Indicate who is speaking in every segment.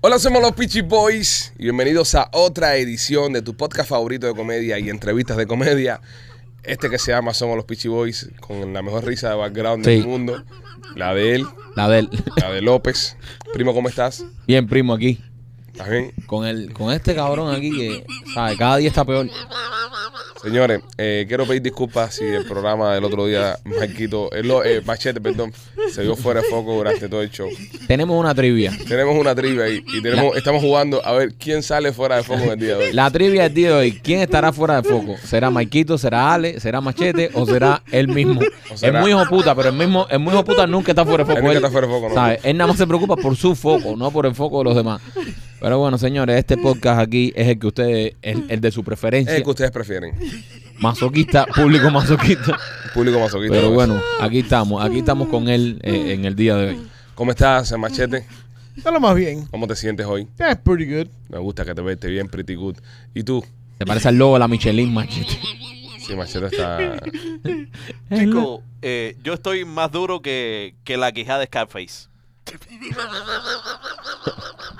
Speaker 1: Hola, somos los Peachy Boys y bienvenidos a otra edición de tu podcast favorito de comedia y entrevistas de comedia. Este que se llama Somos los Peachy Boys, con la mejor risa de background del
Speaker 2: Sí.
Speaker 1: mundo. La de él,
Speaker 2: La del.
Speaker 1: la de López. Primo, ¿cómo estás?
Speaker 2: Bien, primo, aquí.
Speaker 1: ¿Estás bien?
Speaker 2: Con el, con este cabrón aquí que, ¿sabes? Cada día está peor.
Speaker 1: Señores, eh, quiero pedir disculpas si el programa del otro día, Marquito, eh, lo- eh, Machete, perdón, se vio fuera de foco durante todo el show.
Speaker 2: Tenemos una trivia.
Speaker 1: Tenemos una trivia ahí y tenemos, estamos jugando a ver quién sale fuera de foco en el día de hoy.
Speaker 2: La trivia del día de hoy. ¿Quién estará fuera de foco? ¿Será Maikito? ¿Será Ale? ¿Será Machete? ¿O será él mismo?
Speaker 1: O será-
Speaker 2: Es muy hijo puta, pero el mismo, el muy hijo puta nunca está fuera de foco.
Speaker 1: Él nunca está fuera de foco, ¿no?
Speaker 2: ¿sabes? Él nada más se preocupa por su foco, no por el foco de los demás. Pero bueno, señores, este podcast aquí es el que ustedes, el, el de su
Speaker 1: Es
Speaker 2: preferencia.
Speaker 1: el que ustedes prefieren.
Speaker 2: Masoquista, público masoquista.
Speaker 1: Público masoquista.
Speaker 2: Pero bueno,
Speaker 1: Pues.
Speaker 2: aquí estamos, aquí estamos con él eh, en el día de hoy.
Speaker 1: ¿Cómo estás, Machete?
Speaker 3: Está lo más bien.
Speaker 1: ¿Cómo te sientes hoy?
Speaker 3: That's pretty good.
Speaker 1: Me gusta que te vete bien, pretty good. ¿Y tú?
Speaker 2: Se parece al lobo de la Michelin, machete.
Speaker 1: Sí, Machete está...
Speaker 4: Chico, eh, yo estoy más duro que, que la quijada de Scarface.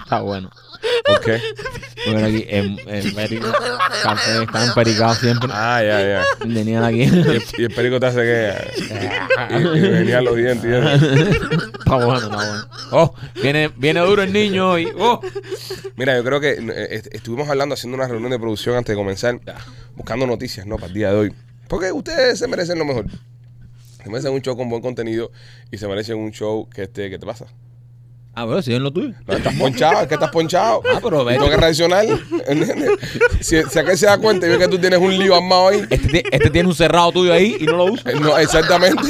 Speaker 2: Está bueno.
Speaker 1: ¿Por qué?
Speaker 2: Bueno, aquí en, en Perico, café, está empericado siempre.
Speaker 1: Ah, ya, ya.
Speaker 2: Venían
Speaker 1: Y
Speaker 2: aquí.
Speaker 1: el, y el perico te hace que... Y, y venían los dientes. y eso.
Speaker 2: Está bueno, está bueno. Oh, viene, viene duro el niño hoy. Oh.
Speaker 1: Mira, yo creo que eh, est- estuvimos hablando, haciendo una reunión de producción antes de comenzar, buscando noticias, ¿no? Para el día de hoy. Porque ustedes se merecen lo mejor. Se merecen un show con buen contenido y se merecen un show que, este, que te pasa.
Speaker 2: Ah, pero si es lo tuyo.
Speaker 1: No, estás ponchado, es que estás ponchado.
Speaker 2: Ah, pero
Speaker 1: Y
Speaker 2: vete.
Speaker 1: Tengo que reaccionar. ¿entiendes? si, si aquel se da cuenta y ve que tú tienes un lío armado ahí.
Speaker 2: Este, ti- este tiene un cerrado tuyo ahí y no lo usa.
Speaker 1: eh, No, exactamente.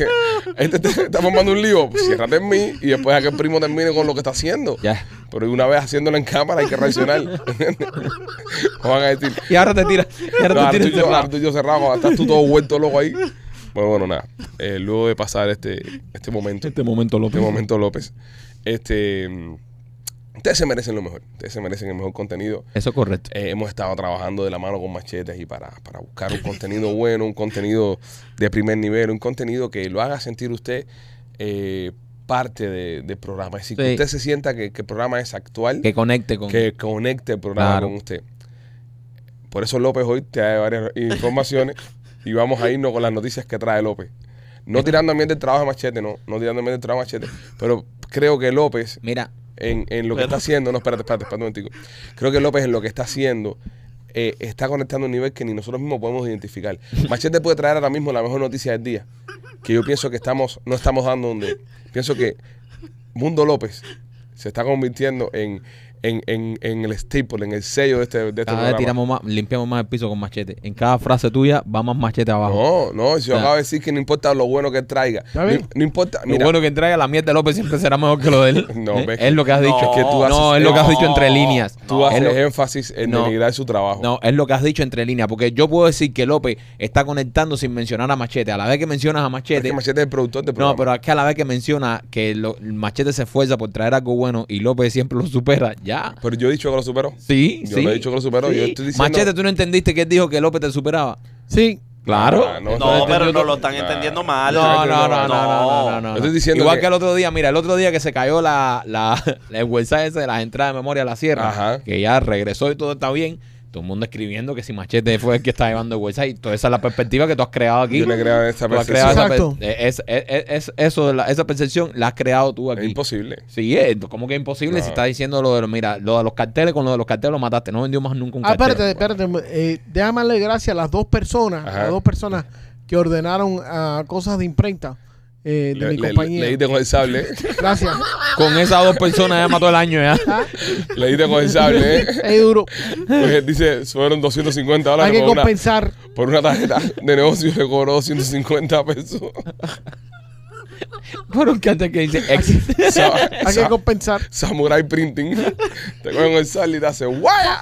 Speaker 1: Este te- está formando un lío. Ciérrate en mí y después a que el primo termine con lo que está haciendo.
Speaker 2: Ya.
Speaker 1: Pero una vez haciéndolo en cámara hay que reaccionar. ¿entiendes? Nos van a decir.
Speaker 2: Y ahora te tira. Y
Speaker 1: No,
Speaker 2: ahora
Speaker 1: ahora
Speaker 2: te
Speaker 1: tú
Speaker 2: tira
Speaker 1: y
Speaker 2: el
Speaker 1: yo- ahora
Speaker 2: cerrado.
Speaker 1: tú y yo cerramos, estás tú todo vuelto loco ahí. Bueno, bueno, nada. Eh, luego de pasar este, este momento,
Speaker 2: Este momento,
Speaker 1: este
Speaker 2: López.
Speaker 1: momento López, este, mm, ustedes se merecen lo mejor. Ustedes se merecen el mejor contenido.
Speaker 2: Eso es correcto.
Speaker 1: Eh, hemos estado trabajando de la mano con machetes y para, para buscar un contenido bueno, un contenido de primer nivel, un contenido que lo haga sentir usted eh, parte de- del programa. Es decir, que
Speaker 2: Sí.
Speaker 1: usted se sienta que, que el programa es actual,
Speaker 2: Que
Speaker 1: que,
Speaker 2: conecte con.
Speaker 1: conecte el programa
Speaker 2: Claro.
Speaker 1: con usted. Por eso López hoy te da varias informaciones y vamos a irnos con las noticias que trae López. No tirando también del trabajo de Machete, no, no tirando también del trabajo de Machete, pero creo que López
Speaker 2: Mira,
Speaker 1: en, en lo que
Speaker 4: Pero-
Speaker 1: está haciendo. No, espérate, espérate, espérate un momentico. Creo que López en lo que está haciendo eh, está conectando a un nivel que ni nosotros mismos podemos identificar. Machete puede traer ahora mismo la mejor noticia del día, que yo pienso que estamos no estamos dando donde. Pienso que Mundo López se está convirtiendo en, en, en, en el staple, en el sello de este, de este
Speaker 2: cada vez
Speaker 1: programa.
Speaker 2: tiramos más, limpiamos más el piso con machete. En cada frase tuya va más machete abajo.
Speaker 1: No, no, si yo
Speaker 2: Ya.
Speaker 1: acabo de decir que no importa lo bueno que él traiga.
Speaker 3: ¿Está
Speaker 1: No,
Speaker 3: bien?
Speaker 1: no importa,
Speaker 2: Lo
Speaker 1: Ah, mira,
Speaker 2: bueno que entrega la mierda de López siempre será mejor que lo de él.
Speaker 1: No,
Speaker 2: ¿Eh?
Speaker 1: ves que-
Speaker 2: Es lo que has dicho.
Speaker 4: No, es que tú
Speaker 2: no,
Speaker 1: haces-
Speaker 2: es lo que has dicho
Speaker 4: no,
Speaker 2: entre líneas.
Speaker 1: tú haces
Speaker 2: es lo-
Speaker 1: énfasis en
Speaker 2: No.
Speaker 1: denigrar su trabajo.
Speaker 2: no, es lo que has dicho entre líneas. Porque yo puedo decir que López está conectando sin mencionar a Machete. A la vez que mencionas a
Speaker 1: Es
Speaker 2: Machete.
Speaker 1: que Machete es el productor del programa.
Speaker 2: no, pero es que a la vez que menciona que lo- Machete se esfuerza por traer algo bueno y López siempre lo supera, ya.
Speaker 1: Pero yo he dicho que lo superó.
Speaker 2: Sí,
Speaker 1: Yo
Speaker 2: sí.
Speaker 1: le he dicho que lo superó, yo estoy diciendo-
Speaker 2: Machete, tú no entendiste que él dijo que López te superaba.
Speaker 3: Sí.
Speaker 2: Claro.
Speaker 1: Ah,
Speaker 4: No,
Speaker 1: está
Speaker 4: pero
Speaker 1: entendiendo-
Speaker 4: no lo están
Speaker 1: Ah,
Speaker 4: entendiendo mal.
Speaker 2: No, no, no,
Speaker 1: no,
Speaker 2: no, no,
Speaker 1: Yo
Speaker 2: no, no, no.
Speaker 1: estoy diciendo
Speaker 2: Igual
Speaker 1: que-
Speaker 2: que... el otro día, mira, el otro día que se cayó la, la, el website ese de las entradas de memoria a la sierra,
Speaker 1: Ajá.
Speaker 2: que ya regresó y todo está bien. Todo el mundo escribiendo que si Machete fue el que está llevando el website. Toda esa es la perspectiva que tú has creado aquí.
Speaker 1: Yo le creo a esa
Speaker 2: Tú has
Speaker 1: percepción.
Speaker 2: creado esa per-
Speaker 3: Exacto.
Speaker 2: eh, es- es- es- es- eso, la- esa percepción la has creado tú
Speaker 1: Es Ah.
Speaker 2: aquí.
Speaker 1: imposible.
Speaker 2: Sí, es, ¿cómo que imposible
Speaker 1: No.
Speaker 2: si está diciendo lo de los, mira, lo de los carteles con lo de los carteles lo mataste, no vendió más nunca un
Speaker 3: Ah,
Speaker 2: cartel.
Speaker 3: espérate, espérate. Eh, déjame darle gracias a las dos personas,
Speaker 1: Ajá.
Speaker 3: a las dos personas que ordenaron ah, cosas de imprenta eh, de
Speaker 1: Le,
Speaker 3: mi
Speaker 1: le-
Speaker 3: compañía.
Speaker 1: le diste con el sable, ¿eh?
Speaker 3: Gracias.
Speaker 2: Con esas dos personas ya mató el año ya.
Speaker 3: Ah,
Speaker 1: Le diste con el sable, ¿eh?
Speaker 3: es duro.
Speaker 1: Porque dice, fueron 250
Speaker 3: Hay
Speaker 1: dólares
Speaker 3: que
Speaker 1: por una,
Speaker 3: compensar.
Speaker 1: por una tarjeta de negocio le cobró 250 pesos.
Speaker 2: Pero el cartel que dice ex-
Speaker 1: Sa-
Speaker 3: Hay que
Speaker 1: sa-
Speaker 3: compensar.
Speaker 1: Samurai Printing. Te cogen el sable y te hace ¡guaya!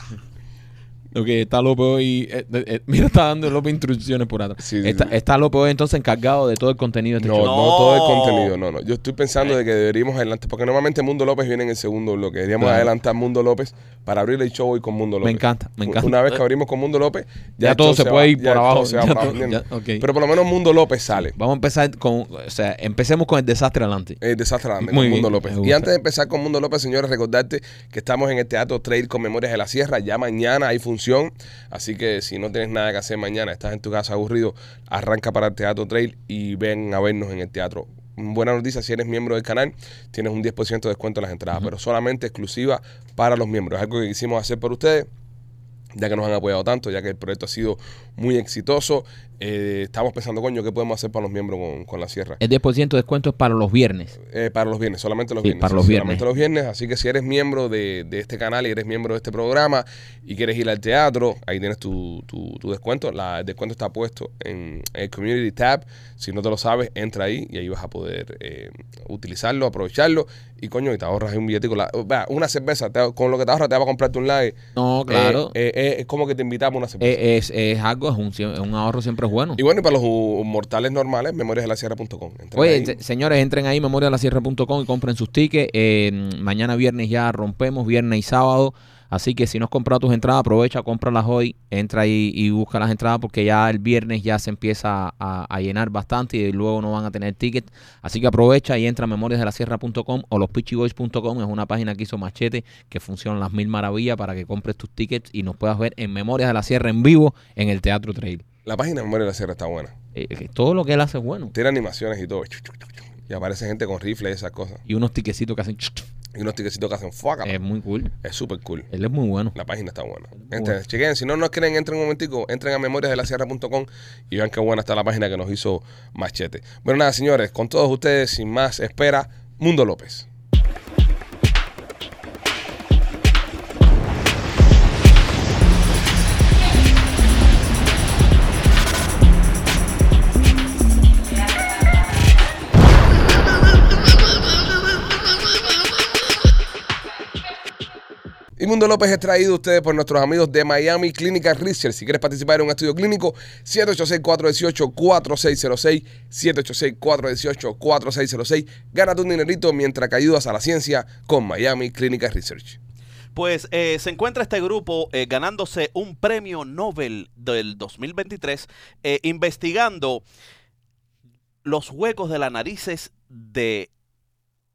Speaker 2: Ok, está López hoy. eh, eh, eh, mira, está dando López instrucciones por atrás.
Speaker 1: Sí, sí,
Speaker 2: está,
Speaker 1: sí.
Speaker 2: está López hoy entonces encargado de todo el contenido de este
Speaker 1: No, no,
Speaker 2: show.
Speaker 1: todo el
Speaker 4: No.
Speaker 1: contenido, no, no. Yo estoy pensando de que deberíamos adelantar, porque normalmente Mundo López viene en el segundo bloque. Deberíamos
Speaker 2: Claro.
Speaker 1: adelantar Mundo López para abrir el show hoy con Mundo López.
Speaker 2: Me encanta, me
Speaker 1: U-
Speaker 2: encanta.
Speaker 1: Una vez que abrimos con Mundo López,
Speaker 2: Ya
Speaker 1: el
Speaker 2: todo
Speaker 1: show
Speaker 2: se puede
Speaker 1: va-
Speaker 2: ir
Speaker 1: ya
Speaker 2: por
Speaker 1: el
Speaker 2: abajo,
Speaker 1: show se va
Speaker 2: ya
Speaker 1: para
Speaker 2: todo-
Speaker 1: abajo, ¿entiendes?
Speaker 2: ya, ok.
Speaker 1: Pero por lo menos Mundo López sale.
Speaker 2: Vamos a empezar con. O sea, empecemos con el desastre adelante.
Speaker 1: Eh, desastre grande
Speaker 2: Muy
Speaker 1: con
Speaker 2: bien,
Speaker 1: Mundo López.
Speaker 2: me
Speaker 1: Y
Speaker 2: gusta.
Speaker 1: antes de empezar con Mundo López, señores, recordarte que estamos en el Teatro Trail con Memorias de la Sierra. Ya mañana hay función. Así que si no tienes nada que hacer mañana, estás en tu casa aburrido, arranca para el Teatro Trail y ven a vernos en el teatro. Buena noticia, si eres miembro del canal, tienes un 10% de descuento en las entradas, pero solamente exclusiva para los miembros. Es algo que quisimos hacer por ustedes ya que nos han apoyado tanto, ya que el proyecto ha sido muy exitoso, Eh, estamos pensando, coño, ¿qué podemos hacer para los miembros con, con la sierra?
Speaker 2: El 10% de descuento es para los viernes.
Speaker 1: Eh, para los viernes, solamente los
Speaker 2: Sí,
Speaker 1: viernes.
Speaker 2: para los viernes.
Speaker 1: Solamente los viernes. Así que si eres miembro de, de este canal y eres miembro de este programa y quieres ir al teatro, ahí tienes tu, tu- tu descuento. La, el descuento está puesto en el Community Tab. Si no te lo sabes, entra ahí y ahí vas a poder eh, utilizarlo, aprovecharlo. Y coño, y te ahorras ahí un billetico. La- vea, una cerveza, te- con lo que te ahorras, te vas a comprarte un live.
Speaker 2: No, Oh, claro.
Speaker 1: Eh, eh, eh, es como que te invitamos a una cerveza.
Speaker 2: Eh, es, es algo, es un, sie- es un ahorro siempre es bueno.
Speaker 1: y bueno, y para los uh, mortales normales, memoriasdelasierra.com. Entra
Speaker 2: Oye,
Speaker 1: ahí.
Speaker 2: se- señores, entren ahí, memorialasierra.com y compren sus tickets. Eh, mañana viernes ya rompemos, viernes y sábado. Así que si no has comprado tus entradas, aprovecha, cómpralas hoy, entra ahí y busca las entradas porque ya el viernes ya se empieza a, a llenar bastante y luego no van a tener tickets. Así que aprovecha y entra a memoriasdelasierra.com o lospitchyboys.com. Es una página que hizo Machete que funciona las mil maravillas para que compres tus tickets y nos puedas ver en Memorias de la Sierra en vivo en el Teatro Trail.
Speaker 1: La página de Memoria de la Sierra está buena.
Speaker 2: Eh, eh, todo lo que él hace es bueno.
Speaker 1: Tiene animaciones y todo. Chu, chu, chu, chu. Y aparece gente con rifles y esas cosas.
Speaker 2: Y unos tiquecitos que hacen... chuc, chuc.
Speaker 1: Y unos tiquecitos que hacen fuaca.
Speaker 2: Es muy cool.
Speaker 1: Es súper cool.
Speaker 2: Él es muy bueno.
Speaker 1: La página está buena.
Speaker 2: Bueno.
Speaker 1: Entren, chequen. Si no nos creen, entren un momentico. Entren a memoriasdelasierra.com y vean qué buena está la página que nos hizo Machete. Bueno, nada, señores. Con todos ustedes, sin más espera, Mundo López. Y Mundo López es traído a ustedes por nuestros amigos de Miami Clinical Research. Si quieres participar en un estudio clínico, 786-418-4606, 786-418-4606. Gánate un dinerito mientras que ayudas a la ciencia con Miami Clinical Research.
Speaker 4: Pues eh, se encuentra este grupo eh, ganándose un premio Nobel del 2023 eh, investigando los huecos de las narices de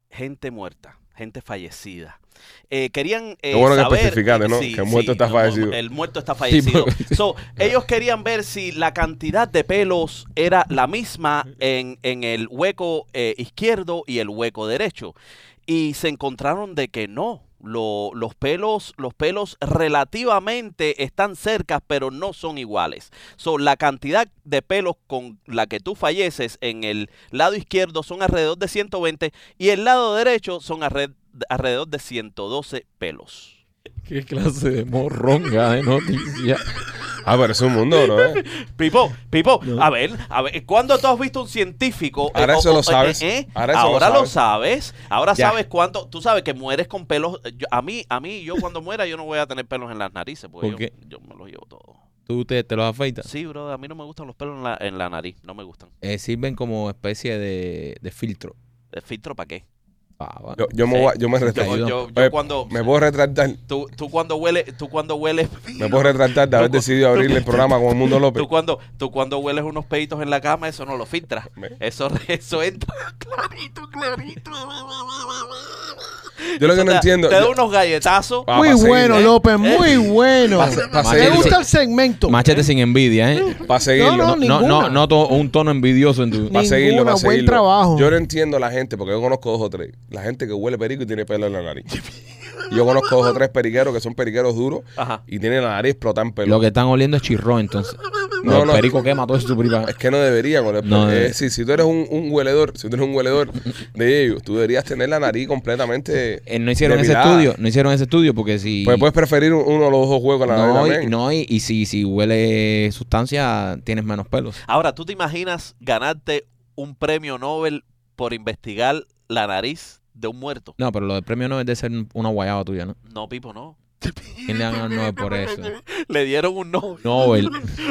Speaker 4: gente muerta, gente fallecida. Eh, querían eh,
Speaker 1: Qué bueno que
Speaker 4: saber-
Speaker 1: especificaste, ¿no? Que el muerto está fallecido.
Speaker 4: El muerto está fallecido. So, ellos querían ver si la cantidad de pelos era la misma en, en el hueco eh, izquierdo y el hueco derecho y se encontraron de que no. Lo- los pelos, los pelos relativamente están cerca, pero no son iguales. So, la cantidad de pelos con la que tú falleces en el lado izquierdo son alrededor de 120 y el lado derecho son alre- alrededor de 112 pelos.
Speaker 2: Qué clase de morronga de noticia.
Speaker 1: Ah, pero es un mundo, ¿no? eh?
Speaker 4: Pipo, Pipo, a ver, a ver, ¿cuándo tú has visto un científico? eh,
Speaker 1: Ahora eso lo sabes.
Speaker 4: Ahora,
Speaker 1: Ahora eso lo
Speaker 4: lo sabes. Ahora
Speaker 1: Ya.
Speaker 4: sabes cuánto. Tú sabes que mueres con pelos. yo- a mí, a mí, yo cuando muera, yo no voy a tener pelos en las narices, porque
Speaker 2: ¿Por
Speaker 4: yo,
Speaker 2: qué?
Speaker 4: yo me los llevo todo.
Speaker 2: ¿Tú te, te los afeitas?
Speaker 4: Sí, bro, a mí no me gustan los pelos en la, en la nariz, no me gustan.
Speaker 2: Eh, sirven como especie de, de filtro.
Speaker 4: ¿El Eh, filtro para qué?
Speaker 2: Ah, bueno.
Speaker 1: Yo, yo me, voy a- yo me
Speaker 4: Yo,
Speaker 1: retracto.
Speaker 4: yo- yo
Speaker 1: Oye,
Speaker 4: cuando,
Speaker 1: Pues, Me puedo retractar.
Speaker 4: tú, tú cuando hueles, tú cuando hueles,
Speaker 1: Me puedo retractar de haber decidido abrirle el programa con Mundo López.
Speaker 4: tú cuando, tú cuando hueles unos peitos en la cama, eso no lo filtras.
Speaker 1: Me-
Speaker 4: Eso, eso entra clarito, clarito.
Speaker 1: Yo lo que
Speaker 4: Eso
Speaker 1: no
Speaker 4: te-
Speaker 1: entiendo.
Speaker 4: Te da
Speaker 1: yo-
Speaker 4: unos galletazos.
Speaker 1: Ah,
Speaker 3: muy
Speaker 1: para seguir,
Speaker 3: bueno,
Speaker 4: ¿eh?
Speaker 3: López,
Speaker 4: ¿Eh?
Speaker 3: muy bueno.
Speaker 1: Pa' se- pa'
Speaker 3: Me
Speaker 1: seguir.
Speaker 3: gusta el segmento.
Speaker 2: Machete sin envidia, ¿eh?
Speaker 1: Para seguirlo.
Speaker 3: No, no,
Speaker 2: No, no,
Speaker 3: Ninguna.
Speaker 2: no to- un tono envidioso en tu...
Speaker 1: Para
Speaker 3: Ninguna,
Speaker 1: seguirlo, para
Speaker 3: buen
Speaker 1: seguirlo.
Speaker 3: trabajo.
Speaker 1: Yo no entiendo a la gente, porque yo conozco dos o tres. La gente que huele perico y tiene pelo en la nariz. Yo conozco dos o tres periqueros que son periqueros duros
Speaker 4: Ajá.
Speaker 1: y tienen la nariz explotada en pelo.
Speaker 2: Lo que están oliendo es chirro, entonces.
Speaker 1: No,
Speaker 2: No,
Speaker 1: no.
Speaker 2: El perico quema todo eso su prima.
Speaker 1: Es que no deberían oler
Speaker 2: No,
Speaker 1: perico.
Speaker 2: eh.
Speaker 1: Es decir, si tú eres un, un hueledor, si tú eres un hueledor de ellos, tú deberías tener la nariz completamente.
Speaker 2: Eh, no hicieron
Speaker 1: depilada.
Speaker 2: ese estudio, no hicieron ese estudio porque si...
Speaker 1: Pues puedes preferir un- uno de los dos juegos con la nariz
Speaker 2: no, y,
Speaker 1: también.
Speaker 2: no, y, y si, si huele sustancia, tienes menos pelos.
Speaker 4: Ahora, ¿tú te imaginas ganarte un premio Nobel por investigar la nariz de un muerto?
Speaker 2: No, pero lo del premio no es de ser un- una guayaba tuya, ¿no?
Speaker 4: No, Pipo, no.
Speaker 2: ¿Quién le van a dar un Nobel por eso?
Speaker 4: Le dieron un Nobel.
Speaker 2: Nobel.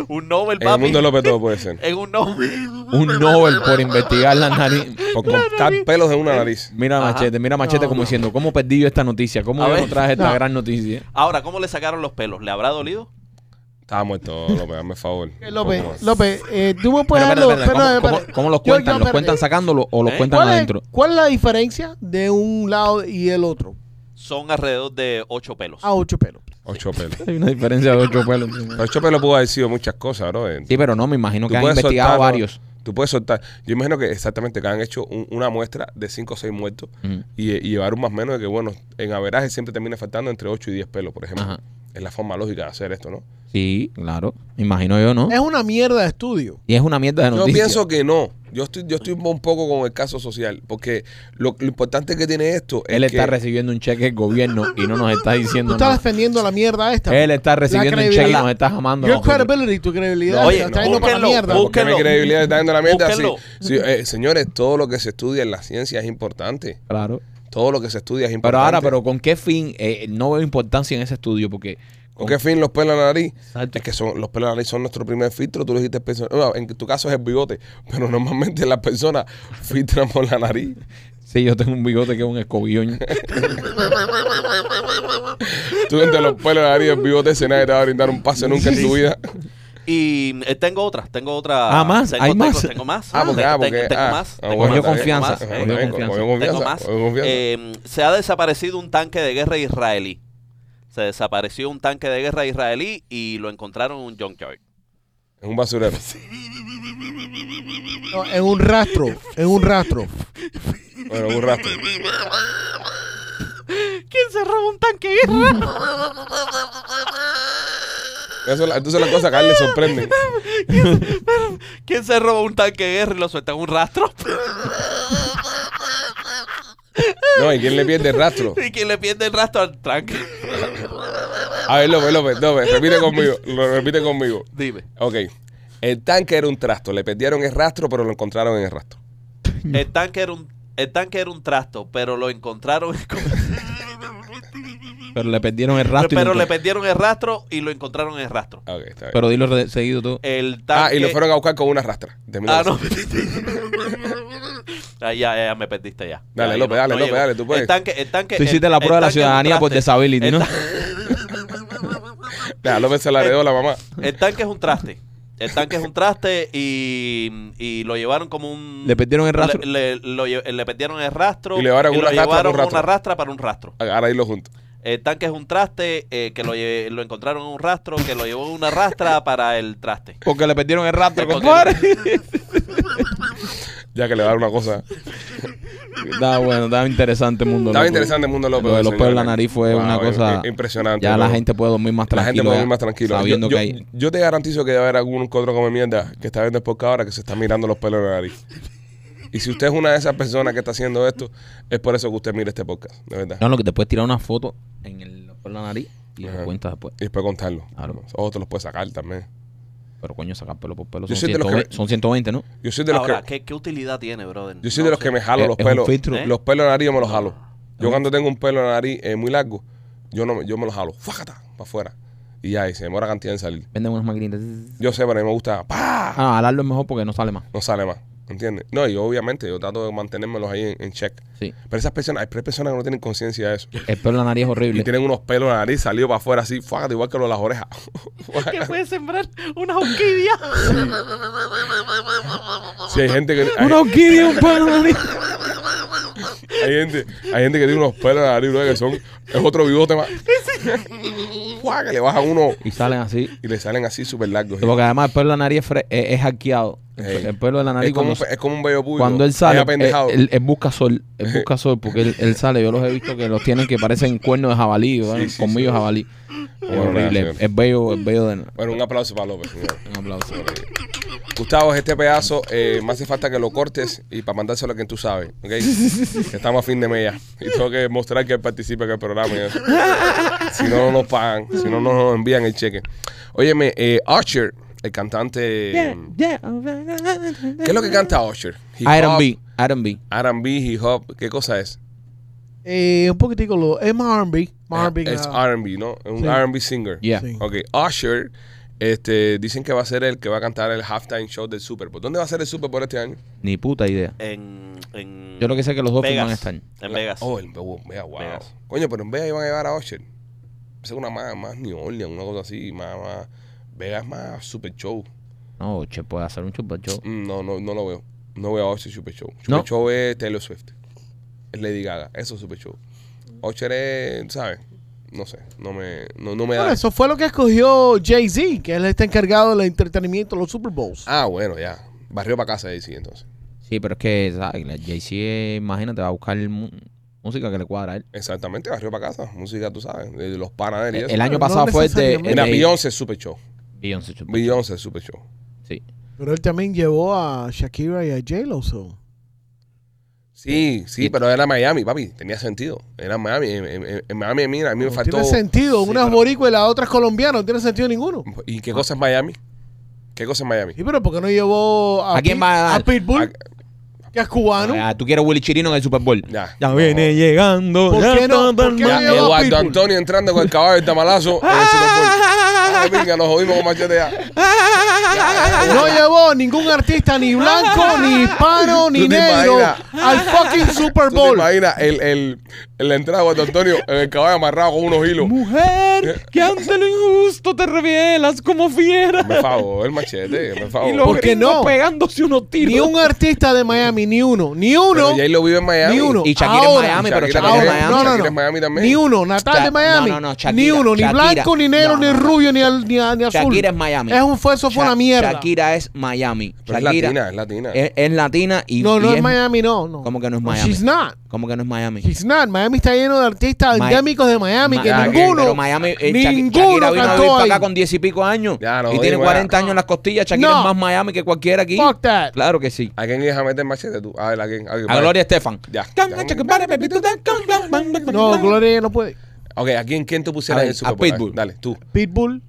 Speaker 4: Un Nobel,
Speaker 1: En el
Speaker 4: papi.
Speaker 1: mundo de López todo puede ser.
Speaker 4: En un Nobel.
Speaker 2: Un Nobel por investigar la nariz.
Speaker 1: Por contar pelos de una nariz.
Speaker 2: Mira
Speaker 4: Ajá.
Speaker 2: Machete, mira Machete
Speaker 3: No,
Speaker 2: como
Speaker 3: no.
Speaker 2: diciendo, ¿cómo perdí yo esta noticia? ¿Cómo
Speaker 4: A
Speaker 2: yo
Speaker 4: ver.
Speaker 2: no traje esta
Speaker 3: No.
Speaker 2: gran noticia?
Speaker 4: Ahora, ¿cómo le sacaron los pelos? ¿Le habrá dolido?
Speaker 1: Estaba muerto, López, hazme favor.
Speaker 3: Eh, López,
Speaker 1: Un poco más.
Speaker 3: López, eh, tú me puedes
Speaker 2: Espera,
Speaker 3: dar
Speaker 2: espera,
Speaker 3: los
Speaker 2: espera,
Speaker 3: pelos de-
Speaker 2: ¿Cómo,
Speaker 3: espera.
Speaker 2: cómo- cómo los
Speaker 3: Yo- yo,
Speaker 2: cuentan? ¿Los
Speaker 3: espérate.
Speaker 2: cuentan sacándolo o los
Speaker 4: ¿Eh?
Speaker 2: cuentan
Speaker 3: ¿Cuál es,
Speaker 2: adentro?
Speaker 3: cuál es la diferencia de un lado y el otro?
Speaker 4: Son alrededor de ocho pelos.
Speaker 3: A ocho pelos.
Speaker 1: Ocho pelos.
Speaker 2: Hay una diferencia de ocho pelos.
Speaker 1: Ocho pelos pudo haber sido muchas cosas, bro.
Speaker 2: Sí, pero no, me imagino
Speaker 1: Tú
Speaker 2: que han
Speaker 1: puedes
Speaker 2: investigado
Speaker 1: soltar, ¿no?
Speaker 2: varios.
Speaker 1: Tú puedes soltar. Yo imagino que exactamente que han hecho un- una muestra de 5 o 6 muertos
Speaker 2: Ujú.
Speaker 1: y, y llevar un más o menos de que, bueno, en averaje siempre termina faltando entre 8 y 10 pelos, por ejemplo.
Speaker 2: Ajá.
Speaker 1: Es la forma lógica de hacer esto, ¿no?
Speaker 2: Sí, claro. Me imagino yo, ¿no?
Speaker 3: Es una mierda de estudio.
Speaker 2: Y es una mierda de
Speaker 1: Yo
Speaker 2: noticia.
Speaker 1: pienso que no. Yo estoy, yo estoy un poco con el caso social, porque lo, lo importante que tiene esto es
Speaker 2: Él está
Speaker 1: que-
Speaker 2: recibiendo un cheque del gobierno y no nos está
Speaker 3: Tú
Speaker 2: diciendo
Speaker 3: estás
Speaker 2: nada.
Speaker 3: defendiendo la mierda esta.
Speaker 2: Él está recibiendo un cheque y
Speaker 3: credibilidad-
Speaker 2: nos está jamando.
Speaker 3: Your
Speaker 2: a nosotros.
Speaker 3: credibility, tu credibilidad.
Speaker 4: Oye,
Speaker 3: te la está
Speaker 4: no,
Speaker 3: yendo para la
Speaker 4: búsquenlo,
Speaker 3: mierda.
Speaker 1: ¿Por qué mi
Speaker 4: Búsquenlo.
Speaker 1: credibilidad está yendo a la mierda? Sí,
Speaker 4: Búsquenlo.
Speaker 1: sí, eh, señores, todo lo que se estudia en la ciencia es importante.
Speaker 2: Claro.
Speaker 1: Todo lo que se estudia es
Speaker 2: Pero
Speaker 1: importante.
Speaker 2: ahora, pero ¿con qué fin? Eh, no veo importancia en ese estudio porque...
Speaker 1: ¿Con qué fin los pelos en la nariz?
Speaker 2: Exacto.
Speaker 1: Es que son, los pelos en la nariz son nuestro primer filtro. Tú lo dijiste, perso- no, en tu caso es el bigote, pero normalmente las personas filtran por la nariz.
Speaker 2: Sí, yo tengo un bigote que es un escobillón.
Speaker 1: Tú entre los pelos en la nariz y el bigote, ese nadie te va a brindar un pase nunca en tu vida.
Speaker 4: Y eh, tengo otra, tengo otra.
Speaker 2: Ah, más,
Speaker 4: tengo,
Speaker 2: hay
Speaker 4: tengo-
Speaker 2: más.
Speaker 4: Tengo más.
Speaker 1: Ah, porque, ah,
Speaker 4: Tengo-
Speaker 1: porque.
Speaker 4: Tengo
Speaker 1: ah,
Speaker 4: más.
Speaker 1: ah,
Speaker 4: tengo
Speaker 2: bueno, cogió
Speaker 4: más, tengo más,
Speaker 2: confianza,
Speaker 4: eh,
Speaker 2: cogió
Speaker 1: eh,
Speaker 2: confianza.
Speaker 1: cogió
Speaker 4: Tengo
Speaker 1: confianza,
Speaker 4: más.
Speaker 1: cogió confianza.
Speaker 4: Eh, se ha desaparecido un tanque de guerra israelí. Se desapareció un tanque de guerra israelí y lo encontraron en un junkyard.
Speaker 1: Es un basurero.
Speaker 3: No, en un rastro, en un rastro.
Speaker 1: Bueno, un rastro.
Speaker 4: ¿Quién se roba un tanque de guerra?
Speaker 1: Eso, es la- entonces las cosas que a él le sorprenden.
Speaker 4: ¿Quién se roba un tanque de guerra y lo suelta en un rastro?
Speaker 1: No, ¿y quién le pierde el rastro?
Speaker 4: ¿Y quién le pierde el rastro al tanque?
Speaker 1: A ver, López, López, López, repite conmigo. Lo repite conmigo.
Speaker 4: Dime.
Speaker 1: Ok. El tanque era un trasto. Le perdieron el rastro, pero lo encontraron en el rastro.
Speaker 4: El tanque era un, el tanque era un trasto, pero lo encontraron.
Speaker 2: Pero le perdieron el rastro. y
Speaker 4: pero
Speaker 2: nunca-
Speaker 4: le perdieron el rastro y lo encontraron en el rastro.
Speaker 1: Ok, está bien.
Speaker 2: Pero dilo re- seguido tú.
Speaker 4: El
Speaker 1: ah,
Speaker 4: tanque.
Speaker 1: y lo fueron a buscar con una rastra. Termina
Speaker 4: Ah,
Speaker 1: eso.
Speaker 4: no. Ah, ya, ya, ya, me perdiste ya.
Speaker 1: Dale,
Speaker 4: Ya, yo
Speaker 1: López, dale, López,
Speaker 4: llego.
Speaker 1: dale, tú puedes.
Speaker 4: El tanque, el tanque.
Speaker 2: Tú
Speaker 4: el-
Speaker 2: hiciste la
Speaker 4: el
Speaker 2: prueba de la
Speaker 4: tanque es un
Speaker 2: ciudadility, por
Speaker 4: traste.
Speaker 2: disability,
Speaker 4: El
Speaker 2: ¿no?
Speaker 1: Ya, López se la heredó la mamá.
Speaker 4: ta- El tanque es un traste. El tanque es un traste y, y lo llevaron como un.
Speaker 2: Le perdieron el rastro.
Speaker 4: Le, le- lo lle- le perdieron el rastro.
Speaker 1: Y le llevaron una
Speaker 4: lo
Speaker 1: rastra para
Speaker 4: llevaron
Speaker 1: un rastro.
Speaker 4: una rastra para un rastro.
Speaker 1: Ahora ahí lo junto.
Speaker 4: El tanque es un traste eh, que lo, lle- lo encontraron en un rastro que lo llevó una rastra para el traste.
Speaker 2: Porque le perdieron el rastro,
Speaker 4: Porque-
Speaker 2: compadre.
Speaker 1: Ya que le va a dar una cosa.
Speaker 2: Está bueno, estaba interesante el mundo.
Speaker 1: Estaba
Speaker 2: loco.
Speaker 1: interesante el mundo López.
Speaker 2: Lo de los
Speaker 1: señores.
Speaker 2: pelos en la nariz fue
Speaker 1: Wow,
Speaker 2: una cosa.
Speaker 1: i- Impresionante.
Speaker 2: Ya la
Speaker 1: loco.
Speaker 2: gente puede dormir más
Speaker 1: La
Speaker 2: tranquilo.
Speaker 1: gente puede dormir
Speaker 2: ya,
Speaker 1: más tranquilo.
Speaker 2: Sabiendo
Speaker 1: yo, yo-
Speaker 2: que hay.
Speaker 1: yo te garantizo que debe haber algún cuadro come mierda que está viendo el podcast ahora que se está mirando los pelos en la nariz. Y si usted es una de esas personas que está haciendo esto, es por eso que usted mira este podcast, de verdad.
Speaker 2: No, lo que te puedes tirar una foto en el, por la nariz y
Speaker 1: Ajá.
Speaker 2: lo cuentas después.
Speaker 1: Y después contarlo.
Speaker 2: Claro.
Speaker 1: O te los puedes sacar también.
Speaker 2: Pero coño, sacar pelo por pelo
Speaker 1: Yo
Speaker 2: son,
Speaker 1: soy de los que
Speaker 2: 120,
Speaker 1: ve-
Speaker 2: son 120, ¿no?
Speaker 1: Yo soy de los
Speaker 4: Ahora,
Speaker 1: que.
Speaker 4: ¿qué, ¿qué utilidad tiene, brother?
Speaker 1: Yo soy
Speaker 4: No
Speaker 1: de los
Speaker 4: sé.
Speaker 1: que me jalo
Speaker 2: Es-
Speaker 1: los
Speaker 2: es un
Speaker 1: pelos.
Speaker 2: filtro.
Speaker 4: ¿Eh?
Speaker 1: Los pelos de nariz yo me los jalo. Yo
Speaker 2: Ah.
Speaker 1: cuando tengo un pelo en la nariz eh, muy largo, yo no yo me los jalo. ¡Fuácata! Para afuera. Y ya, y se demora cantidad en salir.
Speaker 2: Venden unas maquinitas.
Speaker 1: Yo sé, pero a mí me gusta. ¡pa!
Speaker 2: Ah, alarlo es mejor porque no sale más.
Speaker 1: No sale más. ¿Entiendes? No, y obviamente yo trato de mantenérmelos ahí en, en check.
Speaker 2: Sí.
Speaker 1: Pero esas personas, hay tres personas que no tienen conciencia de eso.
Speaker 2: El pelo en la nariz es
Speaker 1: Y
Speaker 2: horrible.
Speaker 1: tienen unos pelos en la nariz salidos para afuera así, ¡fuácata! Igual que los de las orejas.
Speaker 4: que puede sembrar una orquídea.
Speaker 1: Si hay gente que. Hay,
Speaker 2: Una orquídea, un pelo en la nariz.
Speaker 1: hay gente, hay gente que tiene unos pelos en la nariz, bro, que son. Es otro bigote más. ¡Fuá! Que le bajan uno
Speaker 2: Y salen así.
Speaker 1: y le salen así súper largos.
Speaker 2: Porque además el pelo de la nariz es, fre- es, es hackeado. El
Speaker 1: Ey.
Speaker 2: pe- El pelo de la nariz
Speaker 1: es, como,
Speaker 2: cuando,
Speaker 1: un fe- es como un bello público.
Speaker 2: cuando él sale, eh,
Speaker 1: Es
Speaker 2: él,
Speaker 1: apendejado.
Speaker 2: él- él busca sol. Él busca sol porque él, él sale. Yo los he visto que los tienen que parecen cuernos de jabalí, ¿verdad?
Speaker 1: Sí, sí,
Speaker 2: colmillos
Speaker 1: sí.
Speaker 2: jabalí. Es
Speaker 1: Bueno,
Speaker 2: horrible.
Speaker 1: gracias.
Speaker 2: Es bello, es bello de... Un
Speaker 1: Bueno, un aplauso para López. señor.
Speaker 2: aplauso.
Speaker 1: Gustavo, este pedazo eh, me hace falta que lo cortes y para mandárselo a quien tú sabes. ¿ok? Que Estamos a fin de mes ya. Y tengo que mostrar que él participa en el programa. y eso. Si no, no nos pagan. Si no, no nos envían el cheque. Óyeme, eh, Usher, el cantante. ¿Qué es lo que canta Usher? Hip hop,
Speaker 2: Iron B. Iron B.
Speaker 1: R&B, hip hop. ¿Qué cosa es?
Speaker 3: Eh, un poquitico lo. Es más R&B. Más R&B que
Speaker 1: Ah, Es
Speaker 3: nada.
Speaker 1: RB, ¿no? Es un
Speaker 3: Sí.
Speaker 1: RB singer.
Speaker 2: Yeah.
Speaker 3: Sí.
Speaker 1: Ok, Usher, este, dicen que va a ser el que va a cantar el halftime show del Super Bowl. ¿Dónde va a ser el Super Bowl este año?
Speaker 2: Ni puta idea.
Speaker 4: En, en
Speaker 2: Yo lo que sé es que los este Dolphins
Speaker 4: Vegas.
Speaker 2: van a estar.
Speaker 4: En Vegas.
Speaker 1: Oh, en Vegas, wow.
Speaker 4: Vegas.
Speaker 1: Coño, pero en Vegas iban a llevar a Usher. Esa es una más, más New Orleans, una cosa así, más, más. Vegas más Super Show.
Speaker 2: No, che, puede hacer un chupa show.
Speaker 1: Mm, No, no, no lo veo. No veo a Usher Super Show. Super
Speaker 2: ¿No?
Speaker 1: Show es Taylor Swift. Es Lady Gaga. Eso es Super Show. Usher es, ¿sabes? No sé, no me, no, no me
Speaker 3: Bueno,
Speaker 1: da.
Speaker 3: eso fue lo que escogió Jay-Z, que él está encargado del entretenimiento de los Super Bowls.
Speaker 1: Ah, bueno, ya. Barrio para casa, ahí sí, entonces.
Speaker 2: Sí, pero es que, ¿sabes? La Jay-Z, eh, imagínate, va a buscar mu- música que le cuadra a él.
Speaker 1: Exactamente, barrio para casa. Música, tú sabes, de los panas de él y
Speaker 2: El,
Speaker 1: eso.
Speaker 2: el año
Speaker 3: no
Speaker 2: pasado fue el de.
Speaker 3: necesariamente.
Speaker 2: el
Speaker 1: Mira,
Speaker 2: de-
Speaker 1: Beyoncé es Super Show.
Speaker 2: Beyoncé, chupa.
Speaker 1: Beyoncé es Super Show.
Speaker 2: Sí.
Speaker 3: Pero él también llevó a Shakira y a J-Lo. so.
Speaker 1: Sí, sí,
Speaker 2: Y-
Speaker 1: pero era Miami, papi. Tenía sentido. Era Miami. En, en- en Miami, mira, a mí me
Speaker 3: No
Speaker 1: faltó.
Speaker 3: tiene sentido.
Speaker 1: Sí,
Speaker 3: una es
Speaker 1: pero- Mm.
Speaker 3: boricua y la otra es colombiana. No tiene sentido ninguno.
Speaker 1: ¿Y qué cosa es Miami? ¿Qué cosa es Miami?
Speaker 3: Sí, pero ¿por qué no llevó a,
Speaker 2: ¿A quién
Speaker 3: Pit-
Speaker 2: va a dar?
Speaker 3: a Pitbull, que es cubano?
Speaker 2: Ah, tú quieres Willy Chirino en el Super Bowl.
Speaker 1: Ya.
Speaker 2: Ya viene llegando.
Speaker 3: ¿Por qué no? ¿Por qué
Speaker 1: Ya,
Speaker 3: no llevó a
Speaker 1: Eduardo
Speaker 3: Pitbull?
Speaker 1: Antonio entrando con el caballo de tamalazo en el Super Bowl. Ay, venga, nos jodimos con machete ya.
Speaker 3: No llevó ningún artista, ni blanco, ni hispano, ni
Speaker 1: ¿Tú te
Speaker 3: negro,
Speaker 1: imaginas?
Speaker 3: al fucking Super
Speaker 1: ¿Tú te
Speaker 3: Bowl.
Speaker 1: imaginas el, el, la entrada de Eduardo Antonio en el caballo amarrado con unos hilos?
Speaker 2: Mujer, que ante lo injusto te revelas como fiera.
Speaker 1: Me favor, el machete, me favor.
Speaker 3: los- ¿Por qué
Speaker 2: gringos
Speaker 3: no?
Speaker 2: pegándose unos
Speaker 3: Ni un artista de Miami, ni uno, ni
Speaker 1: Pero
Speaker 3: uno,
Speaker 1: Jay lo vive en Miami.
Speaker 3: ni uno.
Speaker 2: Y Shakira en
Speaker 3: Ahora,
Speaker 2: Miami, pero
Speaker 1: Shakira
Speaker 2: Shakira en
Speaker 1: también.
Speaker 2: Miami.
Speaker 3: No, no,
Speaker 1: Shakira
Speaker 3: no.
Speaker 1: en Miami también.
Speaker 3: Ni uno, Natal
Speaker 2: Sha-
Speaker 3: de Miami.
Speaker 2: no, no, no, Shakira,
Speaker 3: ni uno, ni
Speaker 2: Shakira.
Speaker 3: blanco, ni negro,
Speaker 2: No,
Speaker 3: ni
Speaker 2: no, no.
Speaker 3: rubio, ni, al- ni, a- ni azul.
Speaker 2: Shakira es Miami.
Speaker 3: Es un fue, eso fue
Speaker 2: Sha-
Speaker 3: una mierda.
Speaker 2: Shakira es Miami.
Speaker 1: Pero es
Speaker 2: Shakira Eh.
Speaker 1: latina, es latina.
Speaker 2: Es, es latina y.
Speaker 3: no,
Speaker 2: y
Speaker 3: no es, Miami, no, no.
Speaker 2: ¿Cómo que no es Miami?
Speaker 3: She's not.
Speaker 2: ¿Cómo que no es Miami?
Speaker 3: She's not. Miami está lleno de artistas
Speaker 2: Mi-
Speaker 3: endémicos de Miami
Speaker 2: Ma-
Speaker 3: que
Speaker 1: Ya,
Speaker 2: Shakira,
Speaker 3: ninguno.
Speaker 2: Pero Miami, eh, Shaki-
Speaker 3: ninguno
Speaker 2: Shakira vino a
Speaker 3: cantó
Speaker 2: vivir para acá
Speaker 3: ahí.
Speaker 2: con diez y pico años.
Speaker 1: Ya, no,
Speaker 2: y tiene
Speaker 1: oye,
Speaker 2: 40
Speaker 1: ya.
Speaker 2: años en las costillas. Shakira
Speaker 3: No.
Speaker 2: es más Miami que cualquiera aquí.
Speaker 3: Fuck that.
Speaker 2: Claro que sí.
Speaker 1: ¿A quién ibas a meter machete tú? A ver, ¿a quién? quién?
Speaker 2: A Gloria Estefan.
Speaker 1: Ya.
Speaker 3: No, Gloria no puede.
Speaker 1: Ok, ¿a quién, quién tú pusieras
Speaker 2: A
Speaker 1: en el
Speaker 2: ver,
Speaker 1: Super
Speaker 2: a
Speaker 1: Bowl?
Speaker 2: Pitbull.
Speaker 1: Dale, tú.
Speaker 3: Pitbull,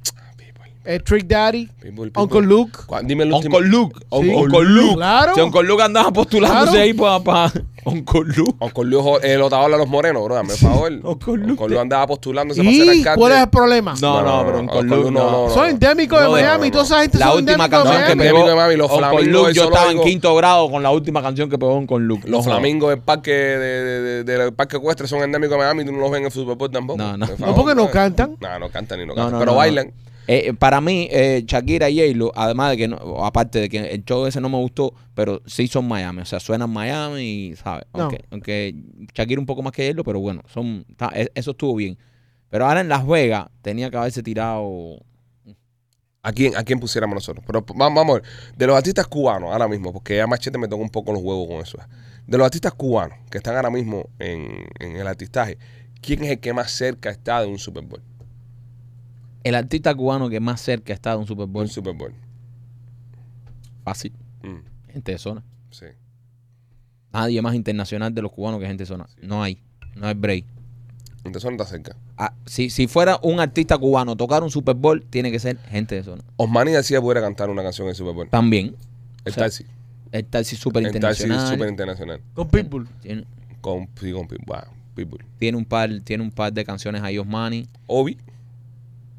Speaker 3: eh, Trick Daddy,
Speaker 1: Pitbull, Pitbull.
Speaker 3: Uncle Luke.
Speaker 1: Cu- Dime el último.
Speaker 2: Uncle Luke.
Speaker 3: Sí.
Speaker 2: Uncle Luke.
Speaker 3: Claro.
Speaker 2: Si Uncle Luke andaba postulándose
Speaker 3: Claro.
Speaker 2: ahí pues, para, Uncle Luke.
Speaker 1: Uncle Luke, jo- eh, el otavalo de los morenos, bro. Dame favor. Uncle Luke. andaba postulándose para ser
Speaker 3: ¿Y
Speaker 1: alcalde.
Speaker 3: cuál es el problema?
Speaker 2: No, no, pero Uncle Luke no.
Speaker 3: Son endémicos de
Speaker 2: No, no,
Speaker 3: Miami,
Speaker 1: no.
Speaker 3: toda esa gente
Speaker 2: La
Speaker 3: son
Speaker 2: última
Speaker 3: endémicos de
Speaker 2: canción que
Speaker 3: Miami.
Speaker 1: me-
Speaker 2: pegó
Speaker 1: Endémico de Miami, los
Speaker 2: Uncle
Speaker 1: flamingos
Speaker 2: Luke.
Speaker 1: del
Speaker 2: Yo estaba en
Speaker 1: zoológico.
Speaker 2: quinto grado con la última canción que pegó Uncle Luke.
Speaker 1: Los flamingos del parque, de- de- de- del parque ecuestre son endémicos de Miami y tú no los ven en el Super Bowl tampoco.
Speaker 2: No, no.
Speaker 1: Por
Speaker 3: No,
Speaker 1: favor,
Speaker 3: porque no
Speaker 1: brother.
Speaker 3: cantan.
Speaker 1: No, no cantan ni no
Speaker 2: No,
Speaker 1: cantan.
Speaker 2: no,
Speaker 1: pero
Speaker 2: no, no.
Speaker 1: bailan.
Speaker 2: Eh, eh, para mí, eh, Shakira y J-Lo, además de que, no- aparte de que el show ese no me gustó, pero sí son Miami. O sea, suenan Miami y, ¿sabes?
Speaker 3: No.
Speaker 2: Aunque, aunque Shakira un poco más que J-Lo, pero bueno, son, está- e- eso estuvo bien. Pero ahora en Las Vegas tenía que haberse tirado.
Speaker 1: ¿A quién, ¿A quién pusiéramos nosotros? Pero va- vamos a ver, de los artistas cubanos ahora mismo, porque ya Machete me toca un poco los huevos con eso. De los artistas cubanos que están ahora mismo en, en el artistaje, ¿quién es el que más cerca está de un Super Bowl?
Speaker 2: El artista cubano que más cerca está de un Super
Speaker 1: Un
Speaker 2: Bowl
Speaker 1: Super Bowl.
Speaker 2: fácil,
Speaker 1: Mm,
Speaker 2: gente de zona.
Speaker 1: sí.
Speaker 2: Nadie más internacional de los cubanos que gente de zona. No hay. No hay break.
Speaker 1: Entonces no está cerca.
Speaker 2: Ah, si, si fuera un artista cubano tocar un Super Bowl, tiene que ser gente de zona.
Speaker 1: Osmani decía pudiera cantar una canción en el Super Bowl.
Speaker 2: También.
Speaker 1: El
Speaker 2: sea,
Speaker 1: taxi.
Speaker 2: El taxi super
Speaker 1: El taxi
Speaker 2: internacional.
Speaker 1: super internacional.
Speaker 3: Con Pitbull.
Speaker 2: Tiene,
Speaker 1: Con, sí, con Pit- wow, Pitbull.
Speaker 2: tiene un par, tiene un par de canciones ahí Osmani.
Speaker 1: Obi.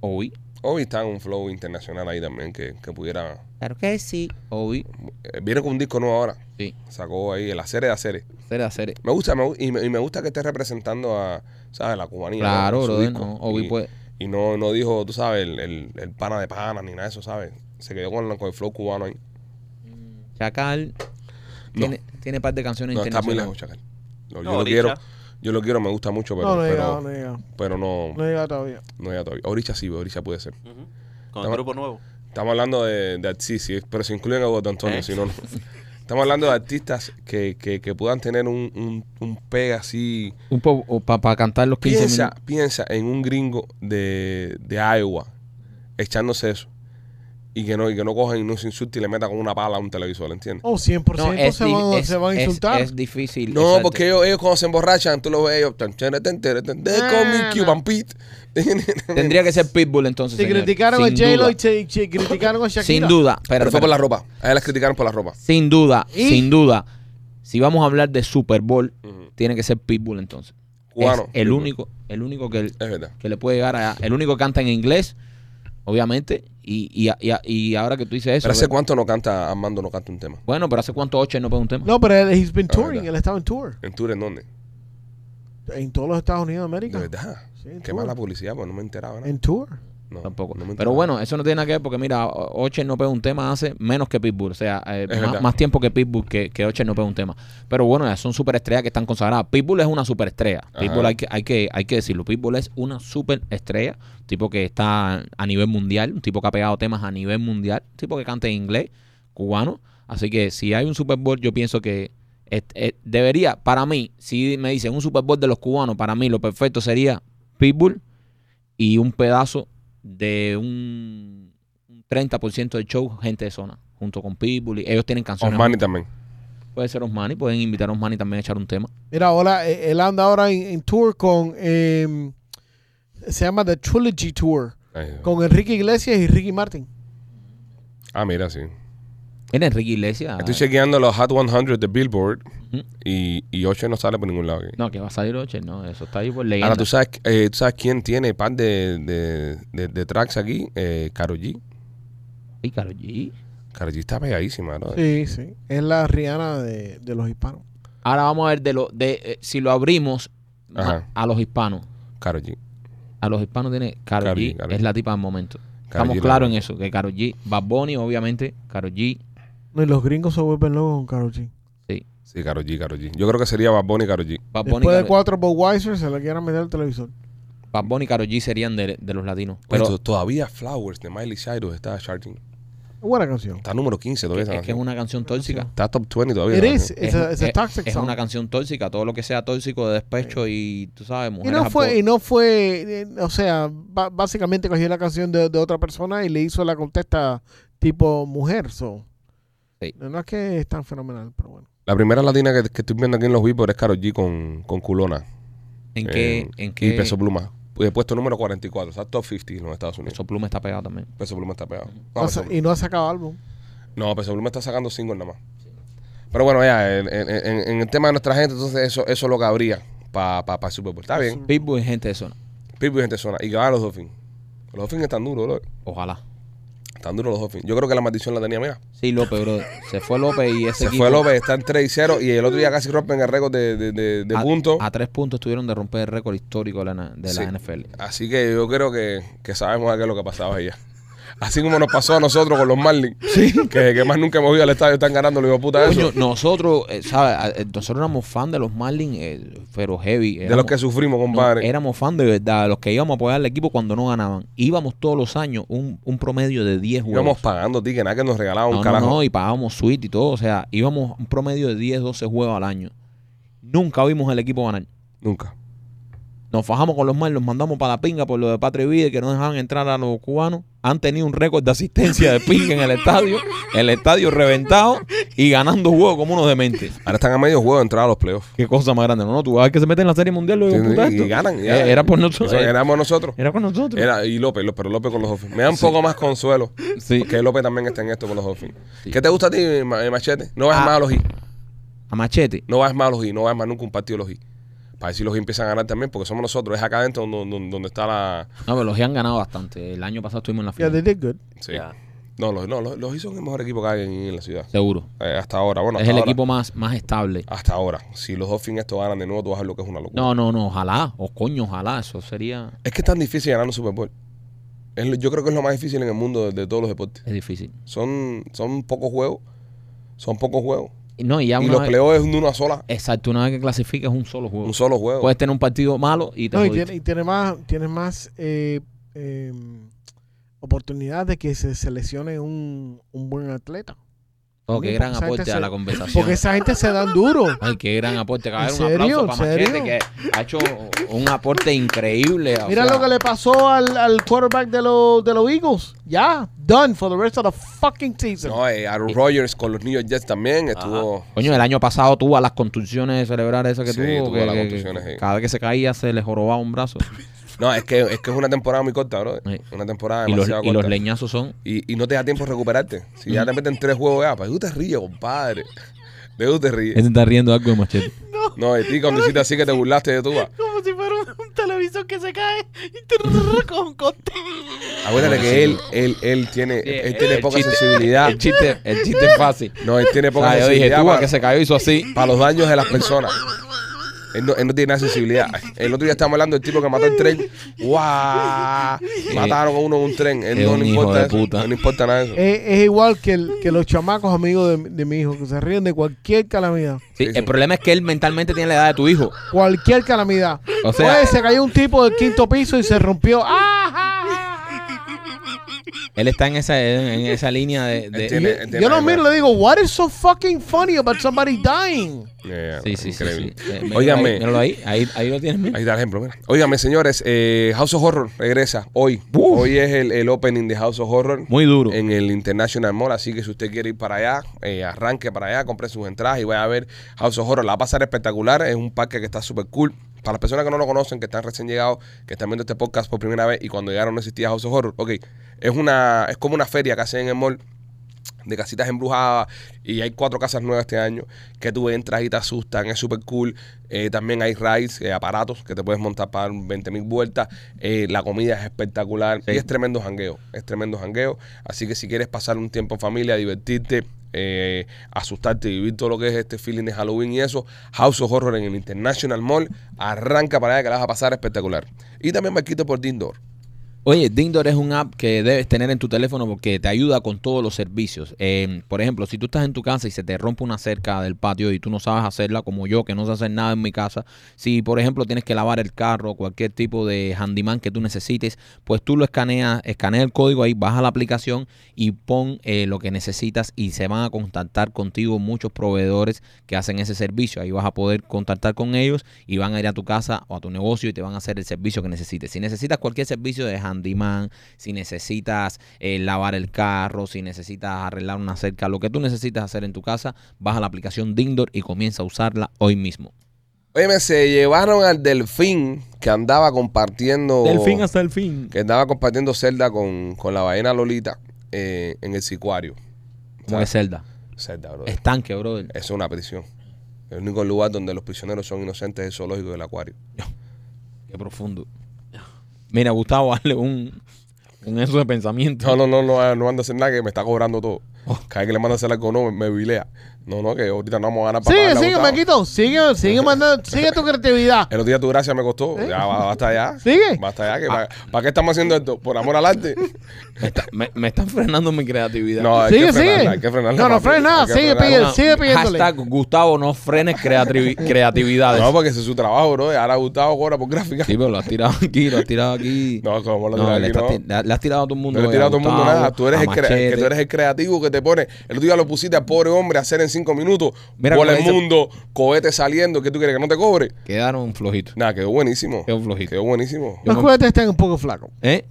Speaker 2: Obi.
Speaker 1: Obi está en un flow internacional ahí también que, que pudiera.
Speaker 2: Claro que sí. Obi.
Speaker 1: eh, viene con un disco nuevo ahora.
Speaker 2: Sí.
Speaker 1: Sacó ahí el acere de acere.
Speaker 2: Hacer hacer.
Speaker 1: Me gusta, me gu- y, me, y me gusta que esté representando a, ¿sabes? La cubanía. ¿no?
Speaker 2: Claro,
Speaker 1: Su
Speaker 2: brother.
Speaker 1: disco.
Speaker 2: No. Obi
Speaker 1: y,
Speaker 2: puede.
Speaker 1: y no, no dijo, tú sabes, el, el, el pana de pana ni nada de eso, ¿sabes? Se quedó con, la- con el flow cubano ahí.
Speaker 2: Chacal. Tiene, tiene par de canciones
Speaker 1: No, está muy
Speaker 2: internacionales.
Speaker 1: lejos, chacal. Lo-
Speaker 4: No,
Speaker 1: yo lo
Speaker 4: Oricha.
Speaker 1: quiero, yo lo quiero, me gusta mucho, pero
Speaker 3: no, no he
Speaker 1: pero,
Speaker 3: llegado, no he llegado.
Speaker 1: pero no,
Speaker 3: No he llegado todavía.
Speaker 1: no llega todavía. Oricha sí, Oricha puede ser.
Speaker 4: Ujú. Con el grupo nuevo.
Speaker 1: Estamos hablando de, de sí, sí, pero se incluyen a Gordo Antonio,
Speaker 4: Eh.
Speaker 1: si no, no. Estamos hablando de artistas que, que, que puedan tener un, un, un pega así.
Speaker 2: Un poco para cantar los 15
Speaker 1: Piensa,
Speaker 2: minutos.
Speaker 1: piensa en un gringo de, de Iowa echándose eso y que no, y que no cogen y no se insulte y le meta con una pala a un televisor, ¿entiendes?
Speaker 3: Oh, 100% se,
Speaker 2: di-
Speaker 3: van, se van a
Speaker 2: es-
Speaker 3: insultar.
Speaker 2: Es, difícil.
Speaker 1: No,
Speaker 2: exacto.
Speaker 1: porque ellos, ellos cuando se emborrachan, tú lo ves ellos. tan, chere, tan, tere, tan, De
Speaker 3: Ah,
Speaker 1: Comic
Speaker 3: no.
Speaker 1: Cuban Pete.
Speaker 2: Tendría que ser Pitbull entonces.
Speaker 3: si
Speaker 2: señores.
Speaker 3: criticaron a
Speaker 2: Sin
Speaker 3: J-Lo
Speaker 2: duda.
Speaker 3: y si- si criticaron a Shakira.
Speaker 2: Sin duda.
Speaker 1: Pero
Speaker 2: Espérate,
Speaker 1: fue
Speaker 2: espérate.
Speaker 1: por la ropa. A él las criticaron por la ropa.
Speaker 2: Sin duda,
Speaker 3: ¿Y?
Speaker 2: sin duda. Si vamos a hablar de Super Bowl,
Speaker 1: Ujú.
Speaker 2: tiene que ser Pitbull entonces.
Speaker 1: Cubano.
Speaker 2: es el único, el único que,
Speaker 1: Es verdad.
Speaker 2: que le puede llegar a... El único que canta en inglés, obviamente. Y, y, y, y ahora que tú dices eso...
Speaker 1: Pero hace
Speaker 2: ¿verdad?
Speaker 1: cuánto no canta Armando, no canta un tema.
Speaker 2: bueno, pero ¿hace cuánto Oche no pega un tema?
Speaker 3: No, pero él, he's been
Speaker 1: Ah,
Speaker 3: touring,
Speaker 1: verdad.
Speaker 3: él estaba en tour.
Speaker 1: ¿En tour en dónde?
Speaker 3: En todos los Estados Unidos de
Speaker 1: De
Speaker 3: América.
Speaker 1: verdad.
Speaker 3: Sí, en
Speaker 1: Qué
Speaker 3: tour.
Speaker 1: mala publicidad, pues no me enteraba. nada.
Speaker 3: En tour.
Speaker 1: No,
Speaker 2: Tampoco.
Speaker 1: no me
Speaker 2: pero
Speaker 1: enteraba.
Speaker 2: bueno, eso no tiene nada que ver porque, mira, Oche no pega un tema hace menos que Pitbull. O sea, eh,
Speaker 1: Es
Speaker 2: más,
Speaker 1: verdad.
Speaker 2: más tiempo que Pitbull que, que Oche no pega un tema. Pero bueno, son superestrellas que están consagradas. Pitbull es una superestrella.
Speaker 1: Ajá.
Speaker 2: Pitbull hay que, hay, que, hay que decirlo. Pitbull es una superestrella. Tipo que está a nivel mundial. Un tipo que ha pegado temas a nivel mundial. tipo que canta en inglés, cubano. Así que si hay un Super Bowl, yo pienso que et- et- debería, para mí, si me dicen un Super Bowl de los cubanos, para mí lo perfecto sería Pitbull y un pedazo de un un 30% del show gente de zona, junto con Pitbull. y ellos tienen canciones.
Speaker 1: Osmani también.
Speaker 2: Puede ser Osmani, pueden invitar a Osmani también a echar un tema.
Speaker 3: Mira, ahora eh, él anda ahora en, en tour con. eh, se llama The Trilogy Tour.
Speaker 1: Ay, Dios.
Speaker 3: Con Enrique Iglesias y Ricky Martin.
Speaker 1: Ah, mira, sí.
Speaker 2: En Enrique Iglesias.
Speaker 1: Estoy chequeando los Hot 100 de Billboard
Speaker 2: Ah, Ujú.
Speaker 1: y, y Ocho no sale por ningún lado aquí.
Speaker 2: No, que va a salir Oche, no, eso está ahí por leyenda.
Speaker 1: Ahora, ¿tú sabes, eh, ¿tú sabes quién tiene par de, de, de- de tracks aquí? Eh, Karol G.
Speaker 2: Ay, Karol G.
Speaker 1: Karol G está pegadísima, ¿no?
Speaker 3: Sí, sí. Es la Rihanna de, de los hispanos.
Speaker 2: Ahora vamos a ver de lo, de eh, si lo abrimos
Speaker 1: Ajá.
Speaker 2: a los hispanos.
Speaker 1: Karol G.
Speaker 2: A los hispanos tiene Karol
Speaker 1: Karol
Speaker 2: G,
Speaker 1: G, Karol
Speaker 2: es
Speaker 1: G.
Speaker 2: la tipa del momento.
Speaker 1: Karol
Speaker 2: Estamos
Speaker 1: G, la
Speaker 2: claros
Speaker 1: verdad.
Speaker 2: en eso, que Karol G, Bad Bunny, obviamente, Karol G,
Speaker 3: No, y los gringos se vuelven locos con Karol G.
Speaker 1: Sí, Karol G, Karol G. Yo creo que sería Bad Bunny y Karol G.
Speaker 2: Bad Bunny,
Speaker 3: Después de
Speaker 2: Karol,
Speaker 3: cuatro Budweiser se le quieren meter el televisor.
Speaker 2: Bad Bunny y Karol G serían de, de los latinos.
Speaker 1: Pero
Speaker 2: Pero
Speaker 1: Pues, todavía Flowers de Miley Cyrus está charting.
Speaker 3: Buena canción.
Speaker 1: Está número 15 todavía.
Speaker 2: es,
Speaker 1: esa
Speaker 2: que es
Speaker 1: canción.
Speaker 2: una canción tóxica.
Speaker 1: Está top 20 todavía.
Speaker 3: It
Speaker 1: esa
Speaker 3: is.
Speaker 1: canción.
Speaker 3: It's a, it's a
Speaker 2: es-
Speaker 3: toxic
Speaker 2: es
Speaker 3: song.
Speaker 2: una canción tóxica, todo lo que sea tóxico, de despecho y tú sabes,
Speaker 3: Y
Speaker 2: mujeres.
Speaker 3: no
Speaker 2: al
Speaker 3: fue,
Speaker 2: poder.
Speaker 3: y no fue, eh, o sea, ba- básicamente cogió la canción de, de otra persona y le hizo la contesta tipo mujer, so.
Speaker 2: Sí.
Speaker 3: No, no es que es tan fenomenal, pero bueno.
Speaker 1: La primera latina que, que estoy viendo aquí en los Billboard es Karol G con, con culona.
Speaker 2: ¿En qué?
Speaker 1: Eh,
Speaker 2: en
Speaker 1: Y
Speaker 2: qué
Speaker 1: peso pluma. Pues, Puesto número 44. Está top 50 en los Estados Unidos.
Speaker 2: Peso Pluma está pegado también.
Speaker 1: Peso Pluma está pegado.
Speaker 3: No
Speaker 1: No,
Speaker 3: ha
Speaker 1: Peso,
Speaker 3: sa- y no ha sacado álbum.
Speaker 1: no, Peso Pluma está sacando singles nada más. Pero bueno, ya, en, en- en- en el tema de nuestra gente, entonces eso, eso es lo que habría para pa, pa el Super Bowl. Está bien.
Speaker 2: Pitbull y gente de zona.
Speaker 1: Pitbull y gente zona. Y que van los Dolphins. Los Dolphins están duros, bro.
Speaker 2: Ojalá.
Speaker 1: Están duros los Dolphins. Yo creo que la maldición la tenía, mira.
Speaker 2: Sí, López, bro. Se fue López y ese
Speaker 1: Se
Speaker 2: equipo
Speaker 1: fue López, están 3 y 0. Y el otro día casi rompen el récord de, de, de- de
Speaker 2: a,
Speaker 1: puntos.
Speaker 2: A tres puntos estuvieron de romper el récord histórico de la, na- de la
Speaker 1: Sí.
Speaker 2: NFL.
Speaker 1: Así que yo creo que, que sabemos a qué es lo que pasaba ya. Así como nos pasó a nosotros con los Marlins, que, que más nunca hemos ido al estadio, están ganando los hijos de puta
Speaker 2: Coño,
Speaker 1: eso.
Speaker 2: nosotros, eh, ¿sabes? Ah, eh, Nosotros éramos fan de los Marlins, eh, pero heavy.
Speaker 1: De los que sufrimos,
Speaker 2: No,
Speaker 1: compadre.
Speaker 2: éramos fan de verdad, de los que íbamos a apoyar al equipo cuando no ganaban. Íbamos todos los años un, un promedio de 10 juegos.
Speaker 1: Íbamos pagando tickets, nada que nos regalaban
Speaker 2: no,
Speaker 1: un
Speaker 2: no,
Speaker 1: carajo.
Speaker 2: no, y pagábamos suite y todo. O sea, íbamos un promedio de 10, 12 juegos al año. Nunca vimos el equipo ganar.
Speaker 1: Nunca.
Speaker 2: Nos fajamos con los mal, los mandamos para la pinga por lo de Patria y Vida, que no dejaban entrar a los cubanos. Han tenido un récord de asistencia de pinga en el estadio. El estadio reventado y ganando juegos como unos dementes.
Speaker 1: Ahora están a medio juego de entrar a los playoffs.
Speaker 2: Qué cosa más grande. No, no, tú vas a ver que se meten en la Serie Mundial. Lo
Speaker 1: Sí,
Speaker 2: digo, puta,
Speaker 1: Y,
Speaker 2: esto.
Speaker 1: y ganan. y
Speaker 2: Eh,
Speaker 1: ganan.
Speaker 2: era por nosotros.
Speaker 1: Eso
Speaker 2: eh,
Speaker 1: ganamos nosotros.
Speaker 2: Era con nosotros.
Speaker 1: Era, y López, López, pero López con los Dolphins. Me da un poco más consuelo.
Speaker 2: Sí.
Speaker 1: Porque López también está en esto con los Dolphins. ¿Qué te gusta a ti, ma- eh, Machete? No vas
Speaker 2: Ah.
Speaker 1: más a los I.
Speaker 2: A machete.
Speaker 1: No vas más a los I. No vas más nunca a un partido de los I. Para decir los I empiezan a ganar también, porque somos nosotros. Es acá adentro donde- donde- donde está la,
Speaker 2: No, pero los G han ganado bastante. El año pasado estuvimos en la
Speaker 3: Yeah,
Speaker 2: final.
Speaker 3: they did good.
Speaker 1: Sí.
Speaker 4: Ya.
Speaker 1: No, los, no, los, los Heat son el mejor equipo que hay en, en la ciudad.
Speaker 2: Seguro.
Speaker 1: Eh, hasta ahora, bueno.
Speaker 2: es
Speaker 1: hasta
Speaker 2: el
Speaker 1: ahora-
Speaker 2: equipo más, más estable.
Speaker 1: Hasta ahora. Si los Dolphins esto ganan de nuevo, tú vas a ver lo que es una locura.
Speaker 2: No, no, no. Ojalá. O coño, ojalá. Eso sería.
Speaker 1: Es que es tan difícil ganar un Super Bowl. Es lo- yo creo que es lo más difícil en el mundo de, de todos los deportes.
Speaker 2: Es difícil.
Speaker 1: Son, son pocos juegos. Son pocos juegos.
Speaker 2: Y No, y ya
Speaker 1: y
Speaker 2: una
Speaker 1: los
Speaker 2: vez-
Speaker 1: playoffs es de una sola.
Speaker 2: Exacto, una vez que clasificas un solo juego.
Speaker 1: Un solo juego.
Speaker 2: Puedes tener un partido malo y te
Speaker 3: No, y
Speaker 2: jodiste.
Speaker 3: tiene, y tiene más, tiene más eh, eh, oportunidad de que se seleccione un, un buen atleta.
Speaker 2: Oh, qué
Speaker 3: Porque
Speaker 2: gran
Speaker 3: esa gente
Speaker 2: aporte a
Speaker 3: se-
Speaker 2: la conversación.
Speaker 3: Porque esa gente se dan duro.
Speaker 2: Ay, qué gran aporte. Cabe un
Speaker 3: ¿En
Speaker 2: aplauso
Speaker 3: serio?
Speaker 2: para
Speaker 3: ¿En
Speaker 2: Machete
Speaker 3: serio?
Speaker 2: que ha hecho un aporte increíble. o
Speaker 3: Mira
Speaker 2: sea,
Speaker 3: lo que le pasó al, al quarterback de los de los Eagles. Ya, done for the rest of the fucking season.
Speaker 1: No, eh, Aaron Rodgers con los New York Jets también estuvo.
Speaker 2: Coño, el año pasado tuvo a las contusiones cerebrales esas que
Speaker 1: Sí,
Speaker 2: tuvo.
Speaker 1: tuvo
Speaker 2: que-
Speaker 1: las
Speaker 2: que-
Speaker 1: contusiones,
Speaker 2: que
Speaker 1: sí.
Speaker 2: Cada vez que se caía se le jorobaba un brazo.
Speaker 1: No, es que, es que es una temporada muy corta, bro.
Speaker 2: Sí.
Speaker 1: Una temporada
Speaker 2: y, los,
Speaker 1: demasiado
Speaker 2: y
Speaker 1: corta.
Speaker 2: los leñazos son
Speaker 1: y, y no te da tiempo de recuperarte. Si ya te meten tres juegos, ya, pues, ¿para qué tú te ríes, compadre? ¿De qué tú te ríes?
Speaker 2: Él se está riendo de algo de machete.
Speaker 1: No, de ah. ti cuando hiciste así que te burlaste de Tuba.
Speaker 3: Como si
Speaker 4: con, con-
Speaker 1: Acuérdate que él, él, él tiene, él tiene poca sensibilidad.
Speaker 2: El chiste, el chiste es fácil.
Speaker 1: No, él tiene
Speaker 2: O
Speaker 1: poca
Speaker 2: sea, Ah, yo dije,
Speaker 1: sensibilidad
Speaker 2: tú, a
Speaker 1: para,
Speaker 2: que se cayó hizo así.
Speaker 1: para los daños de las personas. Él no, él no tiene nada de sensibilidad. El otro día estábamos hablando del tipo que mató el tren. ¡Guau! Mataron a uno en un tren. Él
Speaker 2: Es
Speaker 1: no
Speaker 2: un
Speaker 1: le
Speaker 2: hijo
Speaker 1: importa
Speaker 2: de
Speaker 1: eso.
Speaker 2: puta.
Speaker 1: No le importa nada de eso.
Speaker 3: Es, es igual que, el- que los chamacos amigos de, de mi hijo, que se ríen de cualquier calamidad.
Speaker 2: Sí,
Speaker 1: Sí, sí.
Speaker 2: el problema es que él mentalmente tiene la edad de tu hijo.
Speaker 3: Cualquier calamidad.
Speaker 2: O sea,
Speaker 3: Oye, se cayó un tipo del quinto piso y se rompió. ¡Ah, ah, ah!
Speaker 2: él está en esa, en esa línea de... de-
Speaker 1: Él tiene- él tiene
Speaker 3: Yo lo
Speaker 1: algo-
Speaker 3: miro y le digo, what is so fucking funny about somebody dying?
Speaker 1: Yeah,
Speaker 2: Sí, sí, sí.
Speaker 1: increíble.
Speaker 2: sí. Eh, míralo
Speaker 1: Óigame.
Speaker 2: ahí, míralo ahí, ahí, ahí lo tienes. mira.
Speaker 1: Ahí está el ejemplo, mira. Óigame, señores, eh, House of Horror regresa hoy. Hoy es el, el opening de House of Horror.
Speaker 2: Muy duro.
Speaker 1: En el International Mall, así que si usted quiere ir para allá, eh, arranque para allá, compre sus entradas y vaya a ver House of Horror. La va a pasar espectacular, es un parque que está súper cool. Para las personas que no lo conocen, que están recién llegados, que están viendo este podcast por primera vez y cuando llegaron no existía House of Horror, ok, es, una, es como una feria que hacen en el mall de casitas embrujadas y hay cuatro casas nuevas este año que tú entras y te asustan, es súper cool. Eh, también hay rides, eh, aparatos que te puedes montar para 20 mil vueltas. Eh, la comida es espectacular y es tremendo jangueo, es tremendo jangueo. Así que si quieres pasar un tiempo en familia, divertirte, eh, asustarte y vivir todo lo que es este feeling de Halloween y eso, House of Horror en el International Mall, arranca para allá que la vas a pasar espectacular. Y también me quito por Dindor.
Speaker 2: Oye, Dindor es un app que debes tener en tu teléfono porque te ayuda con todos los servicios. Eh, por ejemplo, si tú estás en tu casa y se te rompe una cerca del patio y tú no sabes hacerla, como yo, que no sé hacer nada en mi casa, si por ejemplo tienes que lavar el carro, cualquier tipo de handyman que tú necesites, pues tú lo escaneas, escanea el código ahí, baja la aplicación y pon eh, lo que necesitas y se van a contactar contigo muchos proveedores que hacen ese servicio. Ahí vas a poder contactar con ellos y van a ir a tu casa o a tu negocio y te van a hacer el servicio que necesites. Si necesitas cualquier servicio de handyman, si necesitas eh, lavar el carro, si necesitas arreglar una cerca, lo que tú necesitas hacer en tu casa, baja la aplicación Dindor y comienza a usarla hoy mismo.
Speaker 1: Oye, se llevaron al delfín que andaba compartiendo.
Speaker 2: hasta el fin.
Speaker 1: que andaba compartiendo celda con, con la ballena Lolita eh, en el sicuario.
Speaker 2: Como que celda.
Speaker 1: Celda, brother. Eso
Speaker 2: Estanque, brother.
Speaker 1: es una prisión. El único lugar donde los prisioneros son inocentes es el zoológico del acuario.
Speaker 2: Qué profundo. Mira, Gustavo, hazle un, un eso de pensamiento.
Speaker 1: No, no, no, no, no anda a hacer nada que me está cobrando todo.
Speaker 3: Oh.
Speaker 1: Cada vez que le manda a hacer algo, no, me, me vilea. No, no, que ahorita no vamos a ganar para
Speaker 3: Sigue,
Speaker 1: pagarle a
Speaker 3: sigue,
Speaker 1: Gustavo.
Speaker 3: Maquito. Sigue, sigue mandando, sigue tu creatividad.
Speaker 1: El otro día tu gracia me costó. Ya, ba- basta ya.
Speaker 3: Sigue. Ah.
Speaker 1: Basta ya. Que ¿Para para qué estamos haciendo esto? ¿Por amor al arte?
Speaker 2: Me, está- me- me están frenando mi creatividad.
Speaker 1: No, hay
Speaker 3: Sigue,
Speaker 1: que frenarla,
Speaker 3: sigue.
Speaker 1: hay que frenarla,
Speaker 3: No, no
Speaker 1: papi.
Speaker 3: frenes nada,
Speaker 1: Hay que
Speaker 3: sigue,
Speaker 1: frenarla.
Speaker 3: pide. sigue pidiéndole.
Speaker 2: Hashtag Gustavo, no frenes creativi- creatividades.
Speaker 1: No, porque ese es su trabajo, bro. Ahora Gustavo cobra por gráfica.
Speaker 2: Sí, pero lo has tirado aquí, lo has tirado aquí.
Speaker 1: No, como lo
Speaker 2: No,
Speaker 1: tiras
Speaker 2: le,
Speaker 1: aquí,
Speaker 2: estás
Speaker 1: no.
Speaker 2: ti- le- le has tirado a todo el mundo.
Speaker 1: No le
Speaker 2: oye,
Speaker 1: tira a
Speaker 2: a
Speaker 1: todo el mundo
Speaker 2: Gustavo,
Speaker 1: nada. Tú eres,
Speaker 2: a
Speaker 1: el cre-
Speaker 2: Machete.
Speaker 1: que tú eres el creativo que te pone. El otro día lo pusiste al pobre hombre a hacer en cinco minutos.
Speaker 2: Mira
Speaker 1: por
Speaker 2: cómo
Speaker 1: el
Speaker 2: dice-
Speaker 1: mundo, cohete saliendo. ¿Qué tú quieres? ¿Que no te cobre?
Speaker 2: Quedaron flojitos.
Speaker 1: Nada, quedó buenísimo.
Speaker 2: Quedó flojito.
Speaker 1: Quedó buenísimo.
Speaker 2: Yo
Speaker 3: Los
Speaker 2: me-
Speaker 3: cohetes están un poco flacos.
Speaker 2: ¿Eh?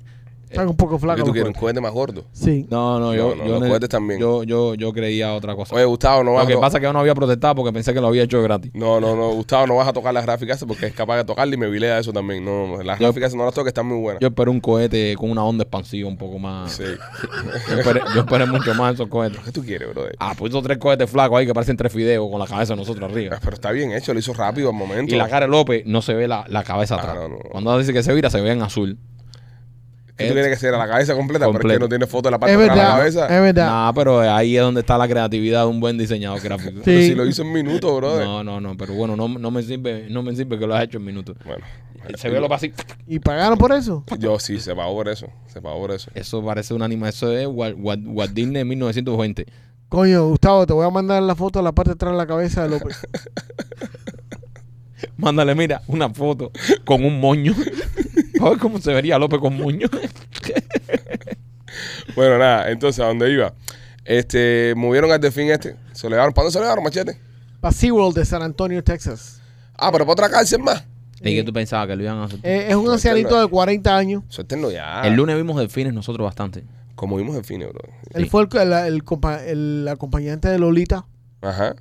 Speaker 3: Están un poco
Speaker 1: ¿Qué
Speaker 3: flacos.
Speaker 1: tú
Speaker 3: los
Speaker 1: quieres? Un cohete
Speaker 3: cohetes.
Speaker 1: más gordo.
Speaker 3: Sí.
Speaker 2: No, no, yo.
Speaker 1: No, no,
Speaker 2: yo
Speaker 1: los
Speaker 2: ne-
Speaker 1: cohetes también.
Speaker 2: Yo, yo, yo creía otra cosa.
Speaker 1: Oye, Gustavo, no vas
Speaker 2: lo que
Speaker 1: a to-
Speaker 2: pasa es que yo no había protestado porque pensé que lo había hecho gratis.
Speaker 1: No, no, no, Gustavo, no vas a tocar las gráficas esas porque es capaz de tocarla y me vilea eso también. No, no, no, las
Speaker 2: Yo-
Speaker 1: gráficas esas no las toques, están muy buenas.
Speaker 2: Yo esperé un cohete con una onda expansiva un poco más.
Speaker 1: Sí.
Speaker 2: Yo, esperé, yo esperé mucho más esos cohetes.
Speaker 1: ¿Qué tú quieres, brother?
Speaker 2: Ah, puso tres cohetes flacos ahí que parecen tres fideos con la cabeza de nosotros arriba.
Speaker 1: Pero está bien hecho, lo hizo rápido al momento.
Speaker 2: Y la cara de López no se ve la, la cabeza atrás.
Speaker 1: Ah, no, no.
Speaker 2: Cuando dice que se vira, se ve en azul. Eh,
Speaker 1: ¿Qué tú tienes que hacer? ¿A la cabeza completa? Porque
Speaker 2: Completo.
Speaker 1: no tiene foto de la parte
Speaker 3: Es
Speaker 1: de atrás de la
Speaker 3: verdad, es
Speaker 1: cabeza?
Speaker 3: verdad.
Speaker 2: Nah, pero ahí es donde está la creatividad de un buen diseñador gráfico.
Speaker 1: Pero
Speaker 3: Sí.
Speaker 1: si lo hizo en minutos, brother.
Speaker 2: No, no, no, pero bueno, no, no me sirve, no me sirve que lo has hecho en minutos.
Speaker 1: Bueno.
Speaker 2: Se ve lo así.
Speaker 3: ¿Y pagaron por eso?
Speaker 1: Yo sí, se pagó por eso. Se pagó por eso.
Speaker 2: Eso parece un anime, eso es Walt, Walt- Walt Disney en 1920.
Speaker 3: Coño, Gustavo, te voy a mandar la foto de la parte de atrás de la cabeza de López.
Speaker 2: Mándale, mira, una foto con un moño. A ver cómo se vería López con moño.
Speaker 1: Bueno, nada, entonces a dónde iba. Este, movieron al delfín este. Se le dieron, ¿para dónde se le dieron, machete?
Speaker 3: Pa' SeaWorld de San Antonio, Texas.
Speaker 1: Ah, pero para otra cárcel más.
Speaker 2: ¿Y qué tú pensabas que lo iban a hacer?
Speaker 3: Eh, es un ancianito de 40 años.
Speaker 1: Suéltenlo ya.
Speaker 2: El lunes vimos delfines nosotros bastante.
Speaker 1: Como vimos el fin, bro.
Speaker 3: Él fue el, el- el compa- el acompañante de Lolita
Speaker 1: Ajá.